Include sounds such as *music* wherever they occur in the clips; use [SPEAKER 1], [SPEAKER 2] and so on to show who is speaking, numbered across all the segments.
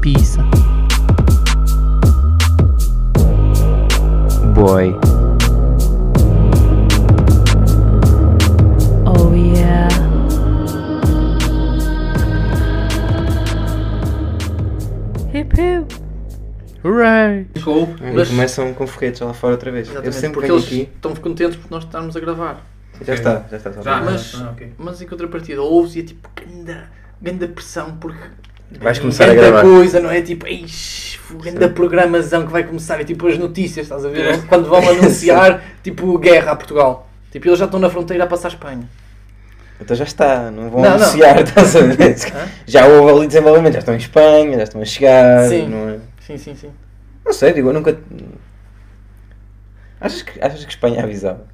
[SPEAKER 1] Pizza.
[SPEAKER 2] Boy.
[SPEAKER 1] Oh yeah. Hip hip. Hooray!
[SPEAKER 3] Show.
[SPEAKER 2] E
[SPEAKER 3] Mas-
[SPEAKER 2] começam com foguetes lá fora outra vez. Eu
[SPEAKER 3] Exatamente,
[SPEAKER 2] sempre
[SPEAKER 3] porque
[SPEAKER 2] venho
[SPEAKER 3] eles
[SPEAKER 2] aqui.
[SPEAKER 3] estão contentes por nós estarmos a gravar.
[SPEAKER 2] Já está, já está.
[SPEAKER 3] Já,
[SPEAKER 2] Já.
[SPEAKER 3] mas,
[SPEAKER 4] ah, ok.
[SPEAKER 3] mas em contrapartida, ouves e é tipo ganda, ganda pressão porque
[SPEAKER 2] Vais começar a
[SPEAKER 3] ganda
[SPEAKER 2] gravar.
[SPEAKER 3] coisa, não é? Tipo, eish, o ganda programação que vai começar, é tipo as notícias, estás a ver? Quando vão anunciar, tipo, guerra a Portugal. Tipo, eles já estão na fronteira a passar a Espanha.
[SPEAKER 2] Então já está, não vão
[SPEAKER 3] Não, não.
[SPEAKER 2] anunciar, *laughs* estás a ver?
[SPEAKER 3] Hã?
[SPEAKER 2] Já houve ali desenvolvimento, já estão em Espanha, já estão a chegar.
[SPEAKER 3] Sim.
[SPEAKER 2] Não, é?
[SPEAKER 3] Sim, sim, sim.
[SPEAKER 2] não sei, digo, eu nunca. Achas que, achas que Espanha é avisava?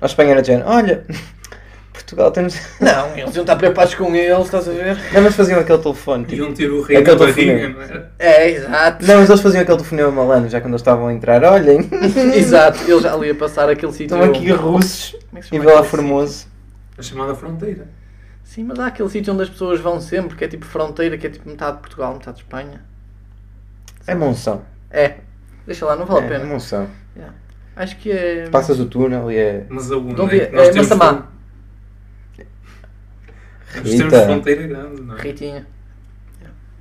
[SPEAKER 2] A Espanha era de género, olha, *laughs* Portugal temos.
[SPEAKER 3] Não, eles não estão preocupados com eles, estás a ver?
[SPEAKER 2] Não, mas faziam aquele telefone. Tipo...
[SPEAKER 3] um
[SPEAKER 4] Iam ter o rei
[SPEAKER 2] Aquele
[SPEAKER 4] na barriga,
[SPEAKER 2] telefonema.
[SPEAKER 4] não era?
[SPEAKER 3] É, exato.
[SPEAKER 2] Não, mas eles faziam aquele telefonema malandro, já quando eles estavam a entrar, olhem,
[SPEAKER 3] *laughs*
[SPEAKER 2] *laughs*
[SPEAKER 3] exato, eles já ali a passar aquele sítio.
[SPEAKER 2] estão aqui russos
[SPEAKER 3] Como é que se
[SPEAKER 2] e
[SPEAKER 3] chama
[SPEAKER 2] vê lá
[SPEAKER 3] aquele
[SPEAKER 2] Formoso.
[SPEAKER 4] A chamada fronteira.
[SPEAKER 3] Sim, mas há aquele sítio onde as pessoas vão sempre, que é tipo fronteira, que é tipo metade de Portugal, metade de Espanha.
[SPEAKER 2] É Monção.
[SPEAKER 3] É. Deixa lá, não vale a
[SPEAKER 2] É, é
[SPEAKER 3] pena.
[SPEAKER 2] Monção.
[SPEAKER 3] Acho que é.
[SPEAKER 2] Passas o túnel e é.
[SPEAKER 4] Mas a onde?
[SPEAKER 3] Não
[SPEAKER 4] é
[SPEAKER 3] vi-
[SPEAKER 4] que nós
[SPEAKER 3] é
[SPEAKER 4] temos
[SPEAKER 3] Massamá.
[SPEAKER 4] fron- Nós temos
[SPEAKER 2] Rita.
[SPEAKER 4] fronteira grande, não é?
[SPEAKER 3] Ritinha.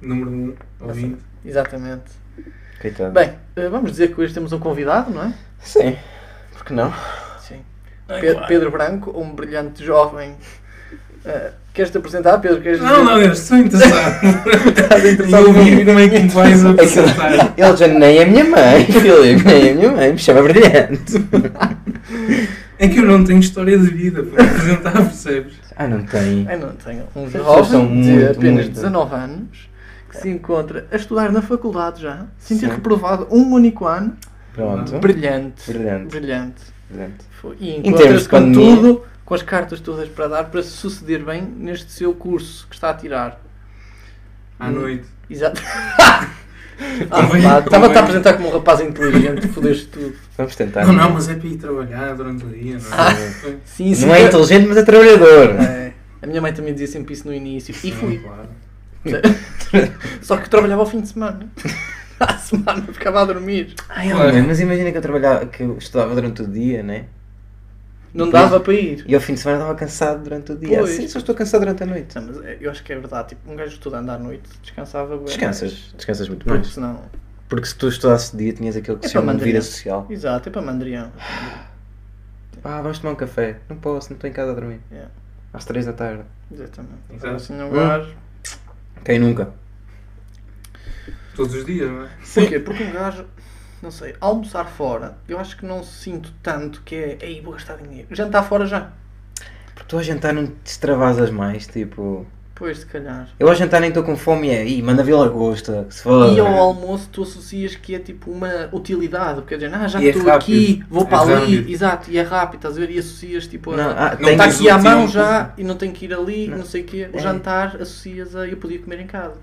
[SPEAKER 4] Número 1 ou 20.
[SPEAKER 3] Exatamente.
[SPEAKER 2] Coitado.
[SPEAKER 3] Bem, eh, vamos dizer que hoje temos um convidado, não é?
[SPEAKER 2] Sim, porque não?
[SPEAKER 3] Sim. Pe- Pedro Branco, um brilhante jovem. Eh, queres-te apresentar, Pedro? Queres
[SPEAKER 4] Ah, Não, não, eu estou *laughs* interessado. Estás
[SPEAKER 2] interessado
[SPEAKER 4] E eu
[SPEAKER 2] comigo.
[SPEAKER 4] vi como é que me vais apresentar.
[SPEAKER 2] Ele já nem é minha mãe, *laughs* Filipe, nem é minha mãe, me chama brilhante.
[SPEAKER 4] É que eu não tenho história de vida para me apresentar, percebes?
[SPEAKER 2] Ah, não tem.
[SPEAKER 3] Ai, não tenho. Um
[SPEAKER 2] pessoas são
[SPEAKER 3] jovem de
[SPEAKER 2] muito,
[SPEAKER 3] apenas
[SPEAKER 2] muito.
[SPEAKER 3] 19 anos que se encontra a estudar na faculdade já, sem ter
[SPEAKER 2] Sim.
[SPEAKER 3] reprovado um único ano.
[SPEAKER 2] Pronto.
[SPEAKER 3] Brilhante.
[SPEAKER 2] Brilhante.
[SPEAKER 3] Brilhante.
[SPEAKER 2] Brilhante.
[SPEAKER 3] Foi.
[SPEAKER 2] termos
[SPEAKER 3] E
[SPEAKER 2] de
[SPEAKER 3] encontra-se com
[SPEAKER 2] pandemia.
[SPEAKER 3] tudo, com as cartas todas para dar, para se suceder bem neste seu curso que está a tirar.
[SPEAKER 4] À noite.
[SPEAKER 2] *laughs*
[SPEAKER 3] Exato.
[SPEAKER 4] Convém-
[SPEAKER 3] Ah, Estava-te
[SPEAKER 4] convém.
[SPEAKER 3] a apresentar como um rapaz inteligente, fodeste tudo.
[SPEAKER 2] Vamos tentar.
[SPEAKER 4] Não, não, mas é para ir trabalhar durante o dia, não é?
[SPEAKER 3] Sim, sim.
[SPEAKER 2] Não é
[SPEAKER 3] eu-
[SPEAKER 2] inteligente, mas é trabalhador.
[SPEAKER 3] É. A minha mãe também dizia sempre isso no início. E
[SPEAKER 4] Não,
[SPEAKER 3] fui.
[SPEAKER 4] claro.
[SPEAKER 3] Só que trabalhava ao fim
[SPEAKER 2] *laughs*
[SPEAKER 3] de semana. À semana ficava a dormir.
[SPEAKER 2] Ai, homem, mas imagina que eu trabalhava, que eu estudava durante o dia, né?
[SPEAKER 3] Não dava para ir.
[SPEAKER 2] E ao fim de semana estava cansado durante o dia.
[SPEAKER 3] Pois.
[SPEAKER 2] Sim, só estou cansado durante a noite.
[SPEAKER 3] Não, mas eu acho que é verdade. Tipo, um gajo estudando à noite descansava. bué.
[SPEAKER 2] Descansas, descansas muito
[SPEAKER 3] Porque
[SPEAKER 2] mais.
[SPEAKER 3] senão.
[SPEAKER 2] Porque se tu estudasses de dia, tinhas aquilo que
[SPEAKER 3] É
[SPEAKER 2] se
[SPEAKER 3] para
[SPEAKER 2] chama de vida
[SPEAKER 3] manter.
[SPEAKER 2] social.
[SPEAKER 3] Exato, é para mandrião.
[SPEAKER 2] Ah, vamos tomar um café. Não posso, não estou em casa a dormir.
[SPEAKER 3] Yeah.
[SPEAKER 2] Às três da tarde.
[SPEAKER 3] É, Exatamente.
[SPEAKER 4] Exato.
[SPEAKER 3] Assim não
[SPEAKER 2] Hum.
[SPEAKER 3] gajo.
[SPEAKER 2] Quem nunca?
[SPEAKER 4] Todos os dias, não é?
[SPEAKER 3] Porquê? Porque um gajo, não sei, almoçar fora, eu acho que não sinto tanto que é, ei, vou gastar dinheiro. Jantar fora já.
[SPEAKER 2] Porque tu a jantar não te extravasas mais, tipo...
[SPEAKER 3] Pois, se calhar.
[SPEAKER 2] Eu ao jantar nem estou com fome e é, "Ih, manda vir lagosta, que se foda.
[SPEAKER 3] E ao almoço tu associas que é tipo uma utilidade, quer dizer, ah, já
[SPEAKER 4] E
[SPEAKER 3] que
[SPEAKER 4] é
[SPEAKER 3] estou aqui,
[SPEAKER 4] rápido.
[SPEAKER 3] vou
[SPEAKER 4] É
[SPEAKER 3] para ali,
[SPEAKER 4] rápido.
[SPEAKER 3] exato, e é rápido, estás a ver? E associas tipo a-
[SPEAKER 2] Não, ah,
[SPEAKER 4] Não
[SPEAKER 2] tem-
[SPEAKER 3] Está
[SPEAKER 4] tens
[SPEAKER 3] aqui à
[SPEAKER 4] o
[SPEAKER 3] mão
[SPEAKER 4] tempo.
[SPEAKER 3] já e não tenho que ir ali, não, sei o quê. O
[SPEAKER 2] É.
[SPEAKER 3] jantar associas a eu podia comer em casa.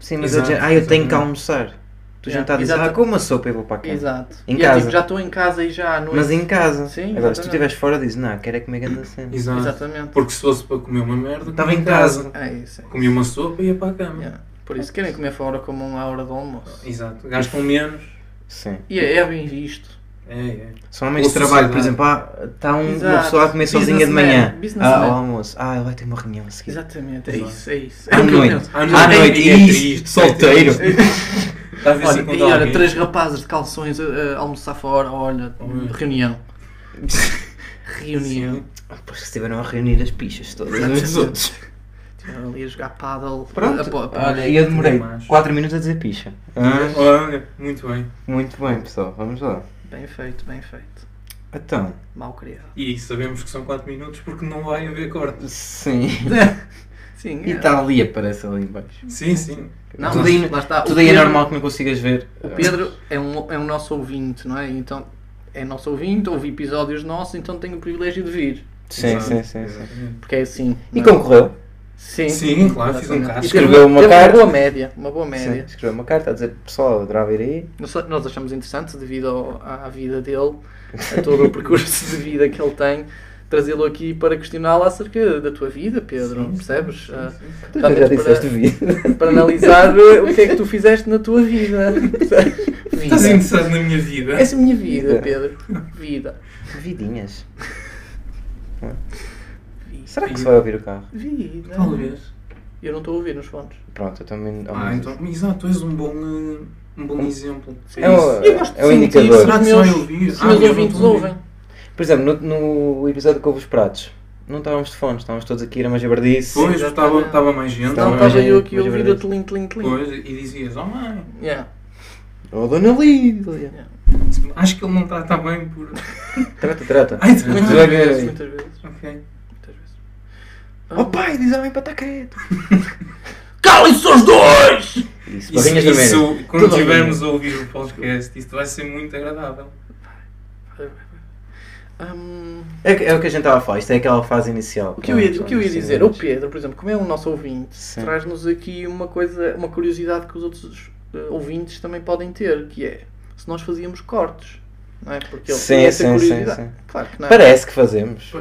[SPEAKER 2] Sim, mas
[SPEAKER 4] Exato,
[SPEAKER 2] eu, já- ah, eu tenho que
[SPEAKER 4] exatamente.
[SPEAKER 2] almoçar. Tu
[SPEAKER 3] Yeah,
[SPEAKER 2] jantar dizes,
[SPEAKER 3] exato.
[SPEAKER 2] ah, como uma sopa e vou para cá.
[SPEAKER 3] Exato.
[SPEAKER 2] Em
[SPEAKER 3] e é
[SPEAKER 2] casa.
[SPEAKER 3] tipo, já estou em casa e já à noite.
[SPEAKER 2] Mas em casa. Agora,
[SPEAKER 3] Sim,
[SPEAKER 2] se tu
[SPEAKER 3] exatamente.
[SPEAKER 2] estiveres fora, dizes, não, quero é comer grande cena.
[SPEAKER 4] Exato.
[SPEAKER 3] Exatamente.
[SPEAKER 4] Porque se fosse para comer uma merda,
[SPEAKER 2] Estava
[SPEAKER 4] comia
[SPEAKER 2] em casa.
[SPEAKER 3] É isso. é isso.
[SPEAKER 4] Comia uma sopa e ia para a cama.
[SPEAKER 3] Yeah. Por isso, querem comer fora como uma hora do almoço.
[SPEAKER 4] Exato. Gastam menos.
[SPEAKER 2] Sim.
[SPEAKER 3] E é, é bem visto.
[SPEAKER 4] É, é.
[SPEAKER 2] São homens
[SPEAKER 4] Ou
[SPEAKER 2] de trabalho, por
[SPEAKER 4] sociedade.
[SPEAKER 2] exemplo, ah, está um, uma
[SPEAKER 3] Exato.
[SPEAKER 2] pessoa a comer sozinha de
[SPEAKER 3] Businessman,
[SPEAKER 2] manhã.
[SPEAKER 3] businessman.
[SPEAKER 2] Ah, ao almoço. Ah, ele vai ter uma reunião a seguir.
[SPEAKER 3] Exatamente, é
[SPEAKER 4] Exato.
[SPEAKER 3] isso, é isso. É
[SPEAKER 2] À
[SPEAKER 3] o que eu
[SPEAKER 2] noite.
[SPEAKER 3] penso.
[SPEAKER 4] À
[SPEAKER 2] À noite.
[SPEAKER 4] é
[SPEAKER 2] Isso, *laughs*
[SPEAKER 4] triste,
[SPEAKER 2] solteiro.
[SPEAKER 4] é triste. Estás a
[SPEAKER 3] Olha,
[SPEAKER 4] dizer
[SPEAKER 3] e olha, três rapazes de calções a, a almoçar fora, olha,
[SPEAKER 4] Hum.
[SPEAKER 2] *laughs*
[SPEAKER 3] reunião. reunião.
[SPEAKER 2] Depois que Ah, estiveram a reunir as pichas todas uns dos
[SPEAKER 3] Exatamente.
[SPEAKER 2] outros.
[SPEAKER 3] Estiveram ali a jogar paddle.
[SPEAKER 2] Pronto.
[SPEAKER 3] A- a- a-
[SPEAKER 2] Olha, e eu demorei
[SPEAKER 4] mais.
[SPEAKER 2] 4 minutos a dizer picha. Ah,
[SPEAKER 4] Olha, muito bem.
[SPEAKER 2] muito bem, pessoal. Vamos lá.
[SPEAKER 3] Bem feito, bem feito.
[SPEAKER 2] Então,
[SPEAKER 3] Mal criado.
[SPEAKER 4] E sabemos que são 4 minutos porque não vai haver
[SPEAKER 3] *laughs*
[SPEAKER 4] corte.
[SPEAKER 2] sim.
[SPEAKER 3] Sim,
[SPEAKER 2] E
[SPEAKER 3] é.
[SPEAKER 2] está ali, aparece ali em baixo.
[SPEAKER 4] Sim, sim.
[SPEAKER 3] Não,
[SPEAKER 2] tudo
[SPEAKER 3] mas
[SPEAKER 2] aí-
[SPEAKER 3] lá está. Ah, o
[SPEAKER 2] Tudo aí é
[SPEAKER 3] Pedro-
[SPEAKER 2] normal que não consigas ver.
[SPEAKER 3] O Pedro é um, é um nosso ouvinte, não é? Então, é nosso ouvinte, ouve episódios nossos, então tem o privilégio de vir.
[SPEAKER 2] Sim,
[SPEAKER 4] Exato.
[SPEAKER 2] sim, sim, sim.
[SPEAKER 4] Exatamente.
[SPEAKER 3] Porque é assim.
[SPEAKER 2] E
[SPEAKER 3] não é?
[SPEAKER 2] concorreu.
[SPEAKER 3] Sim.
[SPEAKER 4] Sim, claro, fiz um
[SPEAKER 3] Exatamente.
[SPEAKER 4] caso.
[SPEAKER 3] E teve-
[SPEAKER 2] Escreveu uma
[SPEAKER 3] teve
[SPEAKER 2] carta.
[SPEAKER 3] boa média, uma boa
[SPEAKER 2] Sim,
[SPEAKER 3] média.
[SPEAKER 2] escreveu uma carta a dizer, pessoal, eu adorava ir aí.
[SPEAKER 3] Nós, nós achamos interessante devido ao- à vida dele, a todo o percurso de vida que ele tem, trazê-lo aqui para questioná-lo acerca da tua vida, Pedro, percebes? Ah,
[SPEAKER 2] Tu
[SPEAKER 3] Talvez
[SPEAKER 2] já disseste
[SPEAKER 3] para- *laughs*
[SPEAKER 2] vida.
[SPEAKER 3] para analisar eh, o que é que tu fizeste na
[SPEAKER 2] *laughs*
[SPEAKER 3] tua vida. vida.
[SPEAKER 2] é.
[SPEAKER 4] Estás interessado na minha vida?
[SPEAKER 3] Essa é a minha vida,
[SPEAKER 2] Vida.
[SPEAKER 3] Pedro. Vida.
[SPEAKER 2] Vidinhas.
[SPEAKER 3] Vida.
[SPEAKER 2] *laughs* Será que se vai ouvir o carro?
[SPEAKER 3] Vida.
[SPEAKER 4] Talvez.
[SPEAKER 3] Eu não estou a ouvir nos fones.
[SPEAKER 2] Pronto, eu também. ao
[SPEAKER 4] Ah,
[SPEAKER 2] menos-
[SPEAKER 4] então, exato, tu és um bom, eh, um bom exemplo.
[SPEAKER 2] É um-
[SPEAKER 4] Eu gosto de
[SPEAKER 2] é um
[SPEAKER 4] sentir,
[SPEAKER 2] indicador.
[SPEAKER 4] Será que se
[SPEAKER 3] Meus-
[SPEAKER 4] vai ouvir?
[SPEAKER 3] Os
[SPEAKER 4] Ah,
[SPEAKER 3] meus
[SPEAKER 4] eu
[SPEAKER 3] ouvintes
[SPEAKER 4] não estou a
[SPEAKER 3] ouvem.
[SPEAKER 4] ouvir.
[SPEAKER 2] Por exemplo, no, no episódio com os pratos, não estávamos de fones, estávamos todos aqui, era uma jabardice.
[SPEAKER 4] Pois,
[SPEAKER 3] Exatamente.
[SPEAKER 4] estava estava mais gente.
[SPEAKER 3] Não,
[SPEAKER 2] Então,
[SPEAKER 4] mais
[SPEAKER 3] estava
[SPEAKER 2] mas-
[SPEAKER 4] gente.
[SPEAKER 3] eu aqui a
[SPEAKER 2] mas
[SPEAKER 3] ouvir a
[SPEAKER 2] verdade.
[SPEAKER 3] tlim, tlim, tlim.
[SPEAKER 4] Pois, e dizias, oh mãe,
[SPEAKER 3] Yeah.
[SPEAKER 2] Ou a Oh, Dona Lídia.
[SPEAKER 4] acho que ele não trata bem por...
[SPEAKER 2] Trata, trata.
[SPEAKER 4] Ai, tu
[SPEAKER 3] Muitas
[SPEAKER 2] Droga.
[SPEAKER 3] vezes, muitas vezes.
[SPEAKER 4] Ok.
[SPEAKER 3] Muitas vezes.
[SPEAKER 2] Oh pai, diz homem para tacareto.
[SPEAKER 3] Calem-se os dois!
[SPEAKER 2] Isso,
[SPEAKER 4] Isso,
[SPEAKER 2] barrinhas vermelhas.
[SPEAKER 4] isso quando
[SPEAKER 2] Tudo
[SPEAKER 4] tivermos a ouvir o podcast, isto vai ser muito agradável.
[SPEAKER 3] Hum,
[SPEAKER 2] É, que- é o que a gente estava a falar, isto é aquela fase inicial. Ah,
[SPEAKER 3] o que
[SPEAKER 4] Ah,
[SPEAKER 3] eu
[SPEAKER 4] então
[SPEAKER 3] ia, o que eu ia
[SPEAKER 4] é
[SPEAKER 3] dizer, o Pedro, por exemplo, como é um nosso ouvinte,
[SPEAKER 2] Sim.
[SPEAKER 3] traz-nos aqui uma coisa, uma curiosidade que os outros eh, ouvintes também podem ter, que é se nós fazíamos cortes, não é? Porque ele
[SPEAKER 2] Sim,
[SPEAKER 3] tem essa
[SPEAKER 2] sim, sim,
[SPEAKER 3] curiosidade.
[SPEAKER 2] sim.
[SPEAKER 3] Claro que não. é?
[SPEAKER 2] Parece que fazemos.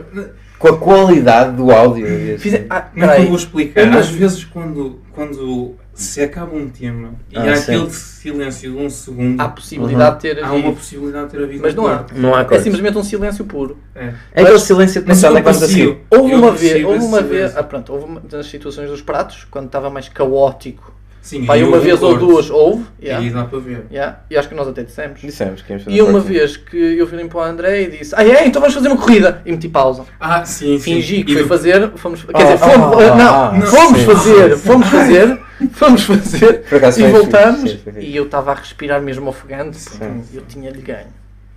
[SPEAKER 2] Com a qualidade do áudio. eu ia
[SPEAKER 3] Fiz-
[SPEAKER 2] dizer.
[SPEAKER 3] ah,
[SPEAKER 4] Não
[SPEAKER 3] peraí.
[SPEAKER 4] vou explicar.
[SPEAKER 3] Eu não-
[SPEAKER 4] Às vezes quando, quando se acaba um tema e
[SPEAKER 2] Ah,
[SPEAKER 4] há
[SPEAKER 2] sim.
[SPEAKER 4] aquele silêncio de um segundo,
[SPEAKER 3] Há possibilidade de ter
[SPEAKER 4] Uhum. há uma
[SPEAKER 3] havido.
[SPEAKER 4] possibilidade de ter havido
[SPEAKER 3] Mas
[SPEAKER 4] um
[SPEAKER 3] não há.
[SPEAKER 4] corte.
[SPEAKER 2] Não há
[SPEAKER 3] É
[SPEAKER 2] cortes.
[SPEAKER 3] simplesmente um silêncio puro.
[SPEAKER 4] É.
[SPEAKER 2] É aquele silêncio de
[SPEAKER 4] Mas
[SPEAKER 2] pensar
[SPEAKER 4] eu
[SPEAKER 2] onde é que vamos a seguir.
[SPEAKER 4] consigo.
[SPEAKER 3] assim? Houve
[SPEAKER 4] Eu
[SPEAKER 3] uma
[SPEAKER 4] consigo
[SPEAKER 3] vez, houve
[SPEAKER 4] esse
[SPEAKER 3] uma
[SPEAKER 4] silêncio.
[SPEAKER 3] vez, ah, pronto, houve uma, nas situações dos pratos, quando estava mais caótico,
[SPEAKER 4] Sim,
[SPEAKER 3] pá,
[SPEAKER 4] e
[SPEAKER 3] aí uma
[SPEAKER 4] houve um
[SPEAKER 3] vez ou
[SPEAKER 4] corte.
[SPEAKER 3] duas houve,
[SPEAKER 4] E
[SPEAKER 3] yeah,
[SPEAKER 4] dá para ver.
[SPEAKER 3] yeah, e acho que nós até dissemos.
[SPEAKER 2] Dissemos que íamos fazer assim.
[SPEAKER 3] E uma
[SPEAKER 2] cortes.
[SPEAKER 3] vez que eu virei para o André e disse, ai, ai, então vamos fazer uma corrida, e meti pausa.
[SPEAKER 4] Ah, sim, sim.
[SPEAKER 3] Fingi que
[SPEAKER 4] E
[SPEAKER 3] foi
[SPEAKER 4] de-
[SPEAKER 3] fazer, fomos,
[SPEAKER 2] Ah,
[SPEAKER 3] quer dizer,
[SPEAKER 2] ah,
[SPEAKER 3] fomos, eh,
[SPEAKER 2] ah,
[SPEAKER 3] não,
[SPEAKER 2] ah,
[SPEAKER 3] fomos
[SPEAKER 2] sim.
[SPEAKER 3] fazer, fomos fazer, fomos fazer,
[SPEAKER 2] *laughs* Por acaso
[SPEAKER 3] e
[SPEAKER 2] foi fixe,
[SPEAKER 3] voltamos,
[SPEAKER 2] sim, foi fixe.
[SPEAKER 3] e eu estava a respirar mesmo ofegante,
[SPEAKER 2] Sim.
[SPEAKER 3] eu tinha-lhe ganho,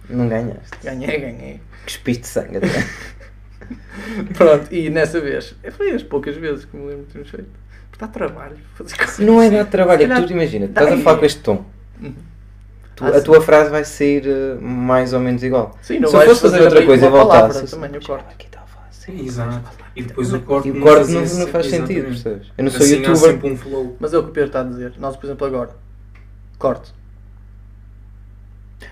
[SPEAKER 2] Não ganhaste.
[SPEAKER 3] ganhei, ganhei.
[SPEAKER 2] Cuspiste sangue
[SPEAKER 3] *laughs*
[SPEAKER 2] até.
[SPEAKER 3] Pronto, e nessa vez, foi as poucas vezes que me lembro de termos feito. Porque dá trabalho fazer coisas.
[SPEAKER 2] Não é dar trabalho, é
[SPEAKER 3] Se
[SPEAKER 2] que
[SPEAKER 3] calhar-
[SPEAKER 2] tu imagina, tu
[SPEAKER 3] Dá
[SPEAKER 2] estás a
[SPEAKER 3] aí.
[SPEAKER 2] falar com este tom. Tu-
[SPEAKER 3] Ah,
[SPEAKER 2] a tua frase vai sair eh, mais ou menos igual.
[SPEAKER 3] Sim, não
[SPEAKER 2] Se eu
[SPEAKER 3] vais
[SPEAKER 2] fosse fazer
[SPEAKER 3] fazer
[SPEAKER 2] outra
[SPEAKER 3] a
[SPEAKER 2] coisa e
[SPEAKER 3] mesma palavra,
[SPEAKER 2] voltasse.
[SPEAKER 3] também eu corto.
[SPEAKER 2] Aqui está a falar assim.
[SPEAKER 4] Exato. E depois o corte
[SPEAKER 2] E o corte não,
[SPEAKER 4] fazia-
[SPEAKER 2] não faz sentido,
[SPEAKER 4] exatamente.
[SPEAKER 2] percebes? Eu não sou
[SPEAKER 4] Assim há
[SPEAKER 2] youtuber.
[SPEAKER 4] sempre um flow.
[SPEAKER 3] Mas é o que o Pedro está a dizer. Nós, por exemplo, agora. Corte.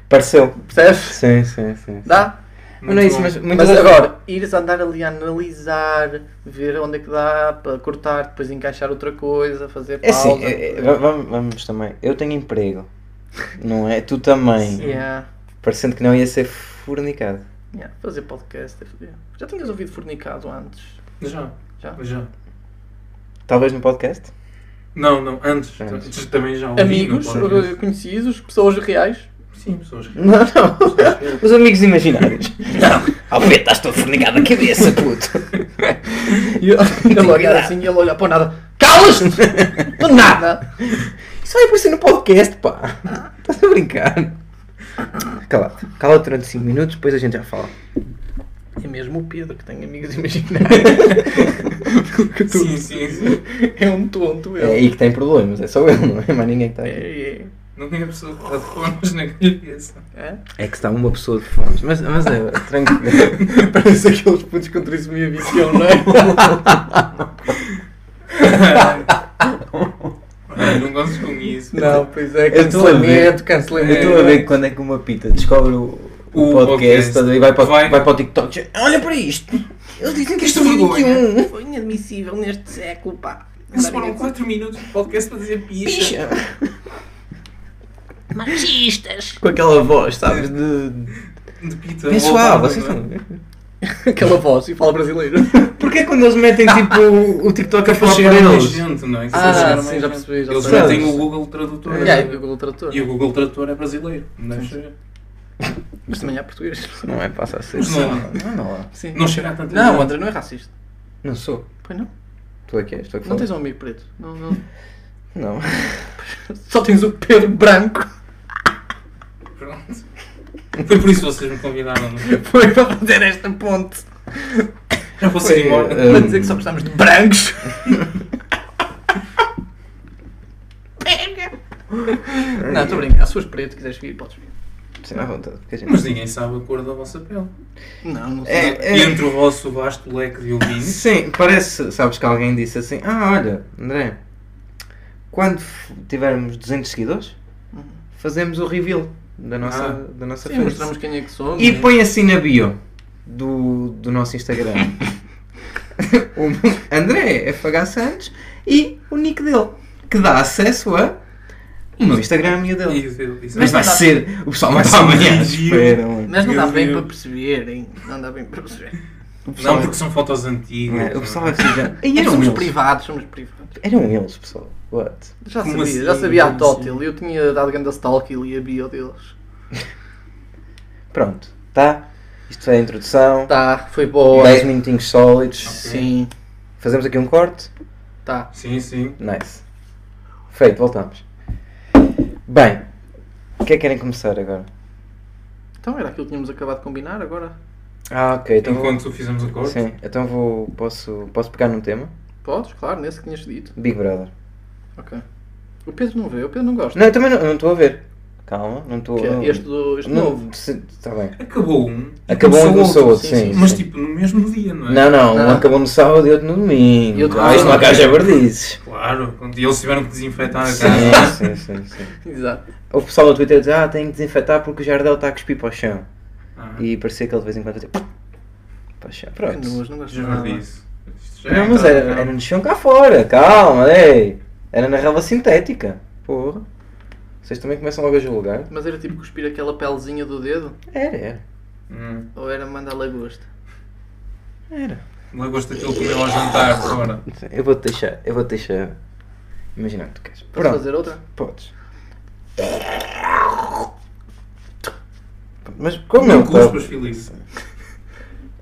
[SPEAKER 2] Pareceu.
[SPEAKER 3] Percebes?
[SPEAKER 2] Sim, sim, sim.
[SPEAKER 3] Dá?
[SPEAKER 2] Mas não é isso,
[SPEAKER 4] bom.
[SPEAKER 2] mas muitas
[SPEAKER 3] Mas
[SPEAKER 2] vezes-
[SPEAKER 3] agora, tipo ires andar ali a analisar, ver onde é que dá para cortar, depois encaixar outra coisa, fazer
[SPEAKER 2] É
[SPEAKER 3] pausa.
[SPEAKER 2] assim, é- é, va- vamos, vamos também. Eu tenho *laughs* emprego, não é? Tu também.
[SPEAKER 3] Yeah,
[SPEAKER 2] Parecendo que não ia ser fornicado.
[SPEAKER 3] yeah, Fazer podcast. é foder. Já tinhas ouvido fornicado antes?
[SPEAKER 4] Já,
[SPEAKER 3] Já?
[SPEAKER 4] já.
[SPEAKER 2] Talvez no podcast?
[SPEAKER 4] Não, não, antes.
[SPEAKER 2] Antes.
[SPEAKER 4] Tu Também já ouvi no
[SPEAKER 3] Amigos,
[SPEAKER 4] podcast.
[SPEAKER 3] conhecidos, pessoas *laughs* reais?
[SPEAKER 4] Sim, pessoas que...
[SPEAKER 2] *laughs* Não, não. *laughs* Os amigos imaginários. *laughs* Não. Ao ver, estás todo fornicado a cabeça, *laughs* puto.
[SPEAKER 3] E eu- ele olhar assim e ele olhar para o nada.
[SPEAKER 2] *laughs*
[SPEAKER 3] Calas-te! Do nada!
[SPEAKER 2] Isso vai aparecer no podcast, pá. Estás a brincar. Cala-te. Cala-te durante 5 minutos, depois a gente já fala.
[SPEAKER 3] É mesmo o Pedro que tem amigos *laughs* imaginários. Porque tu-
[SPEAKER 4] Sim, sim, sim.
[SPEAKER 3] É um tonto
[SPEAKER 2] É
[SPEAKER 3] ele.
[SPEAKER 2] aí que tem problemas, é só eu, não é mais ninguém que está aqui.
[SPEAKER 3] É, é,
[SPEAKER 4] Não tem a pessoa que está de fones na cabeça.
[SPEAKER 2] *laughs*
[SPEAKER 3] é.
[SPEAKER 2] É que está uma pessoa de fones, mas, mas é tranquilo.
[SPEAKER 3] *laughs* Parece aqueles putos com trissomia vicião, não *laughs* é?
[SPEAKER 4] Ai, não gosto com isso.
[SPEAKER 3] Não, pois é,
[SPEAKER 2] Eu estou a ver.
[SPEAKER 3] cancelamento, cancelamento.
[SPEAKER 2] Eu estou a ver quando é que uma pita descobre o, o
[SPEAKER 4] O
[SPEAKER 2] podcast,
[SPEAKER 4] podcast.
[SPEAKER 2] estás a ver, e vai para, vai.
[SPEAKER 4] Vai.
[SPEAKER 2] para o TikTok. já, Olha para isto! Eles dizem que isto
[SPEAKER 4] Isto
[SPEAKER 2] é
[SPEAKER 4] é vergonha.
[SPEAKER 2] 21.
[SPEAKER 3] Foi inadmissível neste século, pá.
[SPEAKER 4] Eles foram 4 minutos de podcast para dizer picha.
[SPEAKER 2] Picha!
[SPEAKER 5] machistas.
[SPEAKER 2] Com aquela voz, sabes? De.
[SPEAKER 4] um De pita.
[SPEAKER 2] Pessoal,
[SPEAKER 4] voltada,
[SPEAKER 2] vocês
[SPEAKER 4] não é?
[SPEAKER 2] estão.
[SPEAKER 3] Aquela voz e
[SPEAKER 2] *laughs*
[SPEAKER 3] fala brasileiro.
[SPEAKER 2] Porquê quando eles metem tipo o TikTok a
[SPEAKER 4] Para
[SPEAKER 2] falar
[SPEAKER 4] chegar
[SPEAKER 2] para
[SPEAKER 4] a mais
[SPEAKER 2] eles?
[SPEAKER 4] gente, não é? Que
[SPEAKER 3] Ah,
[SPEAKER 4] para chegar a
[SPEAKER 3] sim,
[SPEAKER 4] mais
[SPEAKER 3] já
[SPEAKER 4] gente.
[SPEAKER 3] percebi, já
[SPEAKER 4] Eles
[SPEAKER 2] percebi.
[SPEAKER 4] metem o Google Tradutor.
[SPEAKER 3] E aí, Google Tradutor.
[SPEAKER 4] E o Google Tradutor é brasileiro. Não deve saber.
[SPEAKER 3] Mas também há português.
[SPEAKER 2] Não é, passa a ser.
[SPEAKER 4] Não.
[SPEAKER 2] não, não, não.
[SPEAKER 3] Sim.
[SPEAKER 4] Não chega a tanto.
[SPEAKER 3] Não, André não é racista.
[SPEAKER 2] Não sou.
[SPEAKER 3] Pois não.
[SPEAKER 2] Tu é que és, tu é que
[SPEAKER 3] Não
[SPEAKER 2] falas.
[SPEAKER 3] tens um amigo preto. Não, não.
[SPEAKER 4] um-
[SPEAKER 2] Não.
[SPEAKER 3] *laughs* Só tens o Pedro branco. *laughs*
[SPEAKER 4] Pronto. Foi por isso que vocês me convidaram. não foi?
[SPEAKER 3] Foi para fazer esta ponte.
[SPEAKER 4] Já posso ir embora.
[SPEAKER 2] Foi, eh,
[SPEAKER 3] Para dizer que só gostamos de brancos. Pega! Não, estou a brincar. Se fores preto, quiseres vir, podes vir.
[SPEAKER 2] Sim, à vontade. porque a
[SPEAKER 4] *laughs*
[SPEAKER 2] gente-
[SPEAKER 4] Mas ninguém sabe a cor da vossa pele.
[SPEAKER 3] Não, não sei.
[SPEAKER 2] eh. É, é-
[SPEAKER 4] E entre o vosso vasto leque de ouvintes,
[SPEAKER 2] Sim, é, parece, sabes que alguém disse assim, ah, olha, André, quando f- tivermos 200 seguidores, fazemos o reveal da nossa,
[SPEAKER 4] Ah.
[SPEAKER 2] da nossa
[SPEAKER 3] Sim,
[SPEAKER 2] face.
[SPEAKER 3] mostramos quem é que somos.
[SPEAKER 2] E põe assim na bio, do, do nosso
[SPEAKER 3] *laughs*
[SPEAKER 2] Instagram. o André FH Santos e o nick dele, que dá acesso a o meu Instagram e a dele.
[SPEAKER 4] Isso, isso.
[SPEAKER 2] Mas vai
[SPEAKER 3] não dá-
[SPEAKER 2] ser, o pessoal vai
[SPEAKER 4] Vai
[SPEAKER 2] estar
[SPEAKER 4] ser
[SPEAKER 2] amanhã.
[SPEAKER 4] giro.
[SPEAKER 2] Espera, mano.
[SPEAKER 3] Mas não
[SPEAKER 4] Meu
[SPEAKER 3] dá bem
[SPEAKER 4] Deus.
[SPEAKER 3] para perceber, hein? Não dá bem para perceber.
[SPEAKER 2] O pessoal
[SPEAKER 4] Não,
[SPEAKER 2] vai-
[SPEAKER 4] porque são fotos antigas.
[SPEAKER 2] um é, o pessoal vai
[SPEAKER 3] *laughs*
[SPEAKER 4] não é?
[SPEAKER 2] precisar.
[SPEAKER 3] E
[SPEAKER 2] E
[SPEAKER 3] nós
[SPEAKER 2] eram
[SPEAKER 3] somos
[SPEAKER 2] eles.
[SPEAKER 3] privados, somos privados.
[SPEAKER 2] Eram eles, pessoal. What?
[SPEAKER 3] Já
[SPEAKER 4] Como
[SPEAKER 3] sabia,
[SPEAKER 4] assim?
[SPEAKER 3] já sabia a
[SPEAKER 4] Como
[SPEAKER 3] Tótil.
[SPEAKER 4] assim?
[SPEAKER 3] Eu tinha dado grande stalk e li a bio deles.
[SPEAKER 2] Pronto, tá? Isto é a introdução.
[SPEAKER 3] Tá, foi boa.
[SPEAKER 2] 10 minutinhos sólidos.
[SPEAKER 3] Sim,
[SPEAKER 2] Fazemos aqui um corte.
[SPEAKER 3] tá.
[SPEAKER 4] Sim, sim.
[SPEAKER 2] Nice. Feito, voltamos. Bem, o que é que querem começar agora?
[SPEAKER 3] Então era aquilo que tínhamos acabado de combinar agora?
[SPEAKER 2] Ah, ok. Então vou-
[SPEAKER 4] Enquanto fizemos o corte.
[SPEAKER 2] Sim, então vou. Posso, posso pegar num tema?
[SPEAKER 3] Podes, claro, nesse que tinhas dito.
[SPEAKER 2] Big Brother.
[SPEAKER 3] Ok. O Pedro não vê, o Pedro não gosta.
[SPEAKER 2] Não, eu também não não estou a ver. Calma, não estou.
[SPEAKER 3] Que é
[SPEAKER 2] não-
[SPEAKER 3] este do, este
[SPEAKER 2] não-
[SPEAKER 3] novo.
[SPEAKER 2] se- Tá bem.
[SPEAKER 4] Acabou um. e
[SPEAKER 2] Acabou um e
[SPEAKER 4] começou
[SPEAKER 2] começou outro, sim.
[SPEAKER 4] Mas
[SPEAKER 2] sim.
[SPEAKER 4] tipo, no mesmo dia, não é?
[SPEAKER 2] Não, não, um
[SPEAKER 3] Ah.
[SPEAKER 2] acabou no sábado e outro no domingo.
[SPEAKER 3] E outro-
[SPEAKER 2] Ah, isto
[SPEAKER 4] Ah,
[SPEAKER 2] não há
[SPEAKER 4] ok.
[SPEAKER 2] gajo verdizes.
[SPEAKER 4] Claro. quando eles tiveram que
[SPEAKER 3] Ah,
[SPEAKER 4] desinfetar a casa.
[SPEAKER 2] Sim, sim, sim, sim.
[SPEAKER 3] Exato.
[SPEAKER 2] O pessoal no Twitter diz: Ah, tenho que desinfetar porque o Jardel está a cuspir para o chão.
[SPEAKER 4] Ah,
[SPEAKER 2] E parecia que ele de vez em quando fazia. Para o chão.
[SPEAKER 3] Que
[SPEAKER 2] Pronto.
[SPEAKER 3] nojo, não gosto de
[SPEAKER 4] já
[SPEAKER 3] nada.
[SPEAKER 4] disse. Isto já
[SPEAKER 2] Não,
[SPEAKER 4] é
[SPEAKER 2] mas
[SPEAKER 4] entrada,
[SPEAKER 2] era,
[SPEAKER 4] não.
[SPEAKER 2] era no chão cá fora, calma, ei. Era na relva sintética. Porra. Vocês também começam logo a julgar?
[SPEAKER 3] Mas era tipo cuspir aquela pelezinha do dedo?
[SPEAKER 2] Era, era.
[SPEAKER 4] Hum.
[SPEAKER 3] Ou era mandar lagosta?
[SPEAKER 2] Era.
[SPEAKER 4] Lagosta é que ele comeu ao jantar fora.
[SPEAKER 2] Eu vou-te deixar, eu vou-te deixar. Imaginar que tu queres.
[SPEAKER 3] Posso
[SPEAKER 2] Pronto,
[SPEAKER 3] fazer outra?
[SPEAKER 2] podes. Mas como eu
[SPEAKER 4] não
[SPEAKER 2] estava
[SPEAKER 4] cuspas, Filipe.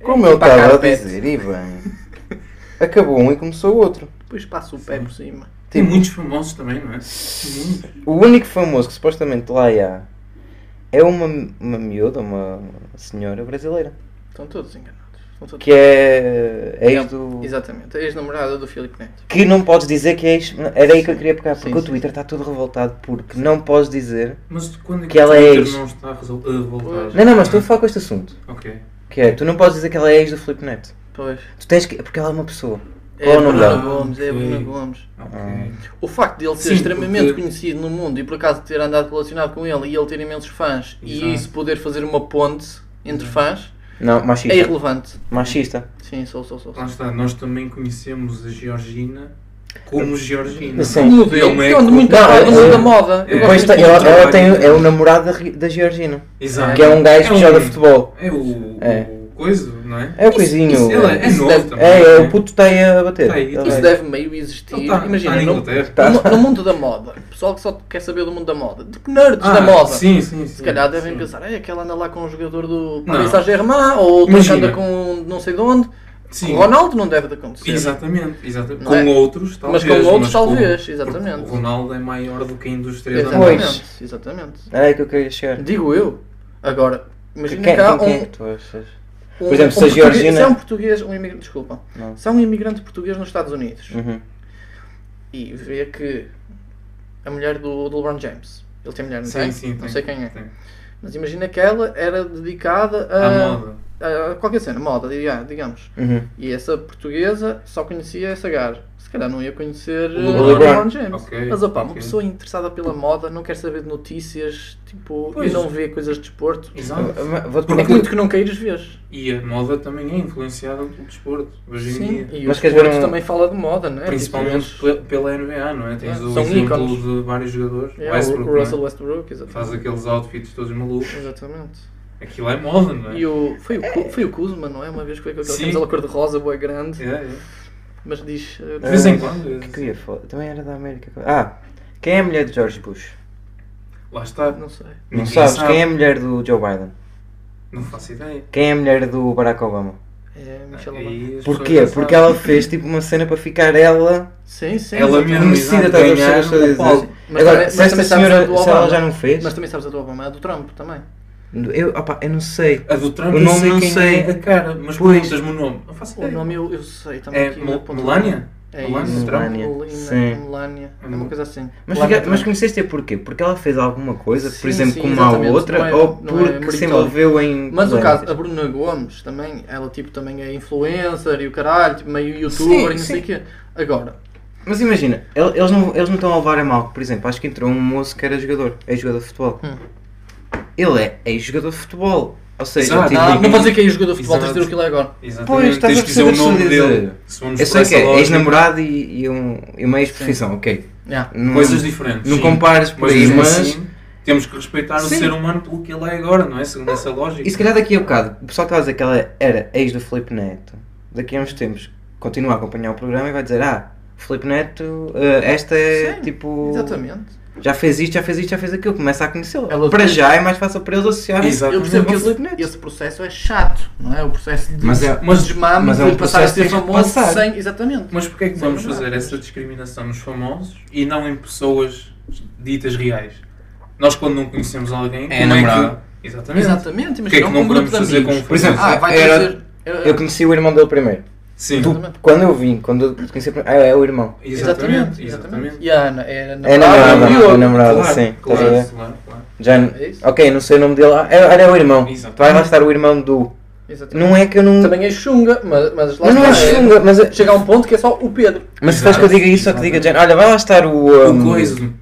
[SPEAKER 2] como eu
[SPEAKER 3] Tipo a
[SPEAKER 2] estava a
[SPEAKER 3] carpete.
[SPEAKER 2] dizer, e bem, acabou um e começou o outro.
[SPEAKER 3] Depois passo o pé por cima.
[SPEAKER 4] Tem
[SPEAKER 2] Tipo-
[SPEAKER 4] muitos famosos também, não é? Muitos.
[SPEAKER 2] O único famoso que supostamente lá há é uma, uma miúda, uma senhora brasileira.
[SPEAKER 3] Estão todos enganados. Estão todos...
[SPEAKER 2] que é ex do.
[SPEAKER 3] Exatamente. A ex-namorada do Filipe Neto.
[SPEAKER 2] Que não podes dizer que é ex. Era aí que eu queria pegar, porque
[SPEAKER 3] Sim,
[SPEAKER 2] o
[SPEAKER 3] sim,
[SPEAKER 2] Twitter está todo revoltado porque não podes dizer.
[SPEAKER 4] Mas quando é que,
[SPEAKER 2] Que ela
[SPEAKER 4] o
[SPEAKER 2] é
[SPEAKER 4] Twitter
[SPEAKER 2] ex.
[SPEAKER 4] não está a resol- a revoltar?
[SPEAKER 2] Não, não, mas estou a falar com este assunto.
[SPEAKER 4] Ok.
[SPEAKER 2] Que é, tu não podes dizer que ela é ex do Felipe Neto.
[SPEAKER 3] Pois.
[SPEAKER 2] Tu tens que. Porque ela é uma pessoa.
[SPEAKER 3] É
[SPEAKER 2] Qual
[SPEAKER 3] a
[SPEAKER 2] o nome
[SPEAKER 3] Bruna
[SPEAKER 4] dela?
[SPEAKER 3] Gomes, é a Bruna
[SPEAKER 4] Ok.
[SPEAKER 3] Gomes.
[SPEAKER 4] ok.
[SPEAKER 2] Ah.
[SPEAKER 3] O facto de ele ser
[SPEAKER 4] Sim,
[SPEAKER 3] extremamente
[SPEAKER 4] porque-
[SPEAKER 3] conhecido no mundo e por acaso ter andado relacionado com ele e ele ter imensos fãs
[SPEAKER 4] Exato.
[SPEAKER 3] e isso poder fazer uma ponte entre fãs
[SPEAKER 2] Não, machista.
[SPEAKER 3] é irrelevante.
[SPEAKER 2] Machista.
[SPEAKER 3] Sim, sou, sou, sou. sou.
[SPEAKER 4] Lá está, nós também conhecemos a Georgina como Georgina.
[SPEAKER 2] Sim.
[SPEAKER 3] Um modelo
[SPEAKER 4] Ele é
[SPEAKER 3] que onde muito
[SPEAKER 2] Não,
[SPEAKER 3] fala do mundo
[SPEAKER 2] é-
[SPEAKER 3] da moda. Eu gosto
[SPEAKER 4] é-
[SPEAKER 2] Depois tem-
[SPEAKER 3] muito
[SPEAKER 2] ela,
[SPEAKER 3] do
[SPEAKER 2] ela
[SPEAKER 4] trabalho
[SPEAKER 2] tem,
[SPEAKER 4] dele.
[SPEAKER 2] é o namorado da, Ri- da Georgina.
[SPEAKER 4] Exato.
[SPEAKER 2] Que é um gajo que
[SPEAKER 4] É
[SPEAKER 2] joga futebol.
[SPEAKER 4] É o,
[SPEAKER 2] É.
[SPEAKER 4] o coisa, não é?
[SPEAKER 2] É o coisinho.
[SPEAKER 4] Isso, ele é, é
[SPEAKER 3] Isso
[SPEAKER 4] novo
[SPEAKER 3] deve-
[SPEAKER 4] também. Ah,
[SPEAKER 2] É, é,
[SPEAKER 4] não
[SPEAKER 2] o puto está aí a bater.
[SPEAKER 4] Tá aí.
[SPEAKER 2] Tá
[SPEAKER 3] Isso
[SPEAKER 2] bem.
[SPEAKER 3] deve meio
[SPEAKER 4] Ele
[SPEAKER 3] existir.
[SPEAKER 4] está,
[SPEAKER 3] Imagina,
[SPEAKER 4] está na
[SPEAKER 3] no,
[SPEAKER 4] Inglaterra.
[SPEAKER 3] no- no mundo da moda, o pessoal que só quer saber do mundo da moda, de nerds da moda.
[SPEAKER 4] Ah, Sim, sim, sim.
[SPEAKER 3] Se calhar devem
[SPEAKER 4] sim.
[SPEAKER 3] pensar, é aquela anda lá com um jogador do
[SPEAKER 4] Não.
[SPEAKER 3] Paris Saint-Germain ou outra que
[SPEAKER 4] Imagina.
[SPEAKER 3] anda com um não sei de onde.
[SPEAKER 4] Sim.
[SPEAKER 3] O Ronaldo não deve de acontecer.
[SPEAKER 4] Exatamente, exatamente.
[SPEAKER 3] Não
[SPEAKER 4] Com
[SPEAKER 3] é?
[SPEAKER 4] outros, talvez.
[SPEAKER 3] com outros,
[SPEAKER 4] com-
[SPEAKER 3] talvez,
[SPEAKER 4] porque
[SPEAKER 3] exatamente.
[SPEAKER 4] O Ronaldo é maior do que a indústria da moda.
[SPEAKER 2] Pois.
[SPEAKER 3] Exatamente, exatamente.
[SPEAKER 2] Era É aí que eu queria chegar.
[SPEAKER 3] Digo eu. Agora,
[SPEAKER 2] Quem,
[SPEAKER 3] imagina
[SPEAKER 2] quem,
[SPEAKER 3] cá
[SPEAKER 2] quem é
[SPEAKER 3] um,
[SPEAKER 2] que tu achas?
[SPEAKER 3] um,
[SPEAKER 2] Por exemplo, se a
[SPEAKER 3] um português-
[SPEAKER 2] Georgina-
[SPEAKER 3] se é um português, um imigrante, desculpa,
[SPEAKER 2] Não.
[SPEAKER 3] se é um imigrante português nos Estados Unidos
[SPEAKER 2] Uhum.
[SPEAKER 3] e vê que a mulher do, do LeBron James, ele tem mulher, não
[SPEAKER 4] Sim,
[SPEAKER 3] tem?
[SPEAKER 4] sim,
[SPEAKER 3] não
[SPEAKER 4] tem.
[SPEAKER 3] sei quem é.
[SPEAKER 4] Tem.
[SPEAKER 3] Mas imagina que ela era dedicada
[SPEAKER 4] À
[SPEAKER 3] a,
[SPEAKER 4] moda.
[SPEAKER 3] a qualquer cena, moda, diga- digamos.
[SPEAKER 2] Uhum.
[SPEAKER 3] E essa portuguesa só conhecia essa gaja. Se calhar não ia conhecer uh,
[SPEAKER 4] LeBron.
[SPEAKER 3] o LeBron James.
[SPEAKER 4] Ok,
[SPEAKER 3] Mas opá, uma
[SPEAKER 4] ok.
[SPEAKER 3] pessoa interessada pela moda não quer saber de notícias tipo,
[SPEAKER 4] Pois.
[SPEAKER 3] e não vê coisas de desporto.
[SPEAKER 4] Exato.
[SPEAKER 2] Vou-te
[SPEAKER 4] Porque
[SPEAKER 3] É
[SPEAKER 2] contar-
[SPEAKER 3] muito que não queires ver.
[SPEAKER 4] E a moda também é influenciada pelo desporto, hoje em
[SPEAKER 3] Sim,
[SPEAKER 4] dia.
[SPEAKER 3] e
[SPEAKER 2] Mas
[SPEAKER 3] Mas o
[SPEAKER 2] queres ver
[SPEAKER 3] desporto
[SPEAKER 2] um-
[SPEAKER 3] também fala de moda, não é?
[SPEAKER 4] Principalmente
[SPEAKER 3] Tipo, eles-
[SPEAKER 4] pe- pela NBA, não é? Tens
[SPEAKER 3] É,
[SPEAKER 4] o
[SPEAKER 3] são
[SPEAKER 4] exemplo
[SPEAKER 3] ícones.
[SPEAKER 4] de vários jogadores.
[SPEAKER 3] É,
[SPEAKER 4] Westbrook,
[SPEAKER 3] o Russell
[SPEAKER 4] não
[SPEAKER 3] Westbrook,
[SPEAKER 4] é?
[SPEAKER 3] exatamente.
[SPEAKER 4] Faz aqueles outfits todos malucos.
[SPEAKER 3] Exatamente.
[SPEAKER 4] Aquilo é moda, não é?
[SPEAKER 3] E o, foi, o, Ku- foi o Kuzma, não é? Uma vez que foi com aquela
[SPEAKER 4] Sim.
[SPEAKER 3] camisola cor-de-rosa, boa grande,
[SPEAKER 4] É, é.
[SPEAKER 3] mas diz... uh,
[SPEAKER 4] De vez em
[SPEAKER 2] Ah,
[SPEAKER 4] quando.
[SPEAKER 2] O que é que eu ia falar? Também era da América. Ah, quem é a mulher de George Bush?
[SPEAKER 4] Lá está.
[SPEAKER 3] Não sei.
[SPEAKER 2] Não
[SPEAKER 4] Ninguém
[SPEAKER 2] sabes
[SPEAKER 4] sabe.
[SPEAKER 2] quem é a mulher do Joe Biden?
[SPEAKER 4] Não faço ideia.
[SPEAKER 2] Quem é a mulher do Barack Obama?
[SPEAKER 3] É Michelle Obama.
[SPEAKER 4] Aí as
[SPEAKER 2] Porquê?
[SPEAKER 4] pessoas já
[SPEAKER 2] Porque
[SPEAKER 4] sabem.
[SPEAKER 2] ela fez tipo uma cena para ficar ela
[SPEAKER 3] Sim, sim.
[SPEAKER 4] Ela
[SPEAKER 3] exatamente.
[SPEAKER 4] mesmo
[SPEAKER 2] merecida,
[SPEAKER 4] exato,
[SPEAKER 2] estás a perceber o
[SPEAKER 4] ganhar
[SPEAKER 2] que estou a dizer?
[SPEAKER 4] o palco.
[SPEAKER 3] Mas
[SPEAKER 2] Agora,
[SPEAKER 3] também-
[SPEAKER 2] se
[SPEAKER 3] mas
[SPEAKER 2] esta
[SPEAKER 3] também sabes
[SPEAKER 2] senhora,
[SPEAKER 3] a do
[SPEAKER 2] se ela
[SPEAKER 3] Obama.
[SPEAKER 2] já não fez,
[SPEAKER 3] Mas também sabes a do Obama, é a do Trump também.
[SPEAKER 2] eu, opa, eu não sei.
[SPEAKER 3] Ah,
[SPEAKER 4] A do Trump
[SPEAKER 2] O
[SPEAKER 4] eu
[SPEAKER 2] nome
[SPEAKER 4] sei
[SPEAKER 2] não
[SPEAKER 4] quem
[SPEAKER 2] sei.
[SPEAKER 4] é a cara, mas
[SPEAKER 2] Pois.
[SPEAKER 4] perguntas-me o nome. Não faço
[SPEAKER 3] O
[SPEAKER 4] ideia.
[SPEAKER 3] nome eu, eu sei também.
[SPEAKER 4] É
[SPEAKER 3] aqui né? na
[SPEAKER 4] Mel-
[SPEAKER 3] ponta da
[SPEAKER 4] Melania?
[SPEAKER 3] língua. É
[SPEAKER 4] Melania
[SPEAKER 3] isso.
[SPEAKER 2] Trump?
[SPEAKER 3] Melania.
[SPEAKER 2] Sim.
[SPEAKER 3] Melania. É uma coisa assim.
[SPEAKER 2] Mas,
[SPEAKER 3] Melania
[SPEAKER 2] fica- mas
[SPEAKER 3] Trump.
[SPEAKER 2] conheceste porquê? Porque ela fez alguma coisa, por
[SPEAKER 3] Sim,
[SPEAKER 2] exemplo,
[SPEAKER 3] sim,
[SPEAKER 2] como a
[SPEAKER 3] exatamente. Não
[SPEAKER 2] outra,
[SPEAKER 3] é-
[SPEAKER 2] ou
[SPEAKER 3] não é
[SPEAKER 2] porque se
[SPEAKER 3] meritório.
[SPEAKER 2] envolveu em.
[SPEAKER 3] Mas o caso, a
[SPEAKER 2] polémicas?
[SPEAKER 3] Bruna Gomes também, ela tipo também é influencer e o caralho, tipo meio youtuber e não
[SPEAKER 2] Sim,
[SPEAKER 3] sei
[SPEAKER 2] sim.
[SPEAKER 3] o quê. Agora,
[SPEAKER 2] Mas imagina, el- eles não, eles não estão a levar a mal. Por exemplo, acho que entrou um moço que era jogador, é jogador de futebol.
[SPEAKER 3] Hum.
[SPEAKER 2] Ele é ex-jogador de futebol. Ou seja,
[SPEAKER 4] Exato.
[SPEAKER 2] tipo,
[SPEAKER 3] Ah, Não, não vou dizer quem é jogador de futebol, tens
[SPEAKER 4] Exato.
[SPEAKER 3] de ter aquilo agora.
[SPEAKER 4] Exatamente.
[SPEAKER 2] Pois, estás
[SPEAKER 4] Tens
[SPEAKER 2] a
[SPEAKER 4] que dizer o
[SPEAKER 2] perceber o
[SPEAKER 4] nome
[SPEAKER 2] que estou a
[SPEAKER 4] dele.
[SPEAKER 2] dizer.
[SPEAKER 4] Se formos
[SPEAKER 2] eu
[SPEAKER 4] por
[SPEAKER 2] sei que
[SPEAKER 4] essa
[SPEAKER 2] é
[SPEAKER 4] lógica,
[SPEAKER 2] ex-namorado e, e um, e uma ex-profissão, ok.
[SPEAKER 3] Yeah.
[SPEAKER 2] Não-
[SPEAKER 4] Coisas diferentes.
[SPEAKER 2] Não
[SPEAKER 4] sim.
[SPEAKER 2] compares por
[SPEAKER 4] Mas
[SPEAKER 2] aí,
[SPEAKER 4] mesmo
[SPEAKER 2] mas.
[SPEAKER 4] assim, temos que respeitar
[SPEAKER 2] Sim.
[SPEAKER 4] o ser humano pelo que ele é agora, não é? Segundo essa lógica.
[SPEAKER 2] E se calhar daqui a bocado, o pessoal que estava a dizer que ela era ex do Felipe Neto, daqui a uns tempos continua a acompanhar o programa e vai dizer: Ah, Felipe Neto, eh, esta é
[SPEAKER 3] Sim,
[SPEAKER 2] tipo.
[SPEAKER 3] Exatamente.
[SPEAKER 2] Já fez isto, já fez isto, já fez aquilo, começa a conhecê-lo.
[SPEAKER 3] Ela
[SPEAKER 2] Para
[SPEAKER 3] fez-
[SPEAKER 2] já é mais fácil para eles associarem.
[SPEAKER 4] Exato.
[SPEAKER 3] Eu percebo que
[SPEAKER 2] Ao Filipe
[SPEAKER 3] esse,
[SPEAKER 2] Neto.
[SPEAKER 3] esse processo é chato, não é? O processo de
[SPEAKER 2] Mas é-
[SPEAKER 4] mas-
[SPEAKER 3] desmame
[SPEAKER 2] mas é
[SPEAKER 3] de
[SPEAKER 2] um
[SPEAKER 3] passar a
[SPEAKER 2] processo
[SPEAKER 3] ser
[SPEAKER 2] que tens que
[SPEAKER 3] famoso
[SPEAKER 2] passar.
[SPEAKER 3] sem. Exatamente.
[SPEAKER 4] Mas porquê é que
[SPEAKER 3] Sim,
[SPEAKER 4] vamos
[SPEAKER 3] é verdade.
[SPEAKER 4] fazer essa discriminação nos famosos e não em pessoas ditas reais? Nós quando não conhecemos alguém,
[SPEAKER 2] É
[SPEAKER 4] como é
[SPEAKER 2] namorado.
[SPEAKER 4] que... Exatamente.
[SPEAKER 3] Exatamente,
[SPEAKER 4] Porquê é
[SPEAKER 3] imagina
[SPEAKER 4] que
[SPEAKER 3] um
[SPEAKER 4] não
[SPEAKER 3] grupo
[SPEAKER 4] podemos
[SPEAKER 3] de
[SPEAKER 4] fazer com
[SPEAKER 3] amigos.
[SPEAKER 4] um
[SPEAKER 2] Por exemplo,
[SPEAKER 4] famoso?
[SPEAKER 3] Ah, vai
[SPEAKER 2] Era-
[SPEAKER 3] trazer.
[SPEAKER 2] Eu conheci o irmão dele primeiro.
[SPEAKER 4] Sim.
[SPEAKER 3] Tu-
[SPEAKER 2] Quando eu vim, quando eu conheci o primeiro. Ah, é o irmão.
[SPEAKER 4] Exatamente, exatamente.
[SPEAKER 3] E a Ana era
[SPEAKER 2] É
[SPEAKER 3] namorada
[SPEAKER 2] namorada,
[SPEAKER 3] do
[SPEAKER 2] é
[SPEAKER 3] Diogo.
[SPEAKER 2] namorada,
[SPEAKER 4] Claro,
[SPEAKER 2] sim. estás a
[SPEAKER 4] Claro,
[SPEAKER 2] ver?
[SPEAKER 4] claro, claro.
[SPEAKER 2] Já, n-
[SPEAKER 3] É isso?
[SPEAKER 2] ok, não sei o nome dele. Ah, era, era o irmão.
[SPEAKER 4] Exatamente.
[SPEAKER 2] Vai lá estar o irmão do.
[SPEAKER 3] Exatamente.
[SPEAKER 2] Não é que eu não.
[SPEAKER 3] Também é chunga, mas, mas lá
[SPEAKER 2] mas não é
[SPEAKER 3] está,
[SPEAKER 2] chunga, mas. é-
[SPEAKER 3] Chega a um ponto que é só o Pedro.
[SPEAKER 2] Mas se faz que eu diga isso, ou que diga Jane, olha, vai lá estar o.
[SPEAKER 4] O
[SPEAKER 2] um,
[SPEAKER 4] coiso.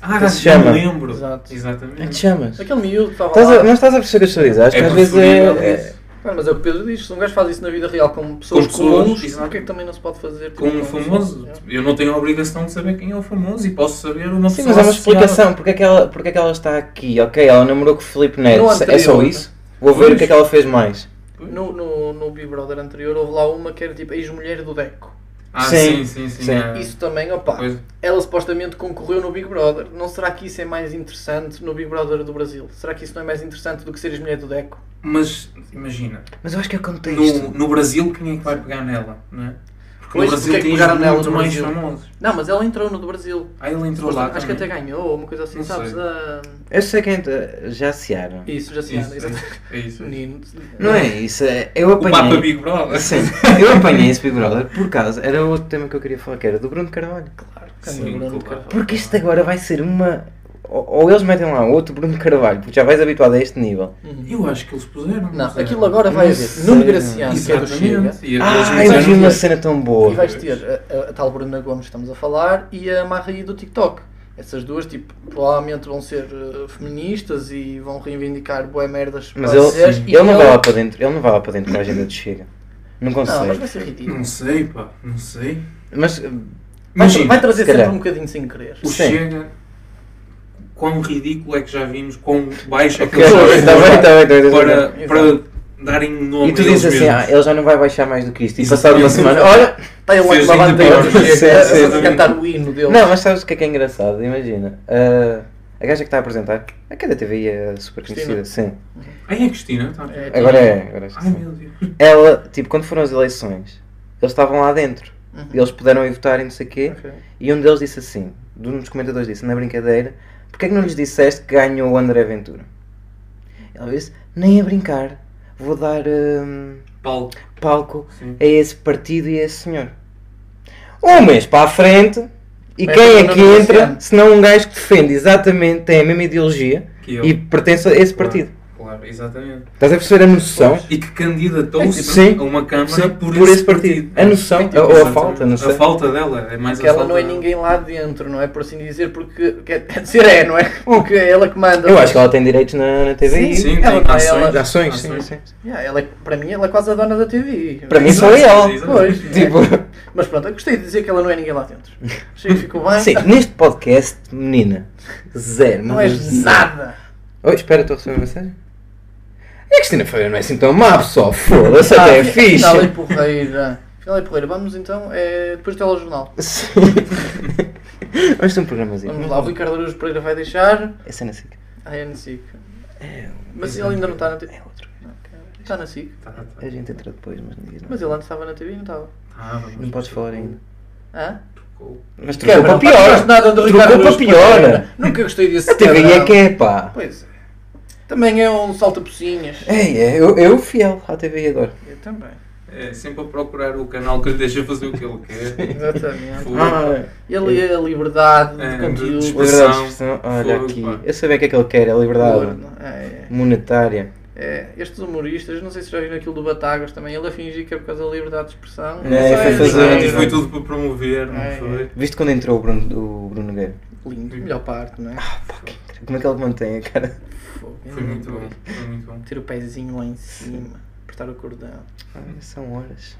[SPEAKER 4] Ah,
[SPEAKER 2] que
[SPEAKER 4] já
[SPEAKER 2] se
[SPEAKER 4] me
[SPEAKER 2] chama?
[SPEAKER 4] lembro.
[SPEAKER 3] Exato.
[SPEAKER 2] Como é que te
[SPEAKER 4] Exatamente.
[SPEAKER 2] chamas?
[SPEAKER 3] Aquele miúdo que estava
[SPEAKER 2] Estás a-
[SPEAKER 3] lá.
[SPEAKER 2] mas estás a perceber o que eu estou a dizer? Acho que às vezes
[SPEAKER 4] preferível
[SPEAKER 2] é. é-
[SPEAKER 4] isso.
[SPEAKER 3] Cara, mas é o que o Pedro diz, se um gajo faz isso na vida real com pessoas
[SPEAKER 4] Com pessoas,
[SPEAKER 3] comuns,
[SPEAKER 4] exato.
[SPEAKER 3] porque é que também não se pode fazer tipo,
[SPEAKER 4] Com um famoso,
[SPEAKER 3] É.
[SPEAKER 4] eu não tenho a obrigação de saber quem é o famoso e posso saber uma
[SPEAKER 2] Sim,
[SPEAKER 4] pessoa
[SPEAKER 2] mas há uma
[SPEAKER 4] associada.
[SPEAKER 2] explicação. Porque é, que ela, porque é que ela está aqui? Ok, ela namorou com o Felipe Neto.
[SPEAKER 3] No
[SPEAKER 2] É só
[SPEAKER 3] anterior,
[SPEAKER 2] isso? Vou ver o que é que ela fez mais.
[SPEAKER 3] No, no, no Big Brother anterior houve lá uma que era tipo ex-mulher do Deco.
[SPEAKER 4] Ah,
[SPEAKER 2] Sim,
[SPEAKER 4] sim, sim, sim.
[SPEAKER 2] sim.
[SPEAKER 4] é.
[SPEAKER 3] Isso também, opa,
[SPEAKER 4] Coisa.
[SPEAKER 3] ela supostamente concorreu no Big Brother. Não será que isso é mais interessante no Big Brother do Brasil? Será que isso não é mais interessante do que seres mulher do Deco?
[SPEAKER 4] Mas, imagina,
[SPEAKER 2] Mas eu acho que é contexto.
[SPEAKER 4] no, no Brasil quem é que vai pegar nela, não é? Porque
[SPEAKER 3] Pois,
[SPEAKER 4] no Brasil
[SPEAKER 3] porque é que
[SPEAKER 4] tem
[SPEAKER 3] pegaram nela
[SPEAKER 4] muito
[SPEAKER 3] no
[SPEAKER 4] mais
[SPEAKER 3] Brasil?
[SPEAKER 4] famosos.
[SPEAKER 3] Não, mas ela entrou no do Brasil.
[SPEAKER 4] Ah, ele entrou lá
[SPEAKER 3] Acho que até
[SPEAKER 4] também.
[SPEAKER 3] ganhou, uma coisa assim,
[SPEAKER 4] Não
[SPEAKER 3] sabes?
[SPEAKER 4] sei.
[SPEAKER 3] Ah,
[SPEAKER 2] Eu sei quem. te- Já se era.
[SPEAKER 3] Isso, já se
[SPEAKER 4] Isso,
[SPEAKER 3] anda, exatamente.
[SPEAKER 4] é isso.
[SPEAKER 3] Menino.
[SPEAKER 2] Não é isso? é- Eu
[SPEAKER 4] O Papa
[SPEAKER 2] apanhei.
[SPEAKER 4] Big Brother.
[SPEAKER 2] Sim, eu apanhei esse Big Brother por causa. Era outro tema que eu queria falar, que era do Bruno Carvalho.
[SPEAKER 3] Claro, que
[SPEAKER 4] Sim,
[SPEAKER 3] anda Bruno
[SPEAKER 4] claro.
[SPEAKER 3] Carvalho.
[SPEAKER 2] Porque este agora vai ser uma. Ou, ou eles metem lá outro Bruno Carvalho, porque já vais habituado a este nível.
[SPEAKER 3] Uhum.
[SPEAKER 4] Eu acho que eles puseram.
[SPEAKER 3] Não,
[SPEAKER 4] puseram.
[SPEAKER 3] aquilo agora vai
[SPEAKER 2] Não
[SPEAKER 3] haver
[SPEAKER 2] sei.
[SPEAKER 3] Nuno Graciano, que é do Chega.
[SPEAKER 4] Exatamente. E aqueles
[SPEAKER 2] Ah,
[SPEAKER 4] meteram-
[SPEAKER 2] eu vi uma cena tão boa.
[SPEAKER 3] E vais ter a, a- a tal Bruna Gomes que estamos a falar e a Marie do TikTok. Essas duas, tipo, provavelmente vão ser eh, feministas e vão reivindicar boé merdas
[SPEAKER 2] Mas
[SPEAKER 3] para
[SPEAKER 2] ele,
[SPEAKER 3] seres, é- e
[SPEAKER 2] ele não vai lá para dentro, ele não vai lá para dentro com a agenda de chega. Não
[SPEAKER 3] Não, mas
[SPEAKER 2] consegue.
[SPEAKER 3] vai ser ridículo.
[SPEAKER 4] Não sei, pá, não sei.
[SPEAKER 2] mas
[SPEAKER 3] Vai,
[SPEAKER 4] Imagina,
[SPEAKER 3] vai trazer
[SPEAKER 2] se calhar.
[SPEAKER 3] sempre um bocadinho sem querer.
[SPEAKER 4] o
[SPEAKER 2] Sim.
[SPEAKER 4] Chega, quão ridículo é que já vimos, quão baixo é que
[SPEAKER 2] Ok, *laughs* tá bem, tá bem, tá bem, tá bem, tá
[SPEAKER 4] para,
[SPEAKER 3] bem.
[SPEAKER 4] para darem um nome
[SPEAKER 2] e tu
[SPEAKER 4] a eles
[SPEAKER 2] dizes assim,
[SPEAKER 4] mesmos.
[SPEAKER 2] ah, ele já não vai baixar mais do que isto. E
[SPEAKER 4] Isso.
[SPEAKER 2] passado uma semana, olha.
[SPEAKER 3] Está ele lá com
[SPEAKER 4] Fez
[SPEAKER 3] uma
[SPEAKER 4] ainda
[SPEAKER 3] bandeira do Chega
[SPEAKER 4] pior.
[SPEAKER 2] Sim, sim,
[SPEAKER 3] a- a
[SPEAKER 4] exatamente.
[SPEAKER 3] cantar o hino dele.
[SPEAKER 2] Não, mas sabes o que é que é engraçado? Imagina. ah, a gaja que está a apresentar, a cada TVI é super
[SPEAKER 3] Cristina.
[SPEAKER 2] conhecida, sim.
[SPEAKER 4] Ai, é Cristina, tá.
[SPEAKER 3] É, tipo,
[SPEAKER 2] Agora é, agora acho que
[SPEAKER 4] Ai,
[SPEAKER 2] sim.
[SPEAKER 4] meu Deus.
[SPEAKER 2] Ela, tipo, quando foram as eleições, eles estavam lá dentro.
[SPEAKER 3] Uhum.
[SPEAKER 2] Eles puderam ir votar e não sei o quê.
[SPEAKER 3] Ok.
[SPEAKER 2] E um deles disse assim, de um dos comentadores disse, na brincadeira, porque é que não lhes disseste que ganhou o André Ventura? Ela disse, nem a brincar, vou dar hum,
[SPEAKER 4] Paulo.
[SPEAKER 2] palco
[SPEAKER 4] Sim.
[SPEAKER 2] a esse partido e a esse senhor. Um mês para a frente, e
[SPEAKER 3] Mas
[SPEAKER 2] quem é
[SPEAKER 3] não
[SPEAKER 2] que
[SPEAKER 3] negociando.
[SPEAKER 2] entra, se não um gajo que defende exatamente, tem a mesma ideologia
[SPEAKER 4] Que eu.
[SPEAKER 2] e pertence a esse
[SPEAKER 4] Claro,
[SPEAKER 2] partido.
[SPEAKER 4] Claro, exatamente.
[SPEAKER 2] Estás a perceber a noção?
[SPEAKER 4] E que candidatou-se
[SPEAKER 2] Sim.
[SPEAKER 4] a uma Câmara
[SPEAKER 3] é
[SPEAKER 2] Sim,
[SPEAKER 4] por, esse partido.
[SPEAKER 2] A noção,
[SPEAKER 3] Sim,
[SPEAKER 2] a-
[SPEAKER 3] tipo,
[SPEAKER 2] É ou a
[SPEAKER 4] Exatamente.
[SPEAKER 2] falta, não sei.
[SPEAKER 4] A falta dela é mais
[SPEAKER 3] Porque
[SPEAKER 4] a
[SPEAKER 3] ela
[SPEAKER 4] falta
[SPEAKER 3] não é
[SPEAKER 4] dela.
[SPEAKER 3] ninguém lá dentro, não é? Por assim dizer, porque quer quer dizer é, *laughs* não é? Porque é ela que manda.
[SPEAKER 2] Eu acho que ela tem direitos na, na TVI.
[SPEAKER 4] Sim,
[SPEAKER 3] Ela
[SPEAKER 4] tem
[SPEAKER 3] não é
[SPEAKER 4] ações.
[SPEAKER 3] ela.
[SPEAKER 2] Ações, sim, sim.
[SPEAKER 3] Yeah, ela é- para mim, ela é quase a dona da TV.
[SPEAKER 2] Para mim só
[SPEAKER 4] Exato,
[SPEAKER 2] ela.
[SPEAKER 4] exato.
[SPEAKER 3] Pois. *laughs*
[SPEAKER 2] Tipo,
[SPEAKER 3] Mas pronto, eu gostei de dizer que ela não é ninguém lá dentro. Achei que ficou bem.
[SPEAKER 2] sim, neste podcast, menina, zero.
[SPEAKER 3] Não
[SPEAKER 2] meu
[SPEAKER 3] és
[SPEAKER 2] Deus.
[SPEAKER 3] nada.
[SPEAKER 2] Oi, espera, estou a receber uma mensagem. A Cristina Ferreira não é assim tão má, pessoal. Foda-se,
[SPEAKER 3] Tá,
[SPEAKER 2] até é fixe.
[SPEAKER 3] Final e porreira. Final e porreira. Vamos então, é, depois do telejornal.
[SPEAKER 2] Sim. Vamos ter um programazinho.
[SPEAKER 3] Vamos lá, o Ricardo Araújo Pereira vai deixar
[SPEAKER 2] É cena assim.
[SPEAKER 3] a NSIC. Mas ele ainda não está na TV.
[SPEAKER 2] É outro.
[SPEAKER 3] Está na SIC.
[SPEAKER 4] Tá, tá, tá.
[SPEAKER 2] A gente entra depois, mas ninguém não.
[SPEAKER 3] Mas ele antes estava na TV e não estava.
[SPEAKER 4] Ah, vamos.
[SPEAKER 2] Não podes falar ainda.
[SPEAKER 3] Hã?
[SPEAKER 2] Mas trocou
[SPEAKER 3] Quebra,
[SPEAKER 2] para
[SPEAKER 3] não faz
[SPEAKER 2] pior.
[SPEAKER 3] nada do
[SPEAKER 2] Trocou
[SPEAKER 3] Ricardo
[SPEAKER 2] para
[SPEAKER 3] Araújo
[SPEAKER 2] pior.
[SPEAKER 3] Pereira. Nunca gostei desse
[SPEAKER 2] A TVI é
[SPEAKER 3] cabrão.
[SPEAKER 2] que é, pá.
[SPEAKER 3] Pois é. Também é um salta-pocinhas.
[SPEAKER 2] É, é, eu, eu fiel à TVI adoro.
[SPEAKER 3] Eu também.
[SPEAKER 4] É sempre a procurar o canal que lhe deixa fazer o que ele quer.
[SPEAKER 3] Exatamente.
[SPEAKER 2] *laughs*
[SPEAKER 4] Fogo.
[SPEAKER 3] Ele é a liberdade
[SPEAKER 4] É,
[SPEAKER 3] de conteúdo.
[SPEAKER 4] Ah, de-
[SPEAKER 2] Liberdade de
[SPEAKER 4] Expressão.
[SPEAKER 2] expressão, olha
[SPEAKER 4] Fogo,
[SPEAKER 2] aqui.
[SPEAKER 4] pá.
[SPEAKER 2] Eu sabia o que é que ele quer, a liberdade
[SPEAKER 3] É,
[SPEAKER 2] monetária.
[SPEAKER 3] é, é. Estes humoristas, não sei se já viram aquilo do Batagas também, ele a fingir que é por causa da liberdade de expressão.
[SPEAKER 2] É,
[SPEAKER 3] Não sei,
[SPEAKER 2] foi fazer-
[SPEAKER 3] não sei.
[SPEAKER 4] E foi tudo para promover, não
[SPEAKER 3] É,
[SPEAKER 4] foi?
[SPEAKER 2] Viste quando entrou o Bruno, o Bruno Nogueira?
[SPEAKER 3] Lindo, melhor parte, não é?
[SPEAKER 2] Como é que ele mantém a cara?
[SPEAKER 3] Fogo.
[SPEAKER 4] Ah, Foi muito bom. Foi muito bom.
[SPEAKER 3] Ter o pezinho lá em cima, apertar o cordão.
[SPEAKER 2] Olha, são horas.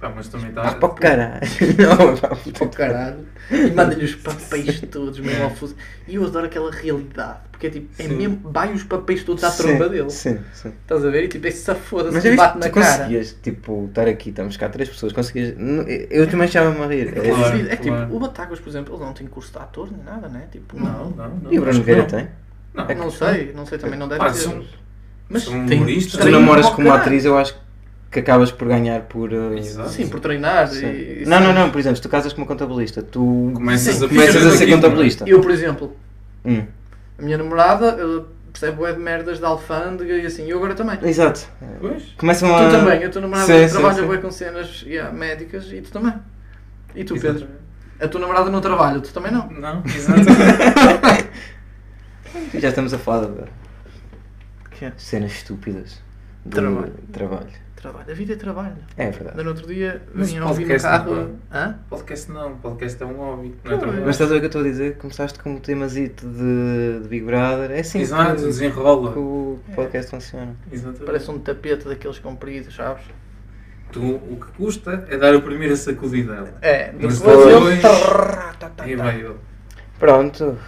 [SPEAKER 4] Pá, mas também tá-
[SPEAKER 2] Ah,
[SPEAKER 4] está.
[SPEAKER 2] para o caralho. *laughs* Não, pá,
[SPEAKER 3] Tipo, ao caralho. E manda-lhe os
[SPEAKER 2] *laughs*
[SPEAKER 3] papéis todos, mesmo ao fuso. E eu adoro aquela realidade, porque é tipo, é
[SPEAKER 4] Sim.
[SPEAKER 3] mesmo, vai os papéis todos à tromba
[SPEAKER 2] Sim,
[SPEAKER 3] dele.
[SPEAKER 2] Sim, sim.
[SPEAKER 3] Estás a ver? E tipo, é safoda,
[SPEAKER 2] Mas
[SPEAKER 3] se
[SPEAKER 2] eu
[SPEAKER 3] bate
[SPEAKER 2] visto
[SPEAKER 3] na
[SPEAKER 2] que tu
[SPEAKER 3] cara.
[SPEAKER 2] conseguias, tipo, estar aqui, estamos cá três pessoas, conseguias. N- Eu também achava-me a rir.
[SPEAKER 3] É,
[SPEAKER 4] Claro,
[SPEAKER 3] é tipo,
[SPEAKER 4] claro.
[SPEAKER 3] o Batáguas, por exemplo, ele não tem curso de ator nem nada, né? Tipo,
[SPEAKER 4] Não, não, não.
[SPEAKER 2] E o Bruno
[SPEAKER 4] acho que
[SPEAKER 2] Vieira
[SPEAKER 4] não.
[SPEAKER 2] tem?
[SPEAKER 4] Não,
[SPEAKER 2] É que-
[SPEAKER 3] Não sei, não sei, também não deve
[SPEAKER 4] Pá,
[SPEAKER 3] ter.
[SPEAKER 4] são-
[SPEAKER 3] Mas
[SPEAKER 4] são
[SPEAKER 3] tem-
[SPEAKER 4] humoristas.
[SPEAKER 2] Se
[SPEAKER 4] Sim.
[SPEAKER 2] tu namoras
[SPEAKER 3] para o
[SPEAKER 2] como
[SPEAKER 3] caralho.
[SPEAKER 2] atriz, eu acho que acabas por ganhar por. uh,
[SPEAKER 4] Exato. é
[SPEAKER 3] Sim, por treinar.
[SPEAKER 2] sim.
[SPEAKER 3] E, e-
[SPEAKER 2] Não, não, não, por exemplo, se tu casas com uma contabilista, tu
[SPEAKER 4] Começas
[SPEAKER 3] Sim.
[SPEAKER 4] a,
[SPEAKER 2] começas a ser
[SPEAKER 4] aquilo,
[SPEAKER 2] contabilista.
[SPEAKER 3] Eu, por exemplo,
[SPEAKER 2] Hum.
[SPEAKER 3] a minha namorada, ela percebe web merdas da alfândega e assim, eu agora também.
[SPEAKER 2] Exato.
[SPEAKER 4] não é? Pois.
[SPEAKER 2] Começam a.
[SPEAKER 3] Tu também, eu tua namorada
[SPEAKER 2] Ah, Sim, sim,
[SPEAKER 3] trabalha
[SPEAKER 2] sim.
[SPEAKER 3] bué com cenas yeah, médicas e tu também. E tu,
[SPEAKER 4] Exato.
[SPEAKER 3] Pedro? A tua namorada não trabalha, tu também não.
[SPEAKER 4] Não, exato.
[SPEAKER 2] Já estamos a falar de
[SPEAKER 3] Que é?
[SPEAKER 2] cenas estúpidas. do
[SPEAKER 3] Trabalho.
[SPEAKER 2] trabalho.
[SPEAKER 3] Trabalho, a vida é trabalho.
[SPEAKER 2] é verdade.
[SPEAKER 3] Ainda no outro dia
[SPEAKER 4] Mas
[SPEAKER 3] vinha a ouvir no
[SPEAKER 4] podcast não
[SPEAKER 3] carro. Hã?
[SPEAKER 4] podcast não, podcast é um hobby. Não é
[SPEAKER 2] Mas
[SPEAKER 4] trabalho.
[SPEAKER 2] estás a ver o que eu estou a dizer? Começaste com um temazito de, de Big Brother. É assim
[SPEAKER 4] Exato,
[SPEAKER 2] que, que
[SPEAKER 4] desenrola.
[SPEAKER 2] o podcast funciona.
[SPEAKER 4] Exato.
[SPEAKER 3] Parece um tapete daqueles compridos, sabes?
[SPEAKER 4] Tu, o que custa é dar a primeira sacudida dela.
[SPEAKER 3] É,
[SPEAKER 4] Mas
[SPEAKER 3] depois
[SPEAKER 4] depois.
[SPEAKER 3] eu.
[SPEAKER 2] tá,
[SPEAKER 4] E vai ele.
[SPEAKER 2] Pronto.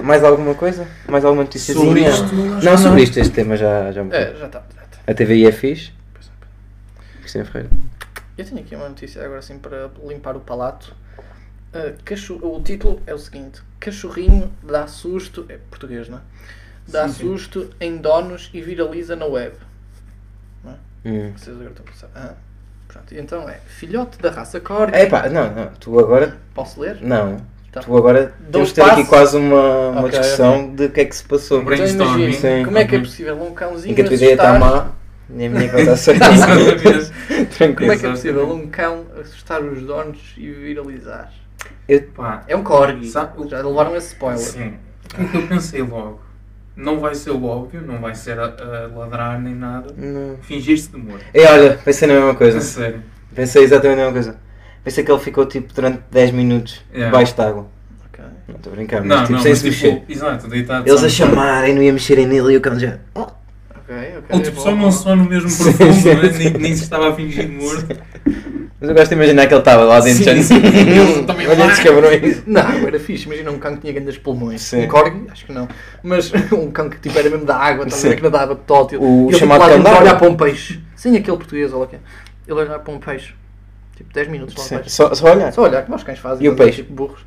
[SPEAKER 2] Mais alguma coisa? Mais alguma notícia?
[SPEAKER 4] Sobre isto, acho
[SPEAKER 2] Não,
[SPEAKER 4] que
[SPEAKER 2] sobre isto, este tema já, já morreu.
[SPEAKER 3] É, já está. já está.
[SPEAKER 2] A TVI é fixe. Cristina Ferreira.
[SPEAKER 3] Eu tenho aqui uma notícia agora assim para limpar o palato. Ah, cacho- O título é o seguinte: Cachorrinho dá susto. É português, não é? Dá
[SPEAKER 4] Sim, sim.
[SPEAKER 3] susto em donos e viraliza na web.
[SPEAKER 2] Hum.
[SPEAKER 3] Vocês agora estão a pensar. Ah, pronto, então é filhote da raça corgi.
[SPEAKER 4] É.
[SPEAKER 2] Epá, não, não. Tu agora.
[SPEAKER 3] Posso ler?
[SPEAKER 2] Não.
[SPEAKER 3] Tá.
[SPEAKER 2] Tu agora
[SPEAKER 3] Dou
[SPEAKER 2] temos de ter aqui
[SPEAKER 3] passo.
[SPEAKER 2] quase uma, uma
[SPEAKER 3] Ok,
[SPEAKER 2] discussão de o que é que se passou.
[SPEAKER 4] Um brainstorm.
[SPEAKER 3] então, imagina,
[SPEAKER 2] Brainstorming.
[SPEAKER 3] como é que é
[SPEAKER 4] Uhum.
[SPEAKER 3] possível um cãozinho
[SPEAKER 2] Em que a tua ideia está
[SPEAKER 4] tá
[SPEAKER 3] assustar-
[SPEAKER 2] má, nem a minha que
[SPEAKER 3] *laughs*
[SPEAKER 2] está certa.
[SPEAKER 4] Exatamente.
[SPEAKER 2] *laughs* Tranquilo.
[SPEAKER 3] Como é que é
[SPEAKER 4] Exatamente.
[SPEAKER 3] possível um cão assustar os donos e viralizar?
[SPEAKER 2] tá.
[SPEAKER 4] Pá,
[SPEAKER 3] É um corgi.
[SPEAKER 4] Sabe o-
[SPEAKER 3] Já levaram esse spoiler.
[SPEAKER 4] Sim. O que é que eu pensei logo? Não vai ser o óbvio, não vai ser a, a ladrar nem nada.
[SPEAKER 2] Não. é.
[SPEAKER 4] Fingir-se de morto.
[SPEAKER 2] E olha, pensei na mesma
[SPEAKER 4] A
[SPEAKER 2] coisa.
[SPEAKER 4] sério.
[SPEAKER 2] Pensei exatamente na mesma coisa. Pensei que ele ficou tipo durante 10 minutos
[SPEAKER 4] Yeah.
[SPEAKER 2] debaixo d'água.
[SPEAKER 3] Ok.
[SPEAKER 2] Não estou a brincar, mas
[SPEAKER 4] Não,
[SPEAKER 2] tipo
[SPEAKER 4] não,
[SPEAKER 2] sem
[SPEAKER 4] mas
[SPEAKER 2] se mexer.
[SPEAKER 4] tipo, exato, deitado.
[SPEAKER 2] Eles
[SPEAKER 4] só
[SPEAKER 2] a
[SPEAKER 4] no chão.
[SPEAKER 2] chamarem, não ia mexerem nele e o cão já. "Oh,
[SPEAKER 3] Ok, ok. é
[SPEAKER 4] Ou tipo,
[SPEAKER 3] bom,
[SPEAKER 4] só
[SPEAKER 3] bom.
[SPEAKER 4] não só no
[SPEAKER 2] é *laughs*
[SPEAKER 4] mesmo
[SPEAKER 2] Sim,
[SPEAKER 4] profundo,
[SPEAKER 2] sim,
[SPEAKER 4] né?
[SPEAKER 2] sim.
[SPEAKER 4] nem, nem se estava a fingir de morto.
[SPEAKER 2] Mas eu gosto de imaginar que ele estava lá dentro.
[SPEAKER 4] Sim,
[SPEAKER 2] já
[SPEAKER 4] sim, eles também
[SPEAKER 2] Olha
[SPEAKER 4] lá.
[SPEAKER 2] esses cabrões.
[SPEAKER 3] Não, era fixe. Imagina um cão que tinha grandes pulmões.
[SPEAKER 2] Sim.
[SPEAKER 3] Um corgi? Acho que não. Mas *laughs* um cão que tipo, era mesmo da água, estás a ver
[SPEAKER 2] Sim.
[SPEAKER 3] que nadava tótil.
[SPEAKER 2] O
[SPEAKER 3] E ele, tipo,
[SPEAKER 2] chamado
[SPEAKER 3] lá
[SPEAKER 2] cão
[SPEAKER 3] dentro
[SPEAKER 2] d'água.
[SPEAKER 3] olhar para um peixe. Sim, aquele português, olha aqui. Ele olhar para um peixe. Tipo, 10 minutos lá ao
[SPEAKER 2] Sim,
[SPEAKER 3] peixe.
[SPEAKER 2] Só, só olhar.
[SPEAKER 3] Só olhar, como os cães fazem.
[SPEAKER 2] E o
[SPEAKER 3] fazem,
[SPEAKER 2] peixe?
[SPEAKER 3] Tipo, burros.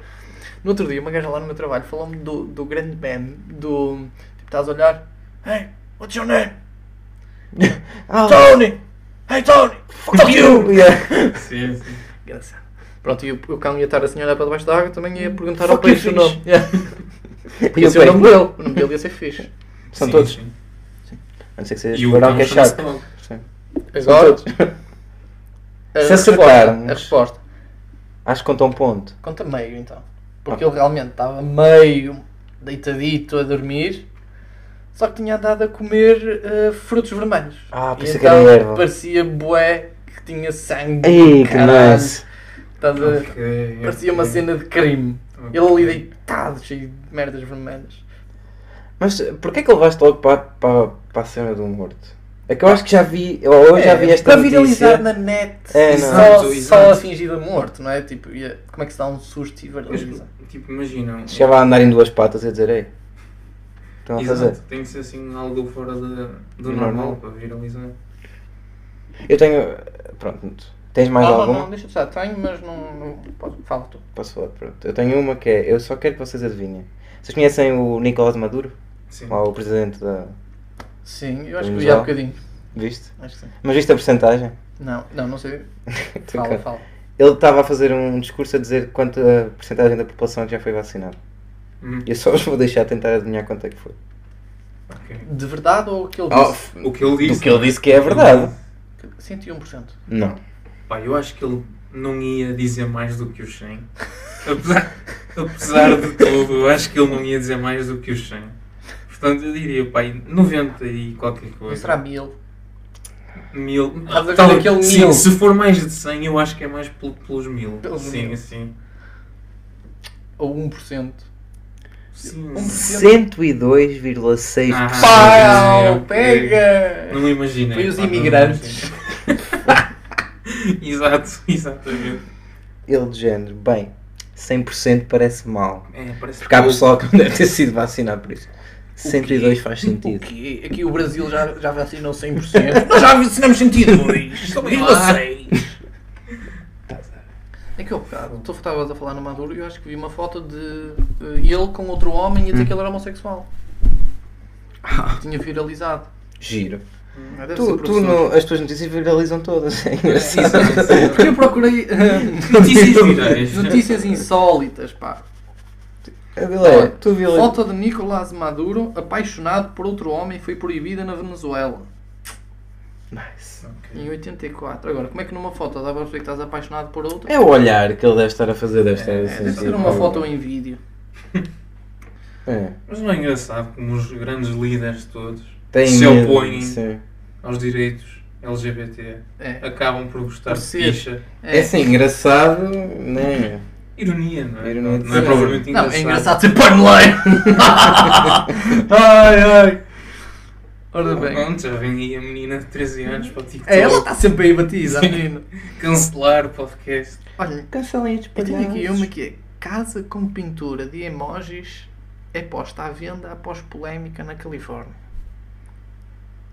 [SPEAKER 3] No outro dia, uma gaja lá no meu trabalho falou-me do, do grande meme, do... Tipo, estás a olhar... Hey, what's your name?
[SPEAKER 2] Ah,
[SPEAKER 3] Tony! Hey, Tony!
[SPEAKER 2] *laughs*
[SPEAKER 3] Fuck you!
[SPEAKER 2] yeah.
[SPEAKER 3] *laughs*
[SPEAKER 4] Sim, sim.
[SPEAKER 3] Engraçado. Pronto, e o, o cão ia estar assim a olhar para debaixo da água também ia perguntar ao
[SPEAKER 2] Fuck you,
[SPEAKER 3] peixe o
[SPEAKER 2] fish.
[SPEAKER 3] nome. Yeah.
[SPEAKER 2] *laughs* E
[SPEAKER 3] Ia
[SPEAKER 2] o
[SPEAKER 3] ser o
[SPEAKER 2] peixe?
[SPEAKER 3] nome dele. O nome dele ia ser fixe.
[SPEAKER 2] São
[SPEAKER 4] Sim,
[SPEAKER 2] todos.
[SPEAKER 4] sim.
[SPEAKER 2] A não ser que
[SPEAKER 4] E
[SPEAKER 2] seja
[SPEAKER 4] o
[SPEAKER 2] barão que é
[SPEAKER 4] cão chama-se
[SPEAKER 2] chato.
[SPEAKER 4] logo.
[SPEAKER 2] Sim. *laughs* São
[SPEAKER 3] Agora,
[SPEAKER 2] todos. *laughs*
[SPEAKER 3] a
[SPEAKER 2] Se
[SPEAKER 3] resposta,
[SPEAKER 2] acertarmos.
[SPEAKER 3] a resposta.
[SPEAKER 2] Acho que conta um ponto.
[SPEAKER 3] é Conta meio então. Porque ele realmente estava meio deitadito a dormir. Só que tinha andado a comer eh, frutos vermelhos.
[SPEAKER 2] Ah,
[SPEAKER 3] E então
[SPEAKER 2] pensei que era erva.
[SPEAKER 3] Parecia bué que tinha sangue.
[SPEAKER 2] Ei, que
[SPEAKER 3] caralho.
[SPEAKER 2] nice.
[SPEAKER 3] Estás a-
[SPEAKER 4] Ok,
[SPEAKER 3] Parecia uma
[SPEAKER 4] ok.
[SPEAKER 3] cena de crime.
[SPEAKER 4] Ok.
[SPEAKER 3] Ele ali deitado, cheio de merdas vermelhas.
[SPEAKER 2] Mas porquê é que levaste logo para, para, para a cena do morto? É que eu acho que já vi, eu eu já vi esta
[SPEAKER 3] É, Para
[SPEAKER 2] notícia.
[SPEAKER 3] viralizar né? na net
[SPEAKER 2] É, não.
[SPEAKER 3] e só,
[SPEAKER 4] Exato,
[SPEAKER 3] só
[SPEAKER 4] exato.
[SPEAKER 3] a fingir a morte, não é? Tipo, e a- como é que se dá um susto e
[SPEAKER 4] Mas,
[SPEAKER 3] viraliza?
[SPEAKER 4] tipo, imagina.
[SPEAKER 2] Chegava a andar em duas patas e a dizer, ei, estão a fazer.
[SPEAKER 4] Exato, tem que ser assim algo fora da- do
[SPEAKER 2] Normal.
[SPEAKER 4] normal para viralizar.
[SPEAKER 2] Eu tenho, pronto, tens mais
[SPEAKER 3] não,
[SPEAKER 2] alguma?
[SPEAKER 3] não, não, deixa eu pensar. Tenho, mas não. não posso, fala tu.
[SPEAKER 2] Posso falar, pronto. Eu tenho uma que é, eu só quero que vocês adivinhem. Vocês conhecem o Nicolás Maduro?
[SPEAKER 4] Sim.
[SPEAKER 2] Lá o presidente da...
[SPEAKER 3] Sim, eu acho que
[SPEAKER 2] Vamos
[SPEAKER 3] vi há
[SPEAKER 2] lá.
[SPEAKER 3] bocadinho.
[SPEAKER 2] Viste?
[SPEAKER 3] Acho que sim.
[SPEAKER 2] Mas viste a porcentagem?
[SPEAKER 3] Não, não, não sei.
[SPEAKER 2] É
[SPEAKER 3] Fala, fala.
[SPEAKER 2] Ele estava a fazer um discurso a dizer quanto a porcentagem da população que já foi vacinada.
[SPEAKER 4] Hum,
[SPEAKER 2] E eu só os vou deixar tentar adivinhar quanto é que foi.
[SPEAKER 4] ok.
[SPEAKER 3] De verdade ou aquele
[SPEAKER 2] Oh,
[SPEAKER 3] disse?
[SPEAKER 2] f-
[SPEAKER 4] O que ele disse.
[SPEAKER 2] do que ele disse que é verdade.
[SPEAKER 3] 101%.
[SPEAKER 2] Não.
[SPEAKER 4] Pá, eu acho que ele não ia dizer mais do que os 100. Apesar, apesar de tudo, eu acho que ele não ia dizer mais do que os 100. Portanto, eu diria, pá, aí 90 e qualquer
[SPEAKER 3] Ou
[SPEAKER 4] coisa.
[SPEAKER 3] será mil?
[SPEAKER 4] Mil.
[SPEAKER 3] Há de haver
[SPEAKER 4] Tal-
[SPEAKER 3] aquele
[SPEAKER 4] sim,
[SPEAKER 3] mil.
[SPEAKER 4] Se for mais de 100, eu acho que é mais pel- pelos mil.
[SPEAKER 3] Pelos
[SPEAKER 4] sim,
[SPEAKER 3] mil.
[SPEAKER 4] sim.
[SPEAKER 3] Ou 1%?
[SPEAKER 4] Sim.
[SPEAKER 2] 102,6%.
[SPEAKER 4] Ah,
[SPEAKER 3] Pau,
[SPEAKER 4] ok.
[SPEAKER 3] pega!
[SPEAKER 4] é um Não imaginei.
[SPEAKER 3] Foi os
[SPEAKER 4] pá, não é assim.
[SPEAKER 3] imigrantes.
[SPEAKER 4] imaginei.
[SPEAKER 3] *laughs*
[SPEAKER 4] Exato, exatamente.
[SPEAKER 2] Ele de género, bem, 100% parece mal.
[SPEAKER 4] É, parece
[SPEAKER 2] Porque há
[SPEAKER 4] pouco.
[SPEAKER 2] pessoal que não deve ter sido vacinado por isso. 102 faz
[SPEAKER 3] O
[SPEAKER 2] sentido.
[SPEAKER 3] quê? Aqui o Brasil já, já
[SPEAKER 2] *laughs*
[SPEAKER 3] vacinou 100%. Nós já vacinamos *laughs* sentido, Luís.
[SPEAKER 4] Também
[SPEAKER 3] Vírgula
[SPEAKER 4] lá.
[SPEAKER 3] seis. É que eu bocado, tu estavas a falar no Maduro e eu acho que vi uma foto de eh, ele com outro homem e
[SPEAKER 2] Hum.
[SPEAKER 3] dizer que ele era homossexual. Tinha viralizado.
[SPEAKER 2] Giro.
[SPEAKER 3] Deve ser
[SPEAKER 2] Ah. Tu, tu
[SPEAKER 3] professor.
[SPEAKER 2] no- as tuas notícias viralizam todas. É
[SPEAKER 4] Sim,
[SPEAKER 3] *laughs*
[SPEAKER 2] engraçado.
[SPEAKER 4] sim, sim.
[SPEAKER 3] Porque eu procurei eh,
[SPEAKER 4] *laughs* Notícias virais.
[SPEAKER 3] notícias insólitas, pá.
[SPEAKER 2] Aguilera, é, tu viralizas.
[SPEAKER 3] Foto de Nicolás Maduro apaixonado por outro homem foi proibida na Venezuela.
[SPEAKER 2] Nice.
[SPEAKER 3] Em 84. Agora, como é que numa foto dá para perceber que estás apaixonado por outra?
[SPEAKER 2] É o olhar que ele deve estar a fazer desta tipo,
[SPEAKER 4] É,
[SPEAKER 3] Deve ser uma foto em vídeo.
[SPEAKER 2] É.
[SPEAKER 4] Mas não é engraçado como os grandes líderes todos
[SPEAKER 2] Tem
[SPEAKER 4] Se
[SPEAKER 2] medo,
[SPEAKER 4] opõem.
[SPEAKER 2] sim.
[SPEAKER 4] aos direitos LGBT
[SPEAKER 3] É.
[SPEAKER 4] acabam por gostar
[SPEAKER 3] Por
[SPEAKER 4] de
[SPEAKER 3] ser.
[SPEAKER 4] picha.
[SPEAKER 2] É assim, engraçado, né?
[SPEAKER 4] Ironia, não é?
[SPEAKER 2] Ironia de
[SPEAKER 4] não é
[SPEAKER 2] ser.
[SPEAKER 3] Não,
[SPEAKER 4] provavelmente engraçado.
[SPEAKER 3] é engraçado ser paneleiro. ai, ai. Ora bem.
[SPEAKER 4] Pronto, já vem aí a menina de 13 anos para o TikTok
[SPEAKER 3] É, ela está sempre aí batida, a menina.
[SPEAKER 4] cancelar o podcast.
[SPEAKER 3] Olha,
[SPEAKER 2] Cancelem os
[SPEAKER 3] eu tenho aqui
[SPEAKER 2] palhaços.
[SPEAKER 3] uma que é Casa com pintura de emojis é posta à venda após polémica na Califórnia.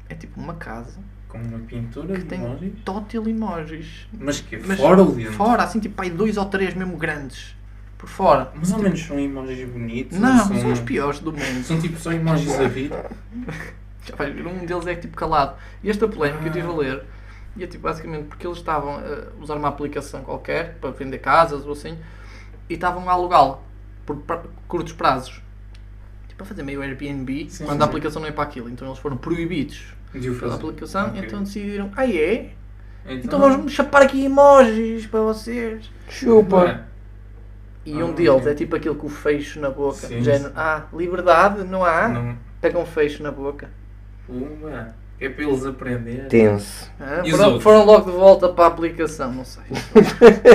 [SPEAKER 3] É tipo uma casa
[SPEAKER 4] Com uma pintura
[SPEAKER 3] que
[SPEAKER 4] de
[SPEAKER 3] tem
[SPEAKER 4] emojis.
[SPEAKER 3] tótil emojis.
[SPEAKER 4] Mas que
[SPEAKER 3] Mas
[SPEAKER 4] fora ou dentro?
[SPEAKER 3] Fora, assim, tipo, aí dois ou três mesmo grandes. Por fora.
[SPEAKER 4] Mas ao menos são emojis bonitos.
[SPEAKER 3] Não,
[SPEAKER 4] são,
[SPEAKER 3] são os piores do mundo. *laughs*
[SPEAKER 4] São tipo só emojis a vir.
[SPEAKER 3] Já vai ver, Um deles é tipo calado. E esta polémica eu
[SPEAKER 4] Ah.
[SPEAKER 3] estive a ler. E é tipo basicamente porque eles estavam a usar uma aplicação qualquer para vender casas ou assim e estavam a alugá-la por pra- curtos prazos. Tipo a fazer meio Airbnb
[SPEAKER 4] Sim,
[SPEAKER 3] quando
[SPEAKER 4] sim.
[SPEAKER 3] a aplicação não é para aquilo. Então eles foram proibidos
[SPEAKER 4] De o
[SPEAKER 3] pela
[SPEAKER 4] fazer.
[SPEAKER 3] aplicação.
[SPEAKER 4] Ok.
[SPEAKER 3] Então decidiram, ah é? Então
[SPEAKER 4] Então,
[SPEAKER 3] vamos chapar aqui emojis para vocês.
[SPEAKER 4] é,
[SPEAKER 2] Chupa.
[SPEAKER 3] E
[SPEAKER 4] Ah,
[SPEAKER 3] um deles
[SPEAKER 4] ok.
[SPEAKER 3] é tipo aquele com o fecho na boca.
[SPEAKER 4] Sim,
[SPEAKER 3] género,
[SPEAKER 4] sim.
[SPEAKER 3] ah, liberdade, não há?
[SPEAKER 4] Não, é.
[SPEAKER 3] Pega um fecho na boca.
[SPEAKER 4] uma. É para eles aprenderem.
[SPEAKER 2] Tenso.
[SPEAKER 3] Ah,
[SPEAKER 4] E os
[SPEAKER 3] foram,
[SPEAKER 4] outros?
[SPEAKER 3] foram logo de volta para a aplicação, não sei.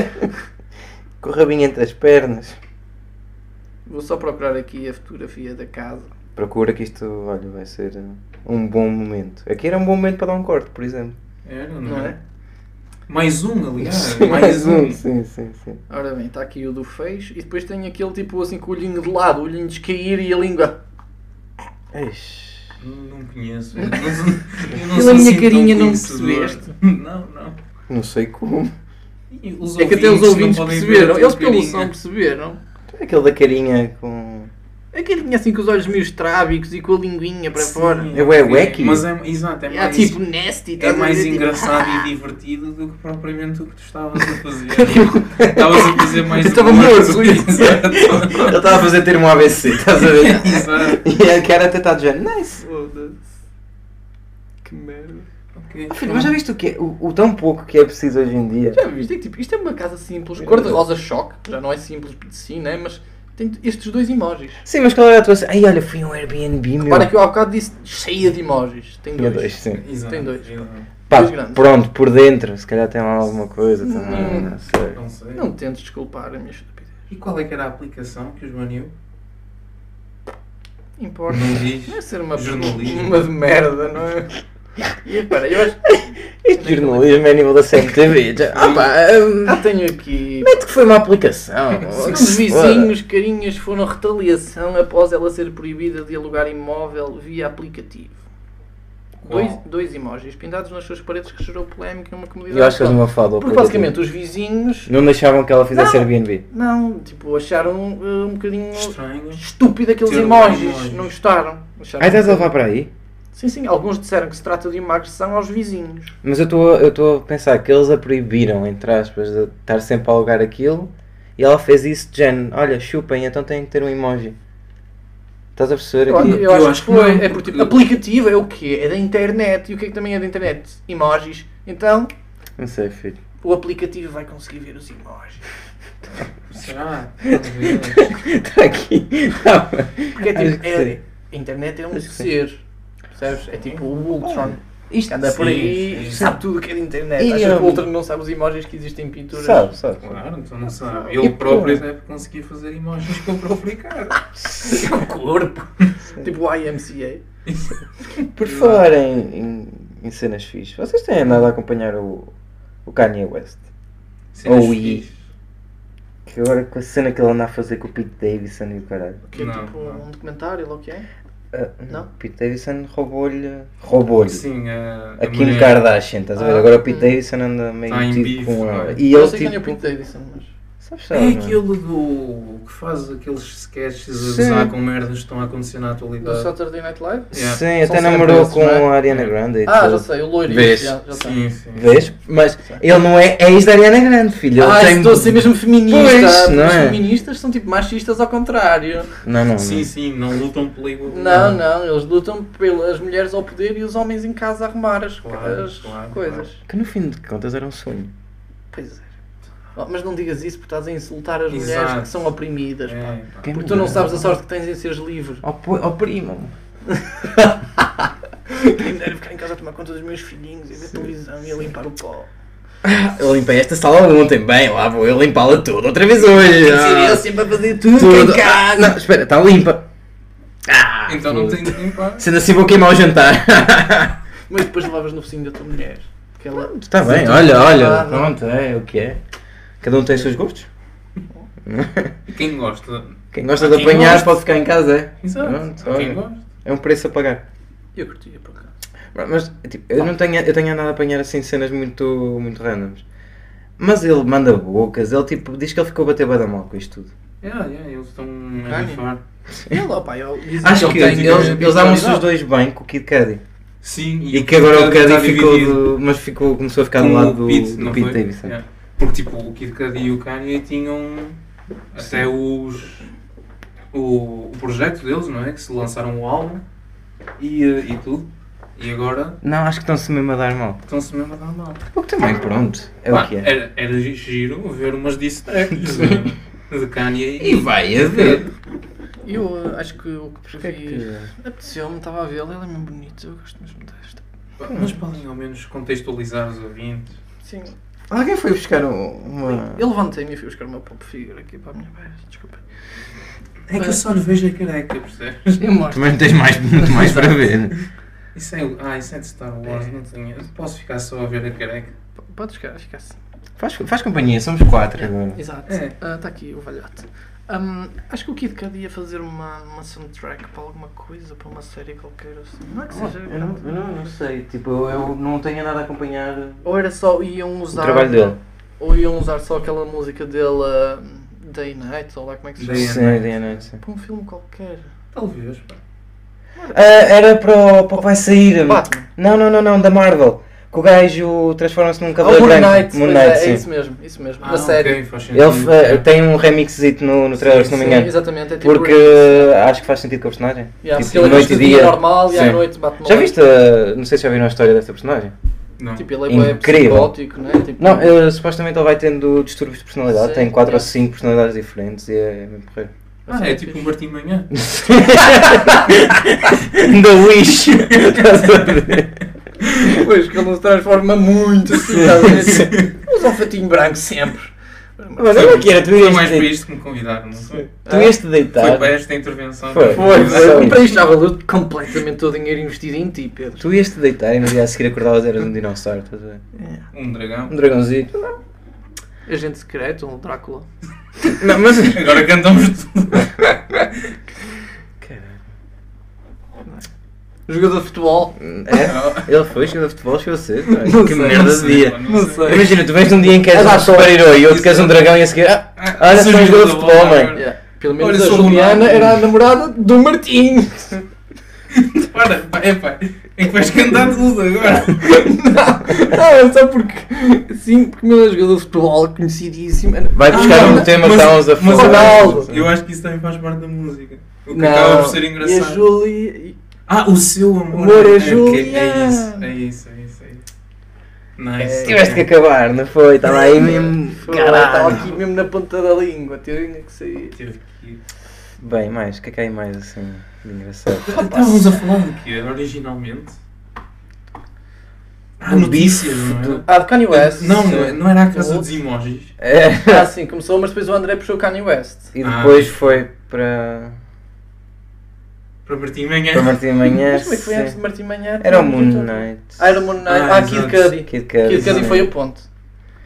[SPEAKER 2] *laughs* Com o rabinho entre as pernas.
[SPEAKER 3] Vou só procurar aqui a fotografia da casa.
[SPEAKER 2] Procura que isto, olha, vai ser uh, um bom momento. Aqui era um bom momento para dar um corte, por exemplo.
[SPEAKER 4] Era, não,
[SPEAKER 3] Não
[SPEAKER 4] é?
[SPEAKER 3] é?
[SPEAKER 4] Mais um,
[SPEAKER 3] *laughs*
[SPEAKER 4] aliás.
[SPEAKER 2] Sim, *laughs*
[SPEAKER 4] mais um.
[SPEAKER 2] Sim, sim, sim.
[SPEAKER 3] Ora bem, está aqui o do fecho e depois tem aquele tipo assim com o olhinho de lado, o olhinho descair e a língua.
[SPEAKER 2] Eish.
[SPEAKER 4] Não
[SPEAKER 3] *laughs*
[SPEAKER 4] conheço. Eu não sou- eu não
[SPEAKER 3] Pela
[SPEAKER 4] sou
[SPEAKER 3] minha
[SPEAKER 4] assim tão
[SPEAKER 3] carinha não
[SPEAKER 4] conhecedor.
[SPEAKER 3] percebeste.
[SPEAKER 4] *laughs* Não, não.
[SPEAKER 2] Não sei como.
[SPEAKER 4] E os
[SPEAKER 3] é que até os
[SPEAKER 4] não
[SPEAKER 3] ouvintes
[SPEAKER 4] podem ver um
[SPEAKER 3] perceberam,
[SPEAKER 4] a tua
[SPEAKER 3] eles pelo
[SPEAKER 4] carinha.
[SPEAKER 3] som perceberam.
[SPEAKER 2] É Aquele da carinha com.
[SPEAKER 3] Aquele tinha assim com os olhos meio estrábicos e com a linguinha para
[SPEAKER 4] Sim,
[SPEAKER 3] fora.
[SPEAKER 2] É o wacky.
[SPEAKER 4] Mas é, exato, é
[SPEAKER 3] É,
[SPEAKER 4] mais,
[SPEAKER 3] tipo nasty,
[SPEAKER 4] é
[SPEAKER 3] estás a
[SPEAKER 4] mais
[SPEAKER 3] ver, tipo,
[SPEAKER 4] engraçado e divertido do que propriamente o que tu estavas a fazer. estavas a fazer mais
[SPEAKER 2] Eu estava
[SPEAKER 4] humor.
[SPEAKER 2] morto.
[SPEAKER 4] *laughs* Exato.
[SPEAKER 2] Ele estava a fazer ter um AVC, estás a ver?
[SPEAKER 4] Exato.
[SPEAKER 2] *laughs* e a cara até está de género. Nice!
[SPEAKER 3] *laughs* Foda-se. Que merda.
[SPEAKER 4] Ok.
[SPEAKER 2] Filho, mas já viste o que é? O, o tão pouco que é preciso hoje em dia?
[SPEAKER 3] Já viste? É que, tipo, isto é uma casa simples. Cor de rosa choque. Já não é simples de si, né? Mas tem estes dois emojis.
[SPEAKER 2] Sim, mas qual era a tua. Ai, olha, fui a um Airbnb, meu.
[SPEAKER 3] Repara que eu há bocado disse cheia de emojis. Tem
[SPEAKER 2] Tinha
[SPEAKER 3] dois.
[SPEAKER 2] dois, sim.
[SPEAKER 4] Exato.
[SPEAKER 3] Tem dois.
[SPEAKER 4] Exato.
[SPEAKER 2] Pá,
[SPEAKER 3] Dois grandes.
[SPEAKER 2] pronto, por dentro, se calhar tem lá alguma coisa também,
[SPEAKER 3] Hum.
[SPEAKER 2] não sei.
[SPEAKER 4] Não sei.
[SPEAKER 3] Não tentes desculpar a minha estupidez.
[SPEAKER 4] E qual é que era a aplicação que os baniu?
[SPEAKER 3] Importa.
[SPEAKER 4] Não diz.
[SPEAKER 3] Não é ser uma,
[SPEAKER 4] Jornalismo.
[SPEAKER 3] uma de merda, não é? E repara, eu acho.
[SPEAKER 2] Este jornalismo é nível da CMTV. já- Ah, pá, hum,
[SPEAKER 3] Já tenho aqui.
[SPEAKER 2] mete que foi uma aplicação.
[SPEAKER 3] Segundo
[SPEAKER 2] que se
[SPEAKER 3] vizinhos, carinhas foram retaliação após ela ser proibida de alugar imóvel via aplicativo. Dois,
[SPEAKER 4] Uau.
[SPEAKER 3] dois emojis pintados nas suas paredes que gerou polémica numa
[SPEAKER 2] foda.
[SPEAKER 3] comunidade.
[SPEAKER 2] Eu acho que eles não vão falar do
[SPEAKER 3] Porque
[SPEAKER 2] aplicativo.
[SPEAKER 3] basicamente os vizinhos
[SPEAKER 2] Não deixavam que ela fizesse
[SPEAKER 3] Não.
[SPEAKER 2] Airbnb.
[SPEAKER 3] não, tipo, acharam uh, um bocadinho
[SPEAKER 4] Estranho.
[SPEAKER 3] estúpido aqueles
[SPEAKER 4] Ter
[SPEAKER 3] emojis,
[SPEAKER 4] emojis.
[SPEAKER 3] não gostaram. Acharam
[SPEAKER 2] Aí estás a
[SPEAKER 3] um
[SPEAKER 2] levar
[SPEAKER 3] bocadinho-
[SPEAKER 2] para aí?
[SPEAKER 3] Sim, sim, alguns disseram que se trata de uma agressão aos vizinhos.
[SPEAKER 2] Mas eu estou eu estou a pensar que eles a proibiram, entre aspas, de estar sempre a alugar aquilo e ela fez isso de género. Olha, chupem, então tem que ter um emoji. Estás a perceber?
[SPEAKER 3] Eu,
[SPEAKER 2] aqui?
[SPEAKER 3] eu acho,
[SPEAKER 4] acho
[SPEAKER 3] que
[SPEAKER 4] que
[SPEAKER 3] foi.
[SPEAKER 4] não,
[SPEAKER 3] é porque, tipo,
[SPEAKER 4] porque-
[SPEAKER 3] aplicativo é o quê? É da internet. E o que é que também é da internet? Emojis. Então,
[SPEAKER 2] Não sei, filho.
[SPEAKER 3] o aplicativo vai conseguir ver os emojis.
[SPEAKER 4] Será? Talvez.
[SPEAKER 2] Está aqui. Tá bem.
[SPEAKER 3] Porque é
[SPEAKER 2] Acho
[SPEAKER 3] tipo,
[SPEAKER 2] que
[SPEAKER 3] é-
[SPEAKER 2] sim.
[SPEAKER 3] a internet é um
[SPEAKER 2] Acho que sim.
[SPEAKER 3] ser. Percebes? É tipo o Ultron.
[SPEAKER 2] Isto
[SPEAKER 3] Anda por
[SPEAKER 4] Sim,
[SPEAKER 3] aí
[SPEAKER 4] sim.
[SPEAKER 3] e sabe tudo que é da internet.
[SPEAKER 2] E
[SPEAKER 3] Achas
[SPEAKER 2] eu-
[SPEAKER 3] que o Ultra não sabe os emojis que existem em pinturas?
[SPEAKER 2] Sabe, sabe.
[SPEAKER 4] Claro, então não sabe.
[SPEAKER 2] E
[SPEAKER 4] Ele
[SPEAKER 2] porra.
[SPEAKER 4] próprio deve conseguir fazer imagens com o próprio cara.
[SPEAKER 3] *laughs* Com o corpo. Tipo o IMCA.
[SPEAKER 2] Por falar em, em, em cenas fixas, vocês têm andado a acompanhar o, o Kanye West?
[SPEAKER 4] Cenas
[SPEAKER 2] Ou i.
[SPEAKER 4] fixes.
[SPEAKER 2] Que agora com a cena que ele anda a fazer com o Pete Davidson e o caralho.
[SPEAKER 3] Que é
[SPEAKER 4] Não,
[SPEAKER 3] tipo
[SPEAKER 4] não.
[SPEAKER 3] um documentário, lá o que é?
[SPEAKER 2] Ah,
[SPEAKER 3] Não?
[SPEAKER 2] Pete Davidson roubou-lhe. Roubou-lhe.
[SPEAKER 4] Sim, a,
[SPEAKER 2] A
[SPEAKER 4] a
[SPEAKER 2] Kim
[SPEAKER 4] mulher-
[SPEAKER 2] Kardashian, estás a ver?
[SPEAKER 3] Ah,
[SPEAKER 2] Agora o Pete
[SPEAKER 3] hum.
[SPEAKER 2] Davidson anda meio
[SPEAKER 4] Tá em
[SPEAKER 2] metido
[SPEAKER 4] bife,
[SPEAKER 2] com
[SPEAKER 4] não
[SPEAKER 2] ela.
[SPEAKER 4] é?
[SPEAKER 2] E
[SPEAKER 3] Eu
[SPEAKER 2] ele
[SPEAKER 3] sei quem é o Pete
[SPEAKER 2] tipo.
[SPEAKER 3] Davidson, mas...
[SPEAKER 2] Sabes, sabes,
[SPEAKER 4] É
[SPEAKER 2] Tá, não
[SPEAKER 4] aquele do que faz aqueles sketches
[SPEAKER 2] Sim.
[SPEAKER 4] a gozar com merdas que estão a acontecer na
[SPEAKER 3] Do
[SPEAKER 4] atualidade.
[SPEAKER 3] Saturday Night Live?
[SPEAKER 2] Sim,
[SPEAKER 4] Yeah.
[SPEAKER 3] São
[SPEAKER 2] até
[SPEAKER 3] sempre
[SPEAKER 2] namorou
[SPEAKER 3] esses,
[SPEAKER 2] com
[SPEAKER 3] não é?
[SPEAKER 2] a Ariana
[SPEAKER 4] É.
[SPEAKER 2] Grande. e
[SPEAKER 3] Ah,
[SPEAKER 2] tudo.
[SPEAKER 3] já sei, o loiro.
[SPEAKER 2] Vês?
[SPEAKER 3] Já, já sei.
[SPEAKER 4] Sim, sim.
[SPEAKER 2] Vês? Mas ele não é ex da Ariana Grande, filho. Ele
[SPEAKER 3] Ah,
[SPEAKER 2] tem-
[SPEAKER 3] estou a ser mesmo feminista.
[SPEAKER 2] Pois, não
[SPEAKER 3] Os
[SPEAKER 2] é?
[SPEAKER 3] feministas são tipo machistas ao contrário.
[SPEAKER 2] Não, não.
[SPEAKER 4] Sim,
[SPEAKER 2] não.
[SPEAKER 4] sim, não lutam pela igualdade.
[SPEAKER 2] Ah.
[SPEAKER 3] Não, não, eles lutam pelas mulheres ao poder e os homens em casa a arrumar as,
[SPEAKER 4] Claro,
[SPEAKER 3] as
[SPEAKER 4] claro,
[SPEAKER 3] coisas.
[SPEAKER 2] Que no fim de contas era um sonho.
[SPEAKER 3] Pois é. Oh, mas não digas isso porque estás a insultar as
[SPEAKER 4] Exato.
[SPEAKER 3] mulheres que são oprimidas. pá.
[SPEAKER 4] É, pá.
[SPEAKER 2] Quem
[SPEAKER 3] Porque tu não
[SPEAKER 2] me-
[SPEAKER 3] sabes a sorte que tens em seres *laughs* livre.
[SPEAKER 2] Ó po- ó primo.
[SPEAKER 3] Quem me dera ficar em casa a tomar conta dos meus filhinhos, e ver televisão e a limpar o pó.
[SPEAKER 2] Eu limpei esta sala ontem, bem, lá vou eu limpá-la toda outra vez hoje.
[SPEAKER 3] Seria eu
[SPEAKER 2] Ah,
[SPEAKER 3] sempre a fazer tudo,
[SPEAKER 2] tudo. Ah,
[SPEAKER 3] em casa.
[SPEAKER 2] Não, espera, está limpa. Ah,
[SPEAKER 4] Então não
[SPEAKER 2] puto.
[SPEAKER 4] tem de limpar.
[SPEAKER 2] Sendo assim vou queimar o jantar. *laughs*
[SPEAKER 3] Mas depois levavas no focinho da tua mulher. Porque ela.
[SPEAKER 2] Está bem,
[SPEAKER 3] Sim,
[SPEAKER 2] olha,
[SPEAKER 3] tá
[SPEAKER 2] olha.
[SPEAKER 3] lá, não.
[SPEAKER 2] Pronto, é o que é. Cada um tem os seus *laughs* gostos.
[SPEAKER 4] E Quem gosta.
[SPEAKER 2] Quem gosta
[SPEAKER 4] Há
[SPEAKER 2] de
[SPEAKER 4] quem
[SPEAKER 2] apanhar
[SPEAKER 4] gosta.
[SPEAKER 2] pode ficar em casa, é.
[SPEAKER 4] Exato.
[SPEAKER 2] Pronto,
[SPEAKER 4] Há Quem
[SPEAKER 2] olha.
[SPEAKER 4] gosta.
[SPEAKER 2] É um preço a pagar.
[SPEAKER 3] Eu curtia por acaso.
[SPEAKER 2] Mas tipo, eu não tenho, eu tenho andado a apanhar assim cenas muito, muito randoms. Mas ele manda bocas, ele tipo diz que ele ficou a bater bada mal com isto tudo.
[SPEAKER 4] Yeah, yeah, eles estão a
[SPEAKER 3] Ganha.
[SPEAKER 4] rifar.
[SPEAKER 3] Ela, pá, eu dizem
[SPEAKER 2] Acho
[SPEAKER 4] ele
[SPEAKER 2] que
[SPEAKER 4] tem
[SPEAKER 2] eles,
[SPEAKER 4] dinheiro,
[SPEAKER 2] eles davam-se os
[SPEAKER 3] qualidade.
[SPEAKER 2] dois bem com o Kid Cudi.
[SPEAKER 4] Sim,
[SPEAKER 2] E que agora é o
[SPEAKER 4] está
[SPEAKER 2] Cudi tá ficou
[SPEAKER 4] dividido
[SPEAKER 2] do, mas ficou, começou a ficar do
[SPEAKER 4] com
[SPEAKER 2] lado
[SPEAKER 4] o
[SPEAKER 2] do
[SPEAKER 4] Pete,
[SPEAKER 2] do
[SPEAKER 4] não
[SPEAKER 2] Pete
[SPEAKER 4] foi?
[SPEAKER 2] Davidson.
[SPEAKER 4] Yeah. Porque tipo, o Kid Cudi e o Kanye tinham até os. O, o projeto deles, não é? Que se lançaram o álbum e, eh, e tudo. E agora
[SPEAKER 2] Não, acho que estão-se mesmo a dar mal.
[SPEAKER 4] estão-se mesmo a dar mal.
[SPEAKER 2] O que também, pronto, é
[SPEAKER 4] Pá,
[SPEAKER 2] o que é.
[SPEAKER 4] Era, era giro ver umas *laughs* distracts de Kanye
[SPEAKER 2] E vai haver.
[SPEAKER 3] Eu uh, acho que o que
[SPEAKER 2] O que é
[SPEAKER 3] prefiro.
[SPEAKER 2] que-
[SPEAKER 3] Apeteceu-me, estava a vê-lo, ele é mesmo bonito, eu gosto mesmo desta.
[SPEAKER 4] Mas podem ao menos contextualizar os ouvintes.
[SPEAKER 3] Sim.
[SPEAKER 2] Alguém foi buscar um- uma.
[SPEAKER 3] Eu levantei-me e fui buscar o meu pop figure aqui para a minha vez, desculpa.
[SPEAKER 4] É que eu só lhe vejo a careca, percebes?
[SPEAKER 3] Eu mostro.
[SPEAKER 2] Também não tens mais, muito mais para ver.
[SPEAKER 4] *laughs*
[SPEAKER 2] né?
[SPEAKER 4] Isso é, ah, isso é de Star Wars, não tenho. eu Posso ficar só a ver a careca?
[SPEAKER 3] P- Podes ficar, fica assim.
[SPEAKER 2] Faz, faz companhia, somos quatro agora.
[SPEAKER 3] Exato.
[SPEAKER 4] É.
[SPEAKER 3] Está tá aqui o valhote. Hum, acho que o Kid Cudi ia fazer uma, uma soundtrack para alguma coisa, para uma série qualquer assim. Não é que seja.
[SPEAKER 2] Ah, Eu não, eu não- eu não sei, tipo, eu, eu não tenho nada a acompanhar o
[SPEAKER 3] Ou era só iam usar.
[SPEAKER 2] trabalho dele.
[SPEAKER 3] Ou iam usar só aquela música dele hum, Day Night, ou lá como é que se
[SPEAKER 4] Day
[SPEAKER 3] chama?
[SPEAKER 4] and
[SPEAKER 2] Sim,
[SPEAKER 4] Night.
[SPEAKER 2] Day and Night, sim.
[SPEAKER 3] Para um filme qualquer.
[SPEAKER 4] Talvez, pá.
[SPEAKER 2] Ah, era para o, para o que vai sair.
[SPEAKER 3] Batman.
[SPEAKER 2] Não, não, não, não, da Marvel. Que o gajo transforma-se num
[SPEAKER 3] Ah, o
[SPEAKER 2] cavaleiro
[SPEAKER 3] Moon
[SPEAKER 2] branco.
[SPEAKER 3] Knight,
[SPEAKER 2] Moon
[SPEAKER 3] pois
[SPEAKER 2] Knight,
[SPEAKER 3] é, é
[SPEAKER 2] sim.
[SPEAKER 3] isso mesmo, isso mesmo.
[SPEAKER 4] Ah,
[SPEAKER 3] na
[SPEAKER 4] ok,
[SPEAKER 3] série.
[SPEAKER 4] faz sentido.
[SPEAKER 2] Ele eh,
[SPEAKER 4] É.
[SPEAKER 2] tem um remixito no, no trailer, se não me
[SPEAKER 3] Sim,
[SPEAKER 2] engano.
[SPEAKER 3] Exatamente, é tipo
[SPEAKER 2] porque
[SPEAKER 3] Rick.
[SPEAKER 2] eh, acho que faz sentido com a personagem.
[SPEAKER 3] Yeah,
[SPEAKER 2] tipo,
[SPEAKER 3] porque ele é
[SPEAKER 2] noite e
[SPEAKER 3] vestido de
[SPEAKER 2] dia.
[SPEAKER 3] normal
[SPEAKER 2] Sim.
[SPEAKER 3] e à noite bate
[SPEAKER 2] Já viste? eh, não sei se já viram a história desta personagem.
[SPEAKER 4] Não.
[SPEAKER 3] Tipo, ele é
[SPEAKER 2] Incrível.
[SPEAKER 3] psicótico, né? Tipo,
[SPEAKER 2] Não, eh, supostamente ele vai tendo distúrbios de personalidade.
[SPEAKER 3] Sim,
[SPEAKER 2] tem 4 ou
[SPEAKER 3] sim.
[SPEAKER 2] 5 personalidades diferentes e é mesmo porreiro.
[SPEAKER 4] ah, é tipo um Bertinho Manhã.
[SPEAKER 2] The Wish! Estás a ver?
[SPEAKER 3] *laughs* Pois, que ele não se transforma muito assim, estás
[SPEAKER 2] *laughs*
[SPEAKER 3] a ver? Usa um fatinho branco sempre.
[SPEAKER 2] Mas olha que era, tu
[SPEAKER 4] Foi mais para
[SPEAKER 2] ias,
[SPEAKER 4] isto que me convidaram, não foi?
[SPEAKER 2] tu ias te
[SPEAKER 4] Foi
[SPEAKER 2] deitar.
[SPEAKER 4] para esta intervenção.
[SPEAKER 2] Tá.
[SPEAKER 4] é
[SPEAKER 2] Foi.
[SPEAKER 3] Foi,
[SPEAKER 2] Sim.
[SPEAKER 3] foi. Para isto já valeu completamente o dinheiro investido em ti, Pedro.
[SPEAKER 2] Tu ias te deitar e no dia a seguir acordavas eras um dinossauro, estás a ver?
[SPEAKER 3] É.
[SPEAKER 4] Um dragão.
[SPEAKER 2] Um dragãozinho.
[SPEAKER 3] Agente secreto, um Drácula.
[SPEAKER 2] Não, mas.
[SPEAKER 4] Agora cantamos tudo.
[SPEAKER 3] Jogador de futebol.
[SPEAKER 2] É? Ele foi, chegou de futebol, chegou cedo. pá.
[SPEAKER 3] Não
[SPEAKER 2] que
[SPEAKER 3] sei,
[SPEAKER 2] merda de
[SPEAKER 4] sei,
[SPEAKER 2] dia.
[SPEAKER 4] pá, não sei.
[SPEAKER 2] Imagina, tu vens num dia em que és
[SPEAKER 3] Ah,
[SPEAKER 2] um
[SPEAKER 3] só-
[SPEAKER 2] super-herói e outro
[SPEAKER 4] Isso.
[SPEAKER 2] que és um dragão e a seguir. Ah, olha,
[SPEAKER 4] sou
[SPEAKER 2] sou um jogador de
[SPEAKER 4] jogador
[SPEAKER 2] futebol,
[SPEAKER 4] de bola,
[SPEAKER 2] mano.
[SPEAKER 3] Yeah. Pelo
[SPEAKER 4] Olha,
[SPEAKER 3] menos a
[SPEAKER 4] sou do
[SPEAKER 3] Juliana
[SPEAKER 4] Nápoles.
[SPEAKER 3] era a namorada do *laughs* Martim.
[SPEAKER 4] Para, pá, é pá. É que vais cantar tudo agora.
[SPEAKER 3] Não, é só porque. Sim, porque o meu é jogador de futebol conhecidíssimo. era-
[SPEAKER 2] Vai buscar
[SPEAKER 4] não,
[SPEAKER 2] um tema que
[SPEAKER 4] Ah, mas-
[SPEAKER 2] estávamos a
[SPEAKER 4] Mas
[SPEAKER 2] falar.
[SPEAKER 3] Ronaldo.
[SPEAKER 4] Eu acho que isso também faz parte da música. O que
[SPEAKER 3] Não,
[SPEAKER 4] acaba por ser
[SPEAKER 3] E a
[SPEAKER 4] engraçado.
[SPEAKER 3] Julie.
[SPEAKER 4] Ah, o seu amor.
[SPEAKER 3] Amor é
[SPEAKER 4] Ok,
[SPEAKER 3] Juliana.
[SPEAKER 4] É isso, é isso, é isso. É isso. Nice.
[SPEAKER 2] Tiveste que acabar, não foi? Estava aí
[SPEAKER 4] *laughs*
[SPEAKER 2] mesmo.
[SPEAKER 3] Estava aqui
[SPEAKER 2] Caralho.
[SPEAKER 3] mesmo na ponta da língua, tinha que sair.
[SPEAKER 4] Tive que-
[SPEAKER 2] Bem, mais, o que é que há aí mais
[SPEAKER 4] *laughs*
[SPEAKER 2] assim de engraçado?
[SPEAKER 4] Estávamos a falar do quê? Originalmente? Ah,
[SPEAKER 2] Um
[SPEAKER 4] notícias, não era?
[SPEAKER 3] Ah, de Kanye West.
[SPEAKER 4] Não, não é- não era a casa
[SPEAKER 3] O-
[SPEAKER 4] dos emojis.
[SPEAKER 2] É.
[SPEAKER 3] Ah, sim, começou, mas depois o André puxou o Kanye West.
[SPEAKER 2] E
[SPEAKER 4] Ah.
[SPEAKER 2] depois foi para,
[SPEAKER 4] Para Martim Manhã.
[SPEAKER 2] para Martim Manhã.
[SPEAKER 3] Mas como é que foi
[SPEAKER 2] sim.
[SPEAKER 3] antes de Martim Manhã?
[SPEAKER 2] Era o Moon Knight.
[SPEAKER 3] Ah, era o Moon Knight.
[SPEAKER 4] Ah,
[SPEAKER 3] Ah, Kid
[SPEAKER 4] exato.
[SPEAKER 3] Cudi.
[SPEAKER 2] Kid Cudi.
[SPEAKER 3] Kid Cudi
[SPEAKER 2] sim.
[SPEAKER 3] foi o ponto.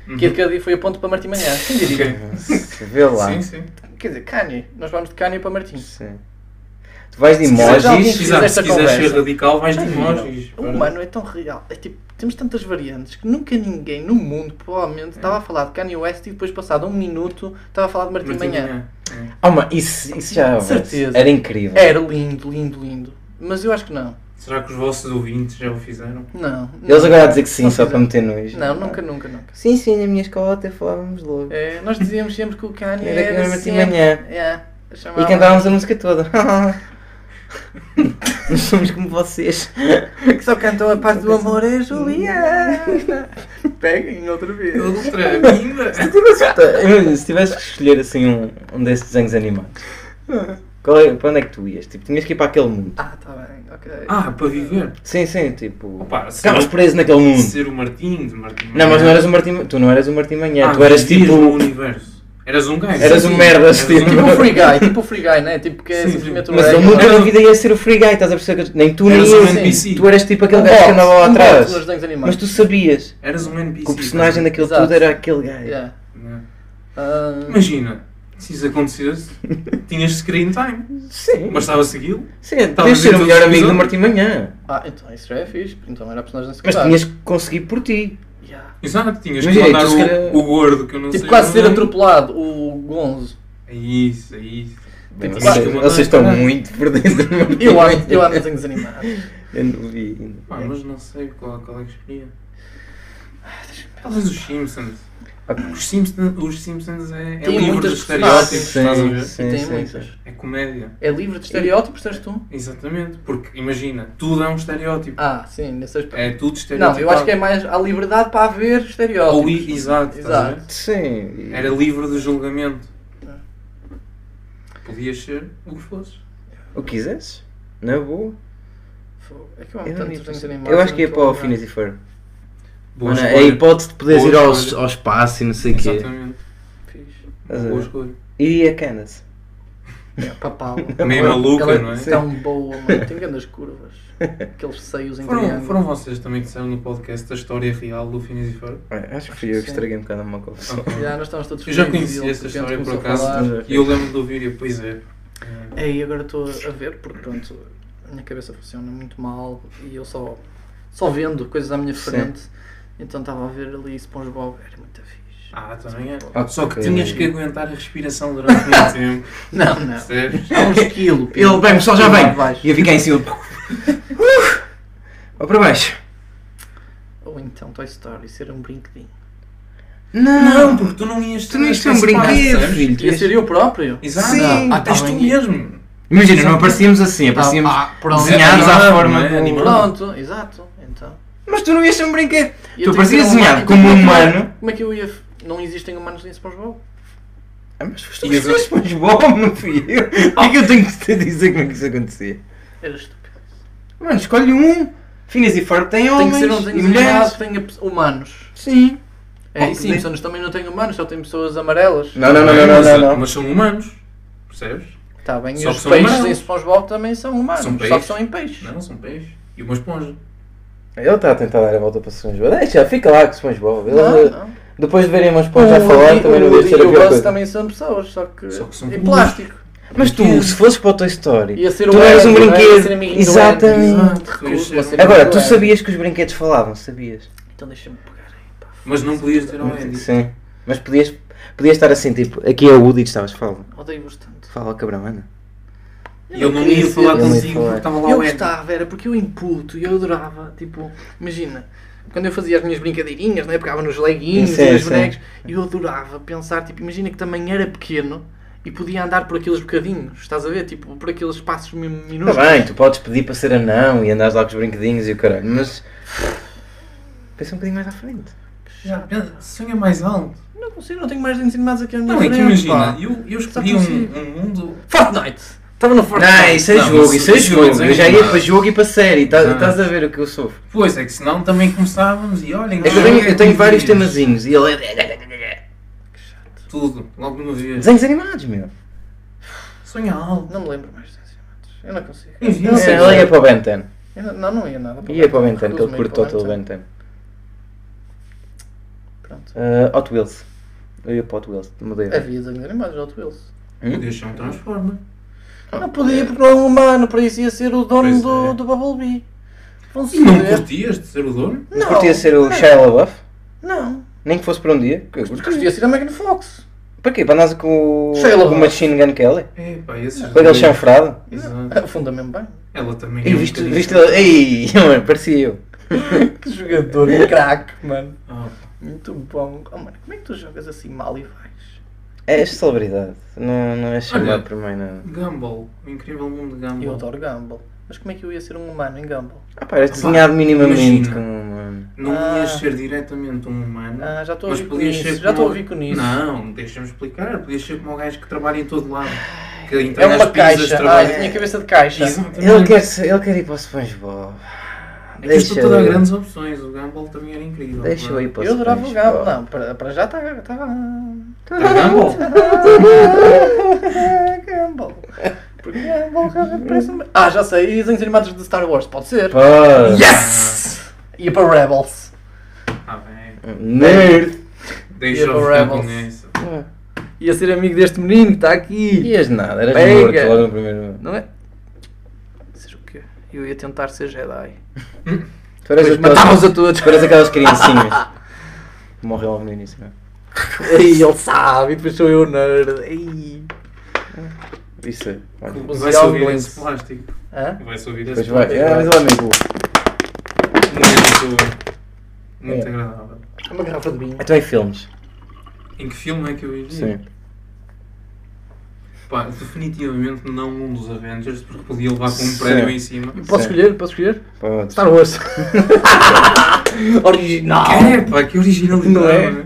[SPEAKER 4] Uhum.
[SPEAKER 3] Kid Cudi foi o ponto para Martim Manhã. Quem diria?
[SPEAKER 4] Ok.
[SPEAKER 2] Se Vê é lá.
[SPEAKER 4] Sim, sim.
[SPEAKER 3] Quer dizer, Kanye. Nós vamos de Kanye para Martim.
[SPEAKER 2] Sim. Tu vais de
[SPEAKER 3] Se quiseres algum-
[SPEAKER 2] emojis.
[SPEAKER 3] fiz
[SPEAKER 4] Exato,
[SPEAKER 3] esta
[SPEAKER 4] se quiseres ser
[SPEAKER 3] conversa.
[SPEAKER 4] radical, vais de
[SPEAKER 3] Ai,
[SPEAKER 4] emojis.
[SPEAKER 2] Um
[SPEAKER 3] O humano é tão real. É tipo, temos tantas variantes que nunca ninguém no mundo,
[SPEAKER 4] É.
[SPEAKER 3] provavelmente, estava a falar de Kanye West e depois, passado um minuto, estava a falar de Martim,
[SPEAKER 4] Martim
[SPEAKER 3] Manhã.
[SPEAKER 4] Manhã. É.
[SPEAKER 2] Oh, mano, isso, isso já
[SPEAKER 3] Certeza. É.
[SPEAKER 2] era incrível.
[SPEAKER 3] Era lindo, lindo, lindo. Mas eu acho que não.
[SPEAKER 4] Será que os vossos ouvintes já o fizeram?
[SPEAKER 3] Não.
[SPEAKER 2] Eles
[SPEAKER 3] não.
[SPEAKER 2] agora a dizer que sim,
[SPEAKER 3] Não
[SPEAKER 2] só para
[SPEAKER 3] fizeram.
[SPEAKER 2] meter nojo.
[SPEAKER 3] Não, nunca, nunca, nunca.
[SPEAKER 2] Sim, sim, na minha escola até falávamos logo.
[SPEAKER 3] É, nós dizíamos sempre que o Kanye
[SPEAKER 2] Era que
[SPEAKER 3] era
[SPEAKER 2] era Martim
[SPEAKER 3] sempre...
[SPEAKER 2] Manhã.
[SPEAKER 3] É,
[SPEAKER 2] E
[SPEAKER 3] chamava-
[SPEAKER 2] cantávamos a música toda. *laughs* Não somos como vocês.
[SPEAKER 3] Que só cantou a parte do amor é
[SPEAKER 2] *laughs*
[SPEAKER 3] Juliana. Peguem outra vez.
[SPEAKER 4] Outra, ainda.
[SPEAKER 2] Imagina, se tivesse que escolher assim um, um desses desenhos animados, qual é- para onde é que tu ias? Tipo, tinhas que ir para aquele mundo.
[SPEAKER 3] Ah, tá bem, ok.
[SPEAKER 4] Ah, para viver.
[SPEAKER 2] Sim, sim, tipo.
[SPEAKER 4] Opa, ser,
[SPEAKER 2] Ficavas preso naquele mundo.
[SPEAKER 4] ser o Martim de Martim Manhã.
[SPEAKER 2] Não, mas não eras o Martim. Tu não eras o Martim Manhã,
[SPEAKER 4] Ah,
[SPEAKER 2] tu eras
[SPEAKER 4] vivias
[SPEAKER 2] tipo.
[SPEAKER 4] no universo. Eras um gajo.
[SPEAKER 2] Eras um merdas,
[SPEAKER 4] Eras
[SPEAKER 2] tipo.
[SPEAKER 3] Tipo um free guy,
[SPEAKER 2] *laughs*
[SPEAKER 3] tipo um free guy, né? Tipo que é
[SPEAKER 4] Sim,
[SPEAKER 3] simplesmente
[SPEAKER 4] sim.
[SPEAKER 3] um
[SPEAKER 2] Mas eu
[SPEAKER 3] rei,
[SPEAKER 2] nunca
[SPEAKER 3] não é?
[SPEAKER 2] na vida ia ser o free guy, estás a perceber? que- Nem tu nem
[SPEAKER 4] Eras
[SPEAKER 2] eu.
[SPEAKER 4] um
[SPEAKER 2] Sim.
[SPEAKER 4] NPC.
[SPEAKER 2] Tu eras tipo aquele
[SPEAKER 3] Um
[SPEAKER 2] gajo que
[SPEAKER 3] bote,
[SPEAKER 2] andava lá
[SPEAKER 3] um bote
[SPEAKER 2] atrás.
[SPEAKER 3] nos desenhos
[SPEAKER 2] Mas
[SPEAKER 3] animados.
[SPEAKER 2] tu sabias
[SPEAKER 4] *laughs* Eras um NPC.
[SPEAKER 2] que o personagem
[SPEAKER 4] estás
[SPEAKER 2] daquele
[SPEAKER 3] Exato.
[SPEAKER 2] tudo era aquele gajo.
[SPEAKER 3] Yeah.
[SPEAKER 4] a ver? Não.
[SPEAKER 3] Ah,
[SPEAKER 4] Imagina, se
[SPEAKER 3] *laughs*
[SPEAKER 4] isso acontecesse, tinhas screen time.
[SPEAKER 2] Sim,
[SPEAKER 4] Bastava segui-lo.
[SPEAKER 2] sim,
[SPEAKER 4] Talvez
[SPEAKER 2] podias ser
[SPEAKER 4] em
[SPEAKER 2] o
[SPEAKER 4] todos
[SPEAKER 2] melhor
[SPEAKER 4] os
[SPEAKER 2] amigo do
[SPEAKER 4] episódios.
[SPEAKER 2] Martim Manhã.
[SPEAKER 3] ah, então isso já é fixe. Então era a personagem
[SPEAKER 2] Mas
[SPEAKER 3] da secundária.
[SPEAKER 2] tinhas que conseguir por ti.
[SPEAKER 3] Yeah.
[SPEAKER 4] Exato, tinhas que
[SPEAKER 2] Imagina,
[SPEAKER 4] mandar
[SPEAKER 2] tu se calhar-
[SPEAKER 4] o, o gordo que eu não sei.
[SPEAKER 3] Tipo quase
[SPEAKER 4] o
[SPEAKER 3] ser
[SPEAKER 4] nome.
[SPEAKER 3] atropelado, o
[SPEAKER 2] *laughs*
[SPEAKER 3] Gonzo.
[SPEAKER 4] É isso, é isso.
[SPEAKER 2] Bem,
[SPEAKER 3] Tipo,
[SPEAKER 2] vocês,
[SPEAKER 4] quase-
[SPEAKER 2] vocês estão muito por dentro do Martim
[SPEAKER 3] Eu amo,
[SPEAKER 2] Manhã.
[SPEAKER 3] eu amo desenhos animados.
[SPEAKER 2] Eu não vi ainda.
[SPEAKER 4] Pá,
[SPEAKER 3] É.
[SPEAKER 4] mas não sei qual, qual é que Ah, escolhia. Talvez os Simpsons.
[SPEAKER 2] Ok.
[SPEAKER 4] Os Simpsons, os Simpsons é, é
[SPEAKER 3] Tem
[SPEAKER 4] livre
[SPEAKER 3] muitas Ah,
[SPEAKER 4] de estereótipos,
[SPEAKER 3] personagens.
[SPEAKER 4] estás a ver?
[SPEAKER 2] Sim,
[SPEAKER 3] tem
[SPEAKER 2] sim,
[SPEAKER 3] muitas.
[SPEAKER 4] É comédia.
[SPEAKER 3] É livre de estereótipos, estás tu?
[SPEAKER 4] Exatamente. Porque imagina, tudo é um estereótipo.
[SPEAKER 3] Ah, sim, nesse aspecto.
[SPEAKER 4] É tudo
[SPEAKER 3] Não,
[SPEAKER 4] estereótipo.
[SPEAKER 3] eu acho que é mais a liberdade para haver
[SPEAKER 4] Ou,
[SPEAKER 3] estereótipos.
[SPEAKER 4] i- exato, estás a ver?
[SPEAKER 3] Exato.
[SPEAKER 2] Sim.
[SPEAKER 4] Era livre de julgamento.
[SPEAKER 3] Ah.
[SPEAKER 4] Podias ser o que fosses.
[SPEAKER 2] O que quisesses? Na boa.
[SPEAKER 3] Fogo, É que eu amo
[SPEAKER 2] Eu,
[SPEAKER 3] tanto
[SPEAKER 2] não ia
[SPEAKER 3] desenhos
[SPEAKER 2] pensar.
[SPEAKER 3] animados.
[SPEAKER 2] Eu acho que ia
[SPEAKER 3] não
[SPEAKER 2] para o
[SPEAKER 3] estou a lembrar.
[SPEAKER 2] Phineas e Ferb.
[SPEAKER 4] Boa
[SPEAKER 2] Mano, é
[SPEAKER 4] escolha.
[SPEAKER 2] a hipótese de poderes
[SPEAKER 4] Boa
[SPEAKER 2] ir ao,
[SPEAKER 4] escolha.
[SPEAKER 2] ao espaço e não sei o quê.
[SPEAKER 4] Exatamente.
[SPEAKER 3] Fixe.
[SPEAKER 2] Estás a
[SPEAKER 4] Boa
[SPEAKER 2] ver?
[SPEAKER 4] escolha.
[SPEAKER 2] Iria Candace.
[SPEAKER 3] É, papau.
[SPEAKER 4] *laughs* Meio maluca,
[SPEAKER 3] Aquela
[SPEAKER 4] não é?
[SPEAKER 3] Tão boa, mano. Tem grandes
[SPEAKER 2] *laughs*
[SPEAKER 3] curvas. Aqueles seios em
[SPEAKER 4] Foram,
[SPEAKER 3] triângulo.
[SPEAKER 4] foram vocês também que disseram no podcast da história real do Phineas
[SPEAKER 2] *laughs*
[SPEAKER 4] e Ferb?
[SPEAKER 2] É, Acho que fui eu que estraguei um bocado uma conversa.
[SPEAKER 4] Ok.
[SPEAKER 3] Já, nós estávamos todos
[SPEAKER 4] Eu já
[SPEAKER 3] felizes e
[SPEAKER 4] conhecia
[SPEAKER 3] ele,
[SPEAKER 4] essa
[SPEAKER 3] de repente,
[SPEAKER 4] história por
[SPEAKER 3] começou a
[SPEAKER 4] acaso
[SPEAKER 3] falar.
[SPEAKER 4] e eu lembro de ouvir e pois é. É.
[SPEAKER 3] Ei, agora estou a ver, porque pronto, a minha cabeça funciona muito mal e eu só, só vendo coisas à minha
[SPEAKER 2] Sim.
[SPEAKER 3] frente. Então estava a ver ali SpongeBob, era muito fixe.
[SPEAKER 4] Ah, também é.
[SPEAKER 2] Ah,
[SPEAKER 4] Só que
[SPEAKER 2] ok.
[SPEAKER 4] tinhas que aguentar a respiração durante muito tempo.
[SPEAKER 3] Não, não.
[SPEAKER 4] Percebes?
[SPEAKER 3] Há um esquilo.
[SPEAKER 2] *laughs*
[SPEAKER 3] Pedro.
[SPEAKER 2] Ele vem, pessoal, já
[SPEAKER 3] Vai
[SPEAKER 2] vem.
[SPEAKER 3] abaixo.
[SPEAKER 2] E eu fiquei em *laughs* cima. Ou para baixo.
[SPEAKER 3] Ou então Toy Story, ser um brinquedinho.
[SPEAKER 4] Não, porque tu não ias
[SPEAKER 2] Tu não ias ter um
[SPEAKER 4] esse espaço,
[SPEAKER 2] brinquedo,
[SPEAKER 4] percebes?
[SPEAKER 2] filho. Tu
[SPEAKER 3] Ia
[SPEAKER 2] ias-
[SPEAKER 3] ser eu próprio?
[SPEAKER 4] Exato.
[SPEAKER 2] Sim.
[SPEAKER 4] Ah, tens tu mesmo.
[SPEAKER 2] Imagina, não aparecíamos assim, aparecíamos
[SPEAKER 3] Ah, ah, pronto.
[SPEAKER 2] desenhados à
[SPEAKER 4] Animado,
[SPEAKER 2] forma.
[SPEAKER 4] não é?
[SPEAKER 2] do-
[SPEAKER 4] Animado.
[SPEAKER 3] Pronto, exato. Então.
[SPEAKER 2] Mas tu não ias ser um brinquedo.
[SPEAKER 3] Eu tenho
[SPEAKER 2] parecias
[SPEAKER 3] que ser
[SPEAKER 2] desenhado como um humano.
[SPEAKER 3] Como é que eu ia. Não existem humanos em SpongeBob?
[SPEAKER 2] Ah, mas foste
[SPEAKER 4] Ias-
[SPEAKER 2] tu foste bom, não fui eu. *laughs* O que é que eu tenho que te dizer como é que isso acontecia?
[SPEAKER 3] Era estúpido.
[SPEAKER 2] Mano, escolhe um. Finas e Ferb têm
[SPEAKER 3] Tem que
[SPEAKER 2] homens
[SPEAKER 3] ser um
[SPEAKER 2] e
[SPEAKER 3] desenho
[SPEAKER 2] mulheres.
[SPEAKER 3] animado que tenha pe- humanos.
[SPEAKER 2] Sim.
[SPEAKER 3] É,
[SPEAKER 2] Oh,
[SPEAKER 3] e
[SPEAKER 2] que
[SPEAKER 3] Simpsons também não tem humanos, só tem pessoas amarelas.
[SPEAKER 2] Não, não, não, não, não,
[SPEAKER 4] mas,
[SPEAKER 2] não, não.
[SPEAKER 4] mas são humanos. Percebes?
[SPEAKER 3] Está Tá bem, e
[SPEAKER 4] Só que
[SPEAKER 3] os
[SPEAKER 4] são
[SPEAKER 3] peixes
[SPEAKER 4] humanos.
[SPEAKER 3] em SpongeBob também são humanos,
[SPEAKER 4] São
[SPEAKER 3] só que
[SPEAKER 4] peixes.
[SPEAKER 3] são em peixes.
[SPEAKER 4] Não, são peixes. E uma esponja.
[SPEAKER 2] Ele está a tentar dar a volta para SpongeBob. Deixa, fica lá com SpongeBob. Ele,
[SPEAKER 3] não.
[SPEAKER 2] Depois de verem umas
[SPEAKER 3] O
[SPEAKER 2] pontas a falar,
[SPEAKER 3] Woody-
[SPEAKER 2] também
[SPEAKER 3] o
[SPEAKER 2] não deve
[SPEAKER 3] Woody
[SPEAKER 2] ser
[SPEAKER 3] e
[SPEAKER 2] a
[SPEAKER 3] o
[SPEAKER 2] pior
[SPEAKER 3] Buzz
[SPEAKER 2] coisa.
[SPEAKER 3] também são pessoas, só que,
[SPEAKER 4] Só que são
[SPEAKER 3] é
[SPEAKER 4] burros.
[SPEAKER 3] plástico.
[SPEAKER 2] Mas tu, se fosses para o Toy Story,
[SPEAKER 3] Ia ser
[SPEAKER 2] tu
[SPEAKER 3] o
[SPEAKER 2] eras um
[SPEAKER 3] Andy, não é? Ia
[SPEAKER 2] brinquedo.
[SPEAKER 3] ser amiguinho do
[SPEAKER 2] Exatamente.
[SPEAKER 3] Andy.
[SPEAKER 4] Exato.
[SPEAKER 3] Recuso, vou ser
[SPEAKER 2] Agora,
[SPEAKER 3] amigo do
[SPEAKER 2] tu
[SPEAKER 3] Andy.
[SPEAKER 2] sabias que os brinquedos falavam, sabias?
[SPEAKER 3] Então deixa-me pegar aí, pá.
[SPEAKER 4] Mas não é podias ter um ao Andy.
[SPEAKER 2] Sim. Mas podias, podias estar assim, tipo, aqui é o Woody, estavas, fala.
[SPEAKER 3] Odeio-vos tanto.
[SPEAKER 2] Fala, cabrão, anda.
[SPEAKER 4] E ele não ia
[SPEAKER 3] Queria
[SPEAKER 4] falar
[SPEAKER 3] ser-
[SPEAKER 2] Ele não ia
[SPEAKER 4] consigo porque
[SPEAKER 2] falar.
[SPEAKER 4] estava lá
[SPEAKER 3] Eu
[SPEAKER 4] o Andy.
[SPEAKER 3] gostava, era porque eu imputo e eu adorava. Tipo, imagina, quando eu fazia as minhas brincadeirinhas, né? pegava nos leguinhos
[SPEAKER 2] Sim,
[SPEAKER 3] e nos
[SPEAKER 2] sim.
[SPEAKER 3] bonecos, e eu adorava pensar, tipo, imagina que também era pequeno e podia andar por aqueles bocadinhos, estás a ver? Tipo, por aqueles espaços mi-
[SPEAKER 2] Está
[SPEAKER 3] minúsculos.
[SPEAKER 2] Tá bem, tu podes pedir para ser anão e andares lá com os brinquedinhos e o caralho, mas. Pensa um bocadinho mais à frente.
[SPEAKER 4] Já, pensa, Sonha mais alto.
[SPEAKER 3] Não consigo, não tenho mais desenhos animados aqui à minha
[SPEAKER 4] Não, é que
[SPEAKER 3] frente,
[SPEAKER 4] imagina,
[SPEAKER 3] pá.
[SPEAKER 4] eu, eu
[SPEAKER 3] Só
[SPEAKER 4] escolhi um,
[SPEAKER 3] consigo.
[SPEAKER 4] um mundo.
[SPEAKER 3] Fortnite! Estava no Fortnite.
[SPEAKER 2] Não, isso é
[SPEAKER 4] Não,
[SPEAKER 2] jogo,
[SPEAKER 4] isso-
[SPEAKER 2] isso é
[SPEAKER 4] isso
[SPEAKER 2] jogo.
[SPEAKER 4] não é
[SPEAKER 2] Eu já ia
[SPEAKER 4] nada.
[SPEAKER 2] para jogo e para série. tá-
[SPEAKER 4] Não.
[SPEAKER 2] Estás a ver o que eu sofro.
[SPEAKER 4] Pois é que senão também começávamos e olhem.
[SPEAKER 2] É que eu
[SPEAKER 4] olhem,
[SPEAKER 2] tenho, eu tenho vários
[SPEAKER 4] dias.
[SPEAKER 2] temazinhos e ele. é
[SPEAKER 4] Tudo, logo de uma vez.
[SPEAKER 2] Desenhos animados, meu.
[SPEAKER 4] Sonha alto.
[SPEAKER 3] Não me lembro mais de desenhos animados. Eu não consigo.
[SPEAKER 4] Enfim,
[SPEAKER 2] Não sei, ele ia para o Ben 10.
[SPEAKER 3] Eu não, não, não ia nada.
[SPEAKER 2] Ia para o Ben 10, que ele
[SPEAKER 3] Reduzo-me
[SPEAKER 2] curtou
[SPEAKER 3] aí para
[SPEAKER 2] todo o
[SPEAKER 3] o
[SPEAKER 2] Ben 10.
[SPEAKER 3] Pronto.
[SPEAKER 2] Ah, Hot Wheels. Eu ia para Hot Wheels, mudei.
[SPEAKER 3] Havia desenhos animados de Hot Wheels.
[SPEAKER 4] Podia ser um transforma.
[SPEAKER 3] Não podia porque não é um humano, para isso ia ser o dono
[SPEAKER 4] Ah, Pois
[SPEAKER 3] do,
[SPEAKER 4] é.
[SPEAKER 3] do Bumblebee. Vão-se
[SPEAKER 2] Hum?
[SPEAKER 4] E não
[SPEAKER 3] foder.
[SPEAKER 4] curtias de ser o dono?
[SPEAKER 2] Não curtia ser o Shia LaBeouf?
[SPEAKER 3] Não.
[SPEAKER 2] Nem que fosse por um dia. que eu
[SPEAKER 3] Mas
[SPEAKER 2] curtia.
[SPEAKER 3] curtia ser a Megan Fox.
[SPEAKER 2] Para quê? Para andares com o
[SPEAKER 3] Shia LaBeouf.
[SPEAKER 2] com o Machine Gun Kelly?
[SPEAKER 4] É, pá, esses.
[SPEAKER 2] Com aquele
[SPEAKER 4] dois.
[SPEAKER 2] chanfrado?
[SPEAKER 4] Exato.
[SPEAKER 3] Ah, Funda mesmo bem.
[SPEAKER 4] Ela também.
[SPEAKER 2] E
[SPEAKER 4] é um
[SPEAKER 2] viste,
[SPEAKER 4] bocadinho-
[SPEAKER 2] viste ele? Ei, *laughs* mano, parecia eu.
[SPEAKER 3] Que jogador, um craque, mano.
[SPEAKER 4] Ah,
[SPEAKER 3] Muito bom. Oh, mano, como é que tu jogas assim mal e vais?
[SPEAKER 2] És celebridade. Não, não és chamado
[SPEAKER 4] Olha.
[SPEAKER 2] por mais nada.
[SPEAKER 4] Gumball. O incrível mundo de Gumball.
[SPEAKER 3] Eu adoro Gumball. Mas como é que eu ia ser um humano em Gumball?
[SPEAKER 2] Ah pá, eras
[SPEAKER 4] Opa,
[SPEAKER 2] desenhado minimamente
[SPEAKER 4] imagina.
[SPEAKER 2] como um humano.
[SPEAKER 4] Não
[SPEAKER 3] Ah.
[SPEAKER 4] ias ser diretamente um humano.
[SPEAKER 3] Ah, já estou a
[SPEAKER 4] Mas
[SPEAKER 3] ouvir com
[SPEAKER 4] podias
[SPEAKER 3] isso. Já
[SPEAKER 4] ser
[SPEAKER 3] estou a
[SPEAKER 4] como-
[SPEAKER 3] ouvir com isso.
[SPEAKER 4] Não, deixa-me explicar. Podias ser como um gajo que trabalha em todo lado. Que
[SPEAKER 3] É
[SPEAKER 4] entrega
[SPEAKER 3] uma
[SPEAKER 4] as pizzas,
[SPEAKER 3] caixa. Ah,
[SPEAKER 4] trabalha.
[SPEAKER 3] eu tinha cabeça de caixa.
[SPEAKER 4] Exatamente.
[SPEAKER 2] Ele quer, ser- ele quer ir para o SpongeBob.
[SPEAKER 4] É que isto
[SPEAKER 2] Deixa
[SPEAKER 4] tudo há
[SPEAKER 2] eu-
[SPEAKER 4] grandes opções. O Gumball também era incrível. é?
[SPEAKER 2] Deixa eu ir para o
[SPEAKER 3] Eu adorava o Gumball.
[SPEAKER 2] SpongeBob.
[SPEAKER 3] Não, para, para já está... Tá...
[SPEAKER 4] *laughs* Tá, Gumball?
[SPEAKER 3] *laughs* Gumball. Porque Gumball realmente parece um... Ah, já sei. E desenhos animados de Star Wars. Pode ser.
[SPEAKER 2] Pá.
[SPEAKER 3] Yes! Ia para Rebels.
[SPEAKER 4] Ah, bem.
[SPEAKER 2] Nerd!
[SPEAKER 3] Ia para o
[SPEAKER 4] Deixa-me
[SPEAKER 3] Rebels.
[SPEAKER 4] com essa.
[SPEAKER 3] Ia ser amigo deste menino que está aqui.
[SPEAKER 2] Ias nada, eras
[SPEAKER 3] Pega.
[SPEAKER 2] morto logo no primeiro ano.
[SPEAKER 3] Não é? Ser o quê? Eu ia tentar ser Jedi.
[SPEAKER 2] Tu eras
[SPEAKER 3] Pois
[SPEAKER 2] aquelas-
[SPEAKER 3] matávamos a todos.
[SPEAKER 2] tu eras aquelas criancinhas. Morreu logo no início, não é?
[SPEAKER 3] *laughs* Ei, ele sabe. E depois sou eu nerd. Ei.
[SPEAKER 2] Isso é. olha.
[SPEAKER 3] Os
[SPEAKER 4] Vai-se ouvir
[SPEAKER 3] Younglings.
[SPEAKER 4] esse plástico.
[SPEAKER 3] Hã?
[SPEAKER 4] Vai-se ouvir esse
[SPEAKER 2] Depois vai.
[SPEAKER 4] plástico.
[SPEAKER 2] Ah, mas ele é amigo.
[SPEAKER 4] Muito, muito
[SPEAKER 2] É.
[SPEAKER 4] agradável.
[SPEAKER 3] É uma garrafa de vinho.
[SPEAKER 2] Então é filmes.
[SPEAKER 4] Em que filme é que eu iria?
[SPEAKER 2] Sim.
[SPEAKER 4] Pá, definitivamente não um dos Avengers, porque podia levar com um
[SPEAKER 2] Sim.
[SPEAKER 4] prédio em cima.
[SPEAKER 3] Posso
[SPEAKER 2] Sim.
[SPEAKER 3] escolher? Posso escolher?
[SPEAKER 2] Podes.
[SPEAKER 3] Star *laughs* Wars. Original.
[SPEAKER 4] É, pá, que originalidade.
[SPEAKER 3] Não é?
[SPEAKER 4] né?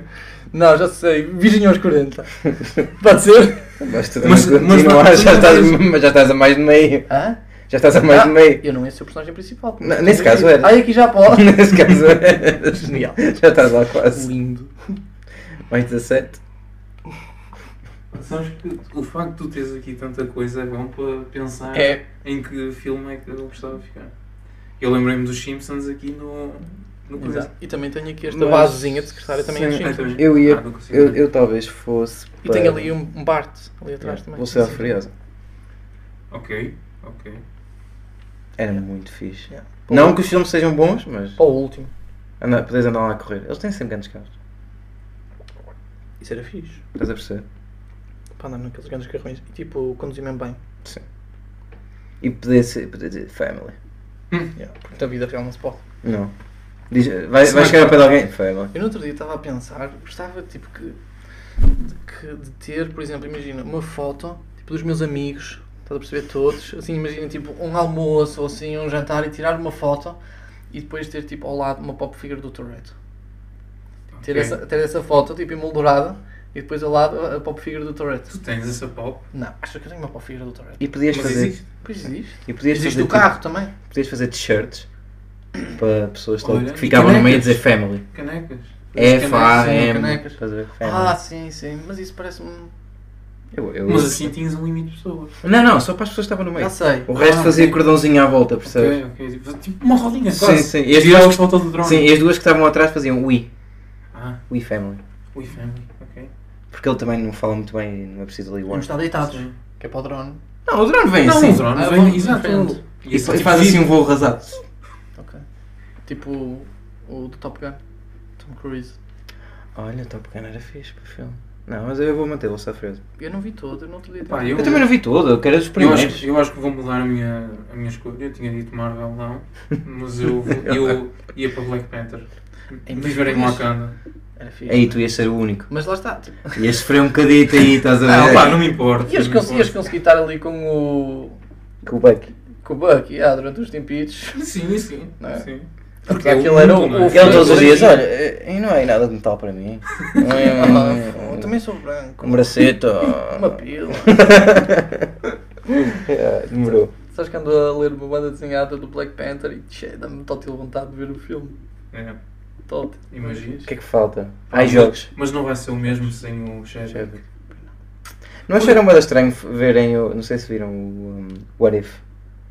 [SPEAKER 3] Não, já sei. Virgem aos 40.
[SPEAKER 2] *laughs*
[SPEAKER 3] Pode ser?
[SPEAKER 2] Mas tu mas,
[SPEAKER 4] Mas- mas não-
[SPEAKER 2] continuar, já, estás, mas já estás a mais de meio.
[SPEAKER 3] Hã?
[SPEAKER 2] Já estás a mais de meio. *laughs*
[SPEAKER 3] Eu não ia ser o personagem principal.
[SPEAKER 2] N- nesse caso é. era.
[SPEAKER 3] Ai, aqui já
[SPEAKER 2] *laughs*
[SPEAKER 3] pode.
[SPEAKER 2] Nesse caso é.
[SPEAKER 3] Genial.
[SPEAKER 2] *laughs* Já estás lá quase.
[SPEAKER 3] Lindo.
[SPEAKER 2] Mais 17.
[SPEAKER 4] Sabes que o facto de tu teres aqui tanta coisa é bom para pensar
[SPEAKER 3] É.
[SPEAKER 4] em que filme é que eu gostava de ficar. Eu lembrei-me dos Simpsons aqui no. no coisa.
[SPEAKER 3] Exato. E também tenho aqui esta
[SPEAKER 2] Mas-
[SPEAKER 3] basezinha de secretário também é dos
[SPEAKER 2] Sim.
[SPEAKER 3] Simpsons.
[SPEAKER 2] Eu ia.
[SPEAKER 4] Ah, não consigo.
[SPEAKER 2] Eu, eu talvez fosse.
[SPEAKER 3] E tenho ali um, um Bart ali atrás também.
[SPEAKER 2] é. Vou ser furiosa.
[SPEAKER 4] Ok, ok.
[SPEAKER 2] Era muito fixe.
[SPEAKER 3] Yeah.
[SPEAKER 2] Não que os filmes sejam bons, mas.
[SPEAKER 3] Ou o último.
[SPEAKER 2] Andar, podes andar lá a correr. Eles têm sempre grandes carros.
[SPEAKER 3] Isso era fixe.
[SPEAKER 2] Estás a perceber?
[SPEAKER 3] Para andar naqueles grandes carrões. E tipo, conduzir mesmo bem.
[SPEAKER 2] E poder ser. Poder dizer family.
[SPEAKER 3] Yeah, Porque na vida real não se pode.
[SPEAKER 2] Não. Diz, vai,
[SPEAKER 4] Se
[SPEAKER 2] vai
[SPEAKER 4] não-
[SPEAKER 2] chegar ao pé de alguém. Family.
[SPEAKER 3] Eu no outro dia estava a pensar, gostava tipo que, de, que- de ter, por exemplo, imagina, uma foto tipo, dos meus amigos, estás a perceber todos, assim, imagina tipo um almoço ou assim, um jantar e tirar uma foto e depois ter tipo ao lado uma pop figure do Toretto. Ter,
[SPEAKER 4] Ok.
[SPEAKER 3] essa, ter essa foto tipo emoldurada e depois ao lado a, a pop figure do Toretto.
[SPEAKER 4] Tu tens essa pop,
[SPEAKER 3] Não, acho que eu tenho uma pop figure do Toretto.
[SPEAKER 2] E podias
[SPEAKER 4] mas
[SPEAKER 2] fazer.
[SPEAKER 4] existe.
[SPEAKER 3] Pois existe.
[SPEAKER 2] E podias
[SPEAKER 3] Existe
[SPEAKER 2] fazer
[SPEAKER 3] o
[SPEAKER 2] tipo-
[SPEAKER 3] carro também.
[SPEAKER 2] Podias fazer t-shirts para pessoas que-
[SPEAKER 4] Olha,
[SPEAKER 2] que ficavam
[SPEAKER 4] e
[SPEAKER 2] no meio e
[SPEAKER 4] canecas.
[SPEAKER 2] dizer family.
[SPEAKER 4] Canecas. É,
[SPEAKER 2] F, A,
[SPEAKER 3] sim,
[SPEAKER 2] M.
[SPEAKER 3] canecas.
[SPEAKER 2] Estás a ver?
[SPEAKER 3] Ah,
[SPEAKER 2] Family.
[SPEAKER 3] sim, sim, mas isso parece-me.
[SPEAKER 2] Eu- eu-
[SPEAKER 4] Mas assim tinhas um limite de pessoas.
[SPEAKER 2] Não, não, só para as pessoas que estavam no meio.
[SPEAKER 3] Já sei.
[SPEAKER 2] O resto
[SPEAKER 4] Ah,
[SPEAKER 2] fazia
[SPEAKER 4] ok.
[SPEAKER 2] cordãozinho à volta, percebes?
[SPEAKER 4] Ok, ok. Tipo, Tipo uma rodinha,
[SPEAKER 2] Sim,
[SPEAKER 4] quase.
[SPEAKER 2] sim.
[SPEAKER 4] E
[SPEAKER 2] Este
[SPEAKER 4] tiravas
[SPEAKER 2] jogo-
[SPEAKER 4] foto do drone.
[SPEAKER 2] Sim, e as duas que estavam atrás faziam we,
[SPEAKER 4] Ah,
[SPEAKER 2] we family.
[SPEAKER 4] We Family, ok.
[SPEAKER 2] Porque ele também não fala muito bem e não é preciso ali o
[SPEAKER 3] Vamos
[SPEAKER 2] ar.
[SPEAKER 3] estar deitados.
[SPEAKER 4] Sim.
[SPEAKER 3] Que é para o drone.
[SPEAKER 2] Não, o drone vem
[SPEAKER 4] Não, é
[SPEAKER 2] assim.
[SPEAKER 4] os drones
[SPEAKER 3] Ah,
[SPEAKER 4] vêm-
[SPEAKER 3] vão de
[SPEAKER 4] exato.
[SPEAKER 3] frente.
[SPEAKER 2] E, fa-
[SPEAKER 4] tipo
[SPEAKER 2] e faz assim um voo rasado.
[SPEAKER 3] Ok. Tipo o- o do Top Gun. Tom Cruise.
[SPEAKER 2] Olha, Top Gun era fixe para o filme. Não, mas eu vou mantê-lo, só frio.
[SPEAKER 3] Eu não vi todo, eu não te digo.
[SPEAKER 4] Pá, eu-
[SPEAKER 2] um Eu também não vi todo, eu quero os
[SPEAKER 4] Eu
[SPEAKER 2] primeiros.
[SPEAKER 4] acho, eu acho que é vou mudar a minha, a minha escolha. Eu tinha dito Marvel, não. Mas
[SPEAKER 2] *laughs*
[SPEAKER 4] eu, vou- eu ia para Black Panther.
[SPEAKER 2] É
[SPEAKER 3] Em
[SPEAKER 4] Viver em
[SPEAKER 3] português.
[SPEAKER 4] Wakanda.
[SPEAKER 3] Era fixe.
[SPEAKER 2] Aí tu ias ser o único.
[SPEAKER 3] Mas lá está. Tipo,
[SPEAKER 2] Ias sofrer um bocadito aí, estás a
[SPEAKER 4] Ah,
[SPEAKER 3] é.
[SPEAKER 2] ver?
[SPEAKER 4] pá, não me importa.
[SPEAKER 3] ias,
[SPEAKER 4] não
[SPEAKER 3] cons-
[SPEAKER 4] me
[SPEAKER 3] ias
[SPEAKER 4] importa.
[SPEAKER 3] conseguir estar ali com o.
[SPEAKER 2] Com o Bucky.
[SPEAKER 3] com o Bucky, yeah, durante os tempidos.
[SPEAKER 4] Sim, sim.
[SPEAKER 3] Não é?
[SPEAKER 4] sim.
[SPEAKER 3] Porque aquilo era o-
[SPEAKER 4] mundo, não é?
[SPEAKER 3] o-
[SPEAKER 2] Ele todos os
[SPEAKER 3] Sim.
[SPEAKER 2] dias, olha, eh, eh, não é nada de metal para mim. Não é
[SPEAKER 3] Ah, *laughs*
[SPEAKER 2] um,
[SPEAKER 3] eu
[SPEAKER 2] *laughs*
[SPEAKER 4] *laughs*
[SPEAKER 3] também sou branco.
[SPEAKER 2] um bracete.
[SPEAKER 3] Uma pila.
[SPEAKER 2] Ah, demorou.
[SPEAKER 3] Sabes que ando a ler uma banda desenhada do Black Panther e che, dá-me total vontade de ver o filme.
[SPEAKER 4] É,
[SPEAKER 3] Total.
[SPEAKER 4] imagina.
[SPEAKER 2] O que é que falta? Ai, jogos.
[SPEAKER 4] Mas não vai ser o mesmo sem o Shaq.
[SPEAKER 2] Não acharam nada estranho verem o. Não sei se viram o um, What If?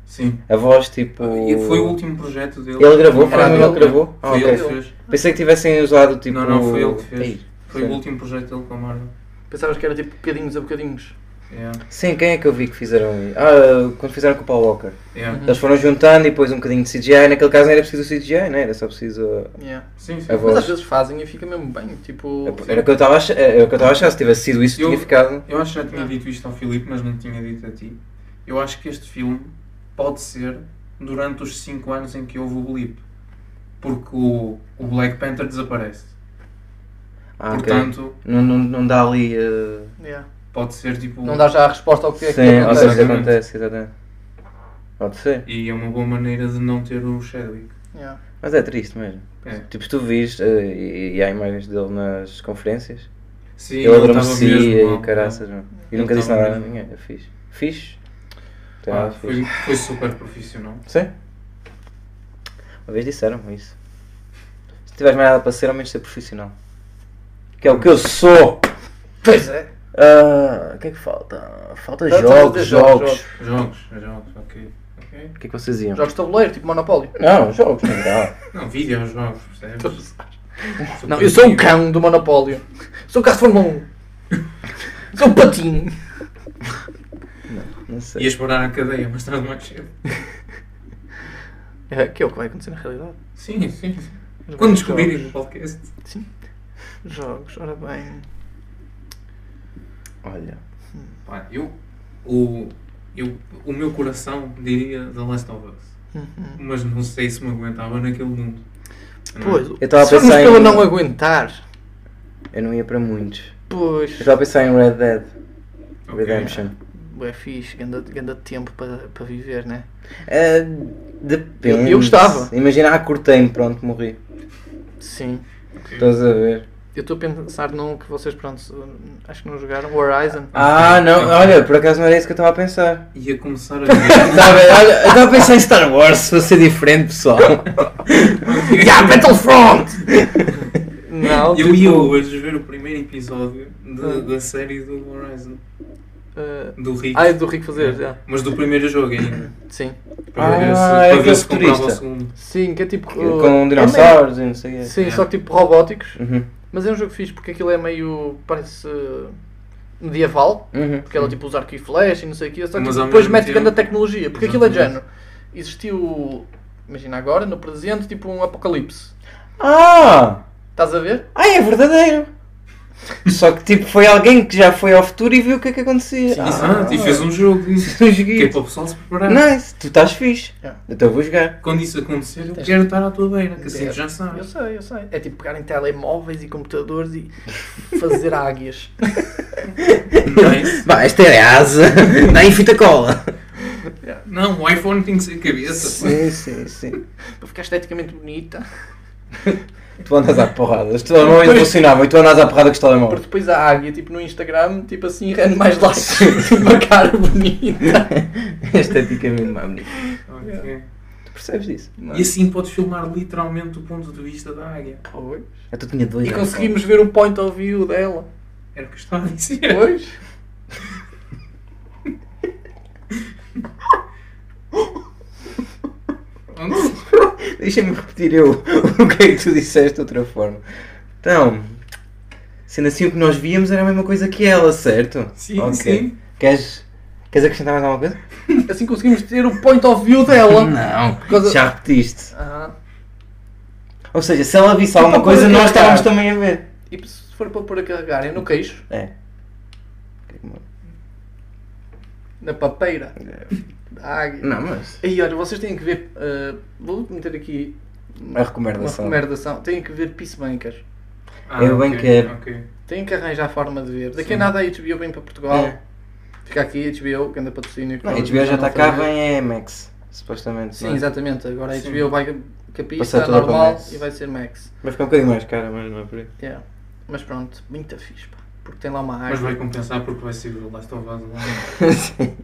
[SPEAKER 4] Sim.
[SPEAKER 2] A voz tipo.
[SPEAKER 4] Ah, E foi o último projeto dele.
[SPEAKER 2] Ele gravou?
[SPEAKER 3] Foi ele
[SPEAKER 4] que
[SPEAKER 3] que
[SPEAKER 2] gravou?
[SPEAKER 4] Foi
[SPEAKER 2] Ah,
[SPEAKER 4] ele
[SPEAKER 2] ok.
[SPEAKER 4] que fez.
[SPEAKER 2] Pensei que tivessem usado tipo.
[SPEAKER 4] Não, não, foi ele que fez.
[SPEAKER 2] Ei,
[SPEAKER 4] Foi
[SPEAKER 2] sim.
[SPEAKER 4] o último projeto dele com a Marvel.
[SPEAKER 3] Pensavas que era tipo bocadinhos a bocadinhos.
[SPEAKER 4] Yeah.
[SPEAKER 2] Sim, quem é que eu vi que fizeram isso? Ah, quando fizeram com o Paul Walker.
[SPEAKER 4] Yeah.
[SPEAKER 2] Eles foram juntando e depois um bocadinho de CGI. Naquele caso não era preciso CGI, não era? Só preciso.
[SPEAKER 3] Yeah.
[SPEAKER 4] Sim, sim.
[SPEAKER 2] A
[SPEAKER 3] Mas
[SPEAKER 2] voz.
[SPEAKER 3] às vezes fazem e fica mesmo bem. Tipo.
[SPEAKER 2] Era o que eu estava a achar. Era o que eu estava a achar. Se tivesse sido isso,
[SPEAKER 4] Eu-
[SPEAKER 2] tinha ficado.
[SPEAKER 4] Eu acho que já tinha dito isto ao Filipe, mas não tinha dito a ti. Eu acho que este filme pode ser durante os 5 anos em que houve o blip. Porque o, o Black Panther desaparece.
[SPEAKER 2] Ah, ok.
[SPEAKER 4] Portanto,
[SPEAKER 2] Não, não, não dá ali. eh,
[SPEAKER 3] Yeah.
[SPEAKER 4] pode ser tipo.
[SPEAKER 3] Não dá já a resposta ao que é que
[SPEAKER 2] Sim, ou seja,
[SPEAKER 3] acontece.
[SPEAKER 4] exatamente.
[SPEAKER 2] acontece, exatamente. Pode ser.
[SPEAKER 4] E é uma boa maneira de não ter o Chadwick.
[SPEAKER 3] Yeah.
[SPEAKER 2] Mas é triste mesmo.
[SPEAKER 4] É.
[SPEAKER 2] Tipo, se tu viste eh, e, e há imagens dele nas conferências.
[SPEAKER 4] Sim,
[SPEAKER 2] ele
[SPEAKER 4] tava
[SPEAKER 2] adormecia
[SPEAKER 4] mesmo
[SPEAKER 2] e
[SPEAKER 4] mal.
[SPEAKER 2] o caraças, mano. E
[SPEAKER 4] Ele
[SPEAKER 2] nunca disse
[SPEAKER 4] tava
[SPEAKER 2] nada a
[SPEAKER 4] mesmo.
[SPEAKER 2] ninguém. É fixe. Fixe? Tem
[SPEAKER 4] Ah,
[SPEAKER 2] nada
[SPEAKER 4] foi,
[SPEAKER 2] fixe.
[SPEAKER 4] foi super profissional.
[SPEAKER 2] Sim? Uma vez disseram-me isso. Se tiveres mais nada para ser, ao menos ser profissional. Que é o que eu sou!
[SPEAKER 3] Pois é.
[SPEAKER 2] Ah, o que é que falta? Falta
[SPEAKER 3] Tanto
[SPEAKER 2] jogos,
[SPEAKER 3] fazer
[SPEAKER 2] jogos.
[SPEAKER 4] Jogos, jogos, ok. ok.
[SPEAKER 2] O que é que vocês iam?
[SPEAKER 3] Jogos de tabuleiro, tipo Monopólio.
[SPEAKER 2] Não, jogos, não dá.
[SPEAKER 4] Não, videojogos, percebes?
[SPEAKER 3] Não, eu sou um cão do Monopólio. Sou um carro de Fórmula 1. Sou um patinho.
[SPEAKER 2] Não sei.
[SPEAKER 4] Ias parar à cadeia mais tarde ou mais cedo.
[SPEAKER 3] É, que é o que vai acontecer na realidade.
[SPEAKER 4] Sim, sim. sim.
[SPEAKER 3] Mas
[SPEAKER 4] Quando
[SPEAKER 3] bem,
[SPEAKER 4] descobrirem
[SPEAKER 3] jogos.
[SPEAKER 4] no podcast.
[SPEAKER 3] Jogos, ora bem.
[SPEAKER 2] Olha.
[SPEAKER 4] Pá, eu, o, eu, o meu coração diria The Last of Us.
[SPEAKER 3] Uhum.
[SPEAKER 4] Mas não sei se me aguentava naquele mundo. Não é?
[SPEAKER 3] Pois,
[SPEAKER 2] Hum. Eu tava a
[SPEAKER 3] se formos
[SPEAKER 2] pensar em-
[SPEAKER 3] pelo não aguentar,
[SPEAKER 2] Eu não ia para muitos.
[SPEAKER 3] pois,
[SPEAKER 2] Eu estava a pensar em Red Dead
[SPEAKER 4] Ok.
[SPEAKER 2] Redemption.
[SPEAKER 3] é fixe, ganda, ganda tempo para para viver, né?
[SPEAKER 2] Ah, depende.
[SPEAKER 3] Eu- eu gostava.
[SPEAKER 2] Imagina, ah, cortei-me, pronto, morri.
[SPEAKER 3] Sim.
[SPEAKER 2] Estás a ver?
[SPEAKER 3] Eu estou a pensar num que vocês, pronto, acho que não jogaram, Horizon.
[SPEAKER 2] Ah, não, olha, por acaso não era isso que eu estava a pensar.
[SPEAKER 4] Ia começar a ver.
[SPEAKER 2] *laughs* Sabe, olha, eu estava a *laughs* pensar em Star Wars, se fosse ser diferente, pessoal. yeah, Battlefront!
[SPEAKER 3] Não,
[SPEAKER 4] eu
[SPEAKER 3] tipo,
[SPEAKER 4] ia hoje ver o primeiro episódio de- da série do Horizon.
[SPEAKER 3] eh,
[SPEAKER 4] Do Rick.
[SPEAKER 3] ah, é do Rico fazer, já.
[SPEAKER 4] Mas do primeiro jogo ainda.
[SPEAKER 3] Sim.
[SPEAKER 4] Para ver se,
[SPEAKER 2] Ah, é
[SPEAKER 4] para ver
[SPEAKER 2] aquele
[SPEAKER 4] se comprava o
[SPEAKER 2] futurista.
[SPEAKER 4] segundo.
[SPEAKER 3] Sim, que é tipo... eh, é
[SPEAKER 2] *laughs* Com
[SPEAKER 3] meio-
[SPEAKER 2] dinossauros e não sei o quê.
[SPEAKER 3] Sim,
[SPEAKER 4] um É.
[SPEAKER 3] só que tipo robóticos.
[SPEAKER 2] Uhum.
[SPEAKER 3] Mas é um jogo fixe porque aquilo é meio, parece eh, medieval.
[SPEAKER 2] Uhum.
[SPEAKER 3] Porque ela tipo usa arco e flecha e não sei o quê, só que
[SPEAKER 4] Hum. Mas
[SPEAKER 3] tipo,
[SPEAKER 4] ao
[SPEAKER 3] depois
[SPEAKER 4] mesmo
[SPEAKER 3] mete grande
[SPEAKER 4] tempo-
[SPEAKER 3] tecnologia, porque aquilo é de
[SPEAKER 4] Exatamente.
[SPEAKER 3] género. Existiu, imagina agora, no presente, tipo um apocalipse.
[SPEAKER 2] Ah!
[SPEAKER 3] Estás a ver?
[SPEAKER 2] Ah, é verdadeiro! Só que tipo, foi alguém que já foi ao futuro e viu o que é que acontecia. ah,
[SPEAKER 4] Exato, e fez um jogo disso.
[SPEAKER 2] um
[SPEAKER 4] Que é
[SPEAKER 2] joguinho.
[SPEAKER 4] para o pessoal se preparar.
[SPEAKER 2] Nice, tu estás fixe.
[SPEAKER 3] Yeah.
[SPEAKER 2] Então vou jogar.
[SPEAKER 4] Quando isso acontecer, eu quero estar à tua beira, que assim
[SPEAKER 3] Ideia.
[SPEAKER 4] tu já
[SPEAKER 3] Eu
[SPEAKER 4] sabes.
[SPEAKER 3] sei, eu sei. É tipo pegarem telemóveis e computadores e *laughs* fazer águias.
[SPEAKER 4] Não é isso?
[SPEAKER 2] Bah, esta é a *laughs* asa, dá em fita cola.
[SPEAKER 4] Não, o iPhone tem que ser cabeça.
[SPEAKER 2] *laughs*
[SPEAKER 4] pá.
[SPEAKER 2] Sim, sim, sim.
[SPEAKER 3] para ficar esteticamente bonita.
[SPEAKER 2] Tu andas à porrada. Os telemóveis
[SPEAKER 3] Pois.
[SPEAKER 2] funcionavam e tu andas à porrada com os
[SPEAKER 3] Porque
[SPEAKER 2] telemóveis.
[SPEAKER 3] depois a águia, tipo no Instagram, tipo assim, rende mais lá *laughs* uma cara bonita.
[SPEAKER 2] *laughs* Esteticamente mais bonito.
[SPEAKER 4] Ok.
[SPEAKER 2] Tu percebes disso?
[SPEAKER 4] E assim podes filmar literalmente o ponto de vista da águia.
[SPEAKER 3] Pois.
[SPEAKER 2] Eu tu tinha dois.
[SPEAKER 3] E conseguimos ver o point of view dela.
[SPEAKER 4] Era o que eu estava a dizer.
[SPEAKER 3] Pois.
[SPEAKER 4] Pronto.
[SPEAKER 2] Deixa-me repetir eu *laughs* o que é que tu disseste de outra forma. Então, sendo assim, o que nós víamos era a mesma coisa que ela, certo?
[SPEAKER 4] Sim,
[SPEAKER 2] Ok.
[SPEAKER 4] sim.
[SPEAKER 2] Queres, queres acrescentar mais alguma coisa?
[SPEAKER 3] Assim conseguimos ter o point of view dela. Por causa-
[SPEAKER 2] Não, já repetiste.
[SPEAKER 3] Ah.
[SPEAKER 2] Ou seja, se ela visse alguma
[SPEAKER 3] Tipo, coisa
[SPEAKER 2] coisa,
[SPEAKER 3] que
[SPEAKER 2] nós
[SPEAKER 3] eu
[SPEAKER 2] estávamos
[SPEAKER 3] quero.
[SPEAKER 2] também a ver.
[SPEAKER 3] E se for para pôr a carregar, é no queixo,
[SPEAKER 2] É. O que é que me-
[SPEAKER 3] na papeira, da águia.
[SPEAKER 2] Não, mas.
[SPEAKER 3] E olha, vocês têm que ver. eh, vou meter aqui
[SPEAKER 2] A recomendação.
[SPEAKER 3] uma recomendação. Têm que ver Peacemaker.
[SPEAKER 4] Ah,
[SPEAKER 2] Eu É bem
[SPEAKER 4] ok,
[SPEAKER 2] quero.
[SPEAKER 4] ok.
[SPEAKER 3] Têm que arranjar a forma de ver. Daqui a
[SPEAKER 4] Sim.
[SPEAKER 3] nada a HBO vem para Portugal.
[SPEAKER 2] É.
[SPEAKER 3] Fica aqui HBO, que anda patrocínio. que
[SPEAKER 2] Não, a
[SPEAKER 3] nós
[SPEAKER 2] HBO já está
[SPEAKER 3] não
[SPEAKER 2] cá,
[SPEAKER 3] fazemos.
[SPEAKER 2] vem a Max. Supostamente.
[SPEAKER 3] Sim,
[SPEAKER 2] não é?
[SPEAKER 3] exatamente. Agora a
[SPEAKER 4] Sim.
[SPEAKER 3] HBO vai capista
[SPEAKER 2] Passar tudo para
[SPEAKER 3] normal
[SPEAKER 2] Max.
[SPEAKER 3] e vai ser Max.
[SPEAKER 2] Vai ficar um bocadinho mais cara, mas não é por aí.
[SPEAKER 3] Yeah. Mas pronto, muita fixe, pá. Porque tem lá uma
[SPEAKER 4] Mas
[SPEAKER 3] águia.
[SPEAKER 4] vai compensar porque vai ser o Last of Us
[SPEAKER 2] *laughs*
[SPEAKER 4] lá.
[SPEAKER 2] Sim.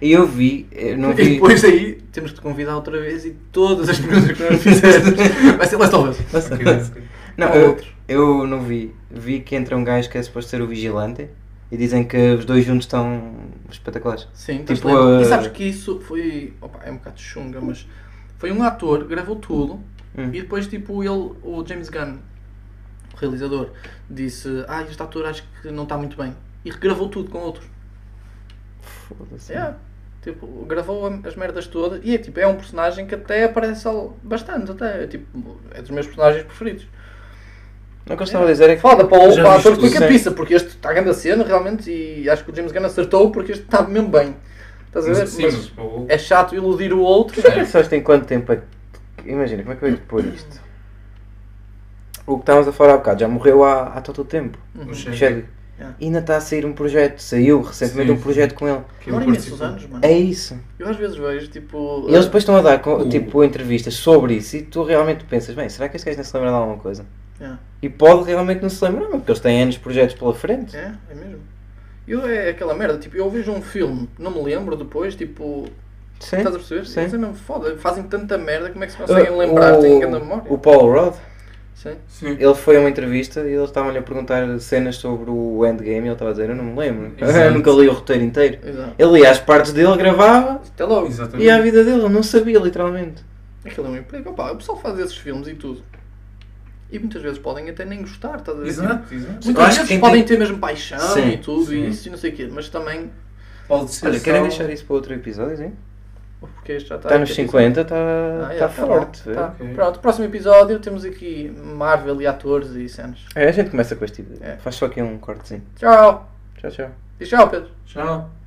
[SPEAKER 2] E eu vi, eu não
[SPEAKER 3] E
[SPEAKER 2] vi.
[SPEAKER 3] depois aí temos de te convidar outra vez e todas as perguntas que
[SPEAKER 2] *laughs*
[SPEAKER 3] nós fizemos vai ser Last of Us.
[SPEAKER 2] Não,
[SPEAKER 3] Ou
[SPEAKER 2] eu,
[SPEAKER 3] outro.
[SPEAKER 2] eu não vi. Vi que entra um gajo que é suposto ser o vigilante e dizem que os dois juntos estão espetaculares.
[SPEAKER 3] Sim,
[SPEAKER 2] Tipo,
[SPEAKER 3] tipo, E
[SPEAKER 2] uh,
[SPEAKER 3] sabes que isso foi. opa, é um bocado chunga, mas foi um ator, gravou tudo
[SPEAKER 2] Hum.
[SPEAKER 3] e depois tipo ele, o James Gunn, o realizador, disse, ah, este ator acho que não está muito bem. E regravou tudo com outro.
[SPEAKER 2] Foda-se.
[SPEAKER 3] Yeah. Tipo, gravou a- as merdas todas e é tipo, é um personagem que até aparece al- bastante, até é, tipo, é dos meus personagens preferidos.
[SPEAKER 2] Não, O que eu estava a dizer é que.
[SPEAKER 3] Foda para o
[SPEAKER 4] Já
[SPEAKER 3] para o
[SPEAKER 4] viste
[SPEAKER 3] ator que fica
[SPEAKER 2] tudo.
[SPEAKER 3] pizza, porque este está a grande cena realmente e acho que o James Gunn acertou porque este está mesmo bem. Estás a ver?
[SPEAKER 4] Sim,
[SPEAKER 3] Mas
[SPEAKER 4] mas pô,
[SPEAKER 3] é chato iludir o
[SPEAKER 2] Tu
[SPEAKER 3] outro.
[SPEAKER 2] já pensaste em quanto tempo é que. Imagina, como é que eu ia pôr isto? O que estávamos a falar há bocado já morreu há, há todo o tempo.
[SPEAKER 4] o
[SPEAKER 3] Uhum.
[SPEAKER 4] Shaggy,
[SPEAKER 2] Chega.
[SPEAKER 3] Yeah.
[SPEAKER 2] E ainda está a sair um projeto. Saiu recentemente
[SPEAKER 4] Sim,
[SPEAKER 2] um projeto com ele.
[SPEAKER 4] que eu
[SPEAKER 3] Demora
[SPEAKER 4] participo.
[SPEAKER 3] imensos anos, mano.
[SPEAKER 2] É isso.
[SPEAKER 3] Eu às vezes vejo, tipo...
[SPEAKER 2] E eles depois estão a dar co-
[SPEAKER 4] O-
[SPEAKER 2] tipo, entrevistas sobre isso e tu realmente pensas, bem, será que este gajo não se lembra de alguma coisa?
[SPEAKER 3] Yeah.
[SPEAKER 2] E pode realmente não se lembrar, mas porque eles têm anos de projetos pela frente.
[SPEAKER 3] É, é mesmo. Eu é aquela merda, tipo, eu vejo um filme, não me lembro depois, tipo,
[SPEAKER 2] Sim.
[SPEAKER 3] estás a perceber?
[SPEAKER 2] Sim.
[SPEAKER 3] Eles é mesmo foda, fazem tanta merda, como é que se conseguem
[SPEAKER 2] Uh,
[SPEAKER 3] lembrar, têm grande
[SPEAKER 2] o,
[SPEAKER 3] memória?
[SPEAKER 2] o Paul Rudd,
[SPEAKER 3] Sim.
[SPEAKER 4] Sim.
[SPEAKER 2] ele foi a uma entrevista e eles estavam-lhe a perguntar cenas sobre o Endgame e ele estava a dizer, eu não me lembro. *laughs*
[SPEAKER 4] Exato.
[SPEAKER 2] Eu nunca li o roteiro inteiro.
[SPEAKER 3] Exato.
[SPEAKER 2] Ele ia às partes dele, gravava
[SPEAKER 3] Até logo.
[SPEAKER 4] Exatamente.
[SPEAKER 2] e a vida dele, ele não sabia literalmente.
[SPEAKER 3] Aquilo é um emprego. Opa, o pessoal faz esses filmes e tudo. E muitas vezes podem até nem gostar, estás a ver?
[SPEAKER 4] Exato, exato.
[SPEAKER 2] Eu acho que
[SPEAKER 3] Muitas
[SPEAKER 2] quem
[SPEAKER 3] vezes podem ter mesmo paixão
[SPEAKER 2] Sim,
[SPEAKER 3] e tudo
[SPEAKER 4] sim.
[SPEAKER 3] e isso e não sei o quê, mas também.
[SPEAKER 4] Pode ser
[SPEAKER 2] Olha,
[SPEAKER 4] só-
[SPEAKER 2] querem deixar isso para outro episódio, hein?
[SPEAKER 3] oh, Porque este já tá está.
[SPEAKER 2] Está Tá nos 50, está
[SPEAKER 3] Ah, é,
[SPEAKER 2] está
[SPEAKER 3] tá
[SPEAKER 2] forte.
[SPEAKER 3] bom, tá.
[SPEAKER 4] Ok.
[SPEAKER 3] Pronto, próximo episódio temos aqui Marvel e atores e cenas.
[SPEAKER 2] É, a É, gente começa com este.
[SPEAKER 3] É.
[SPEAKER 2] Faz só aqui um cortezinho.
[SPEAKER 3] Tchau!
[SPEAKER 2] Tchau, tchau.
[SPEAKER 3] E tchau, Pedro!
[SPEAKER 4] Tchau.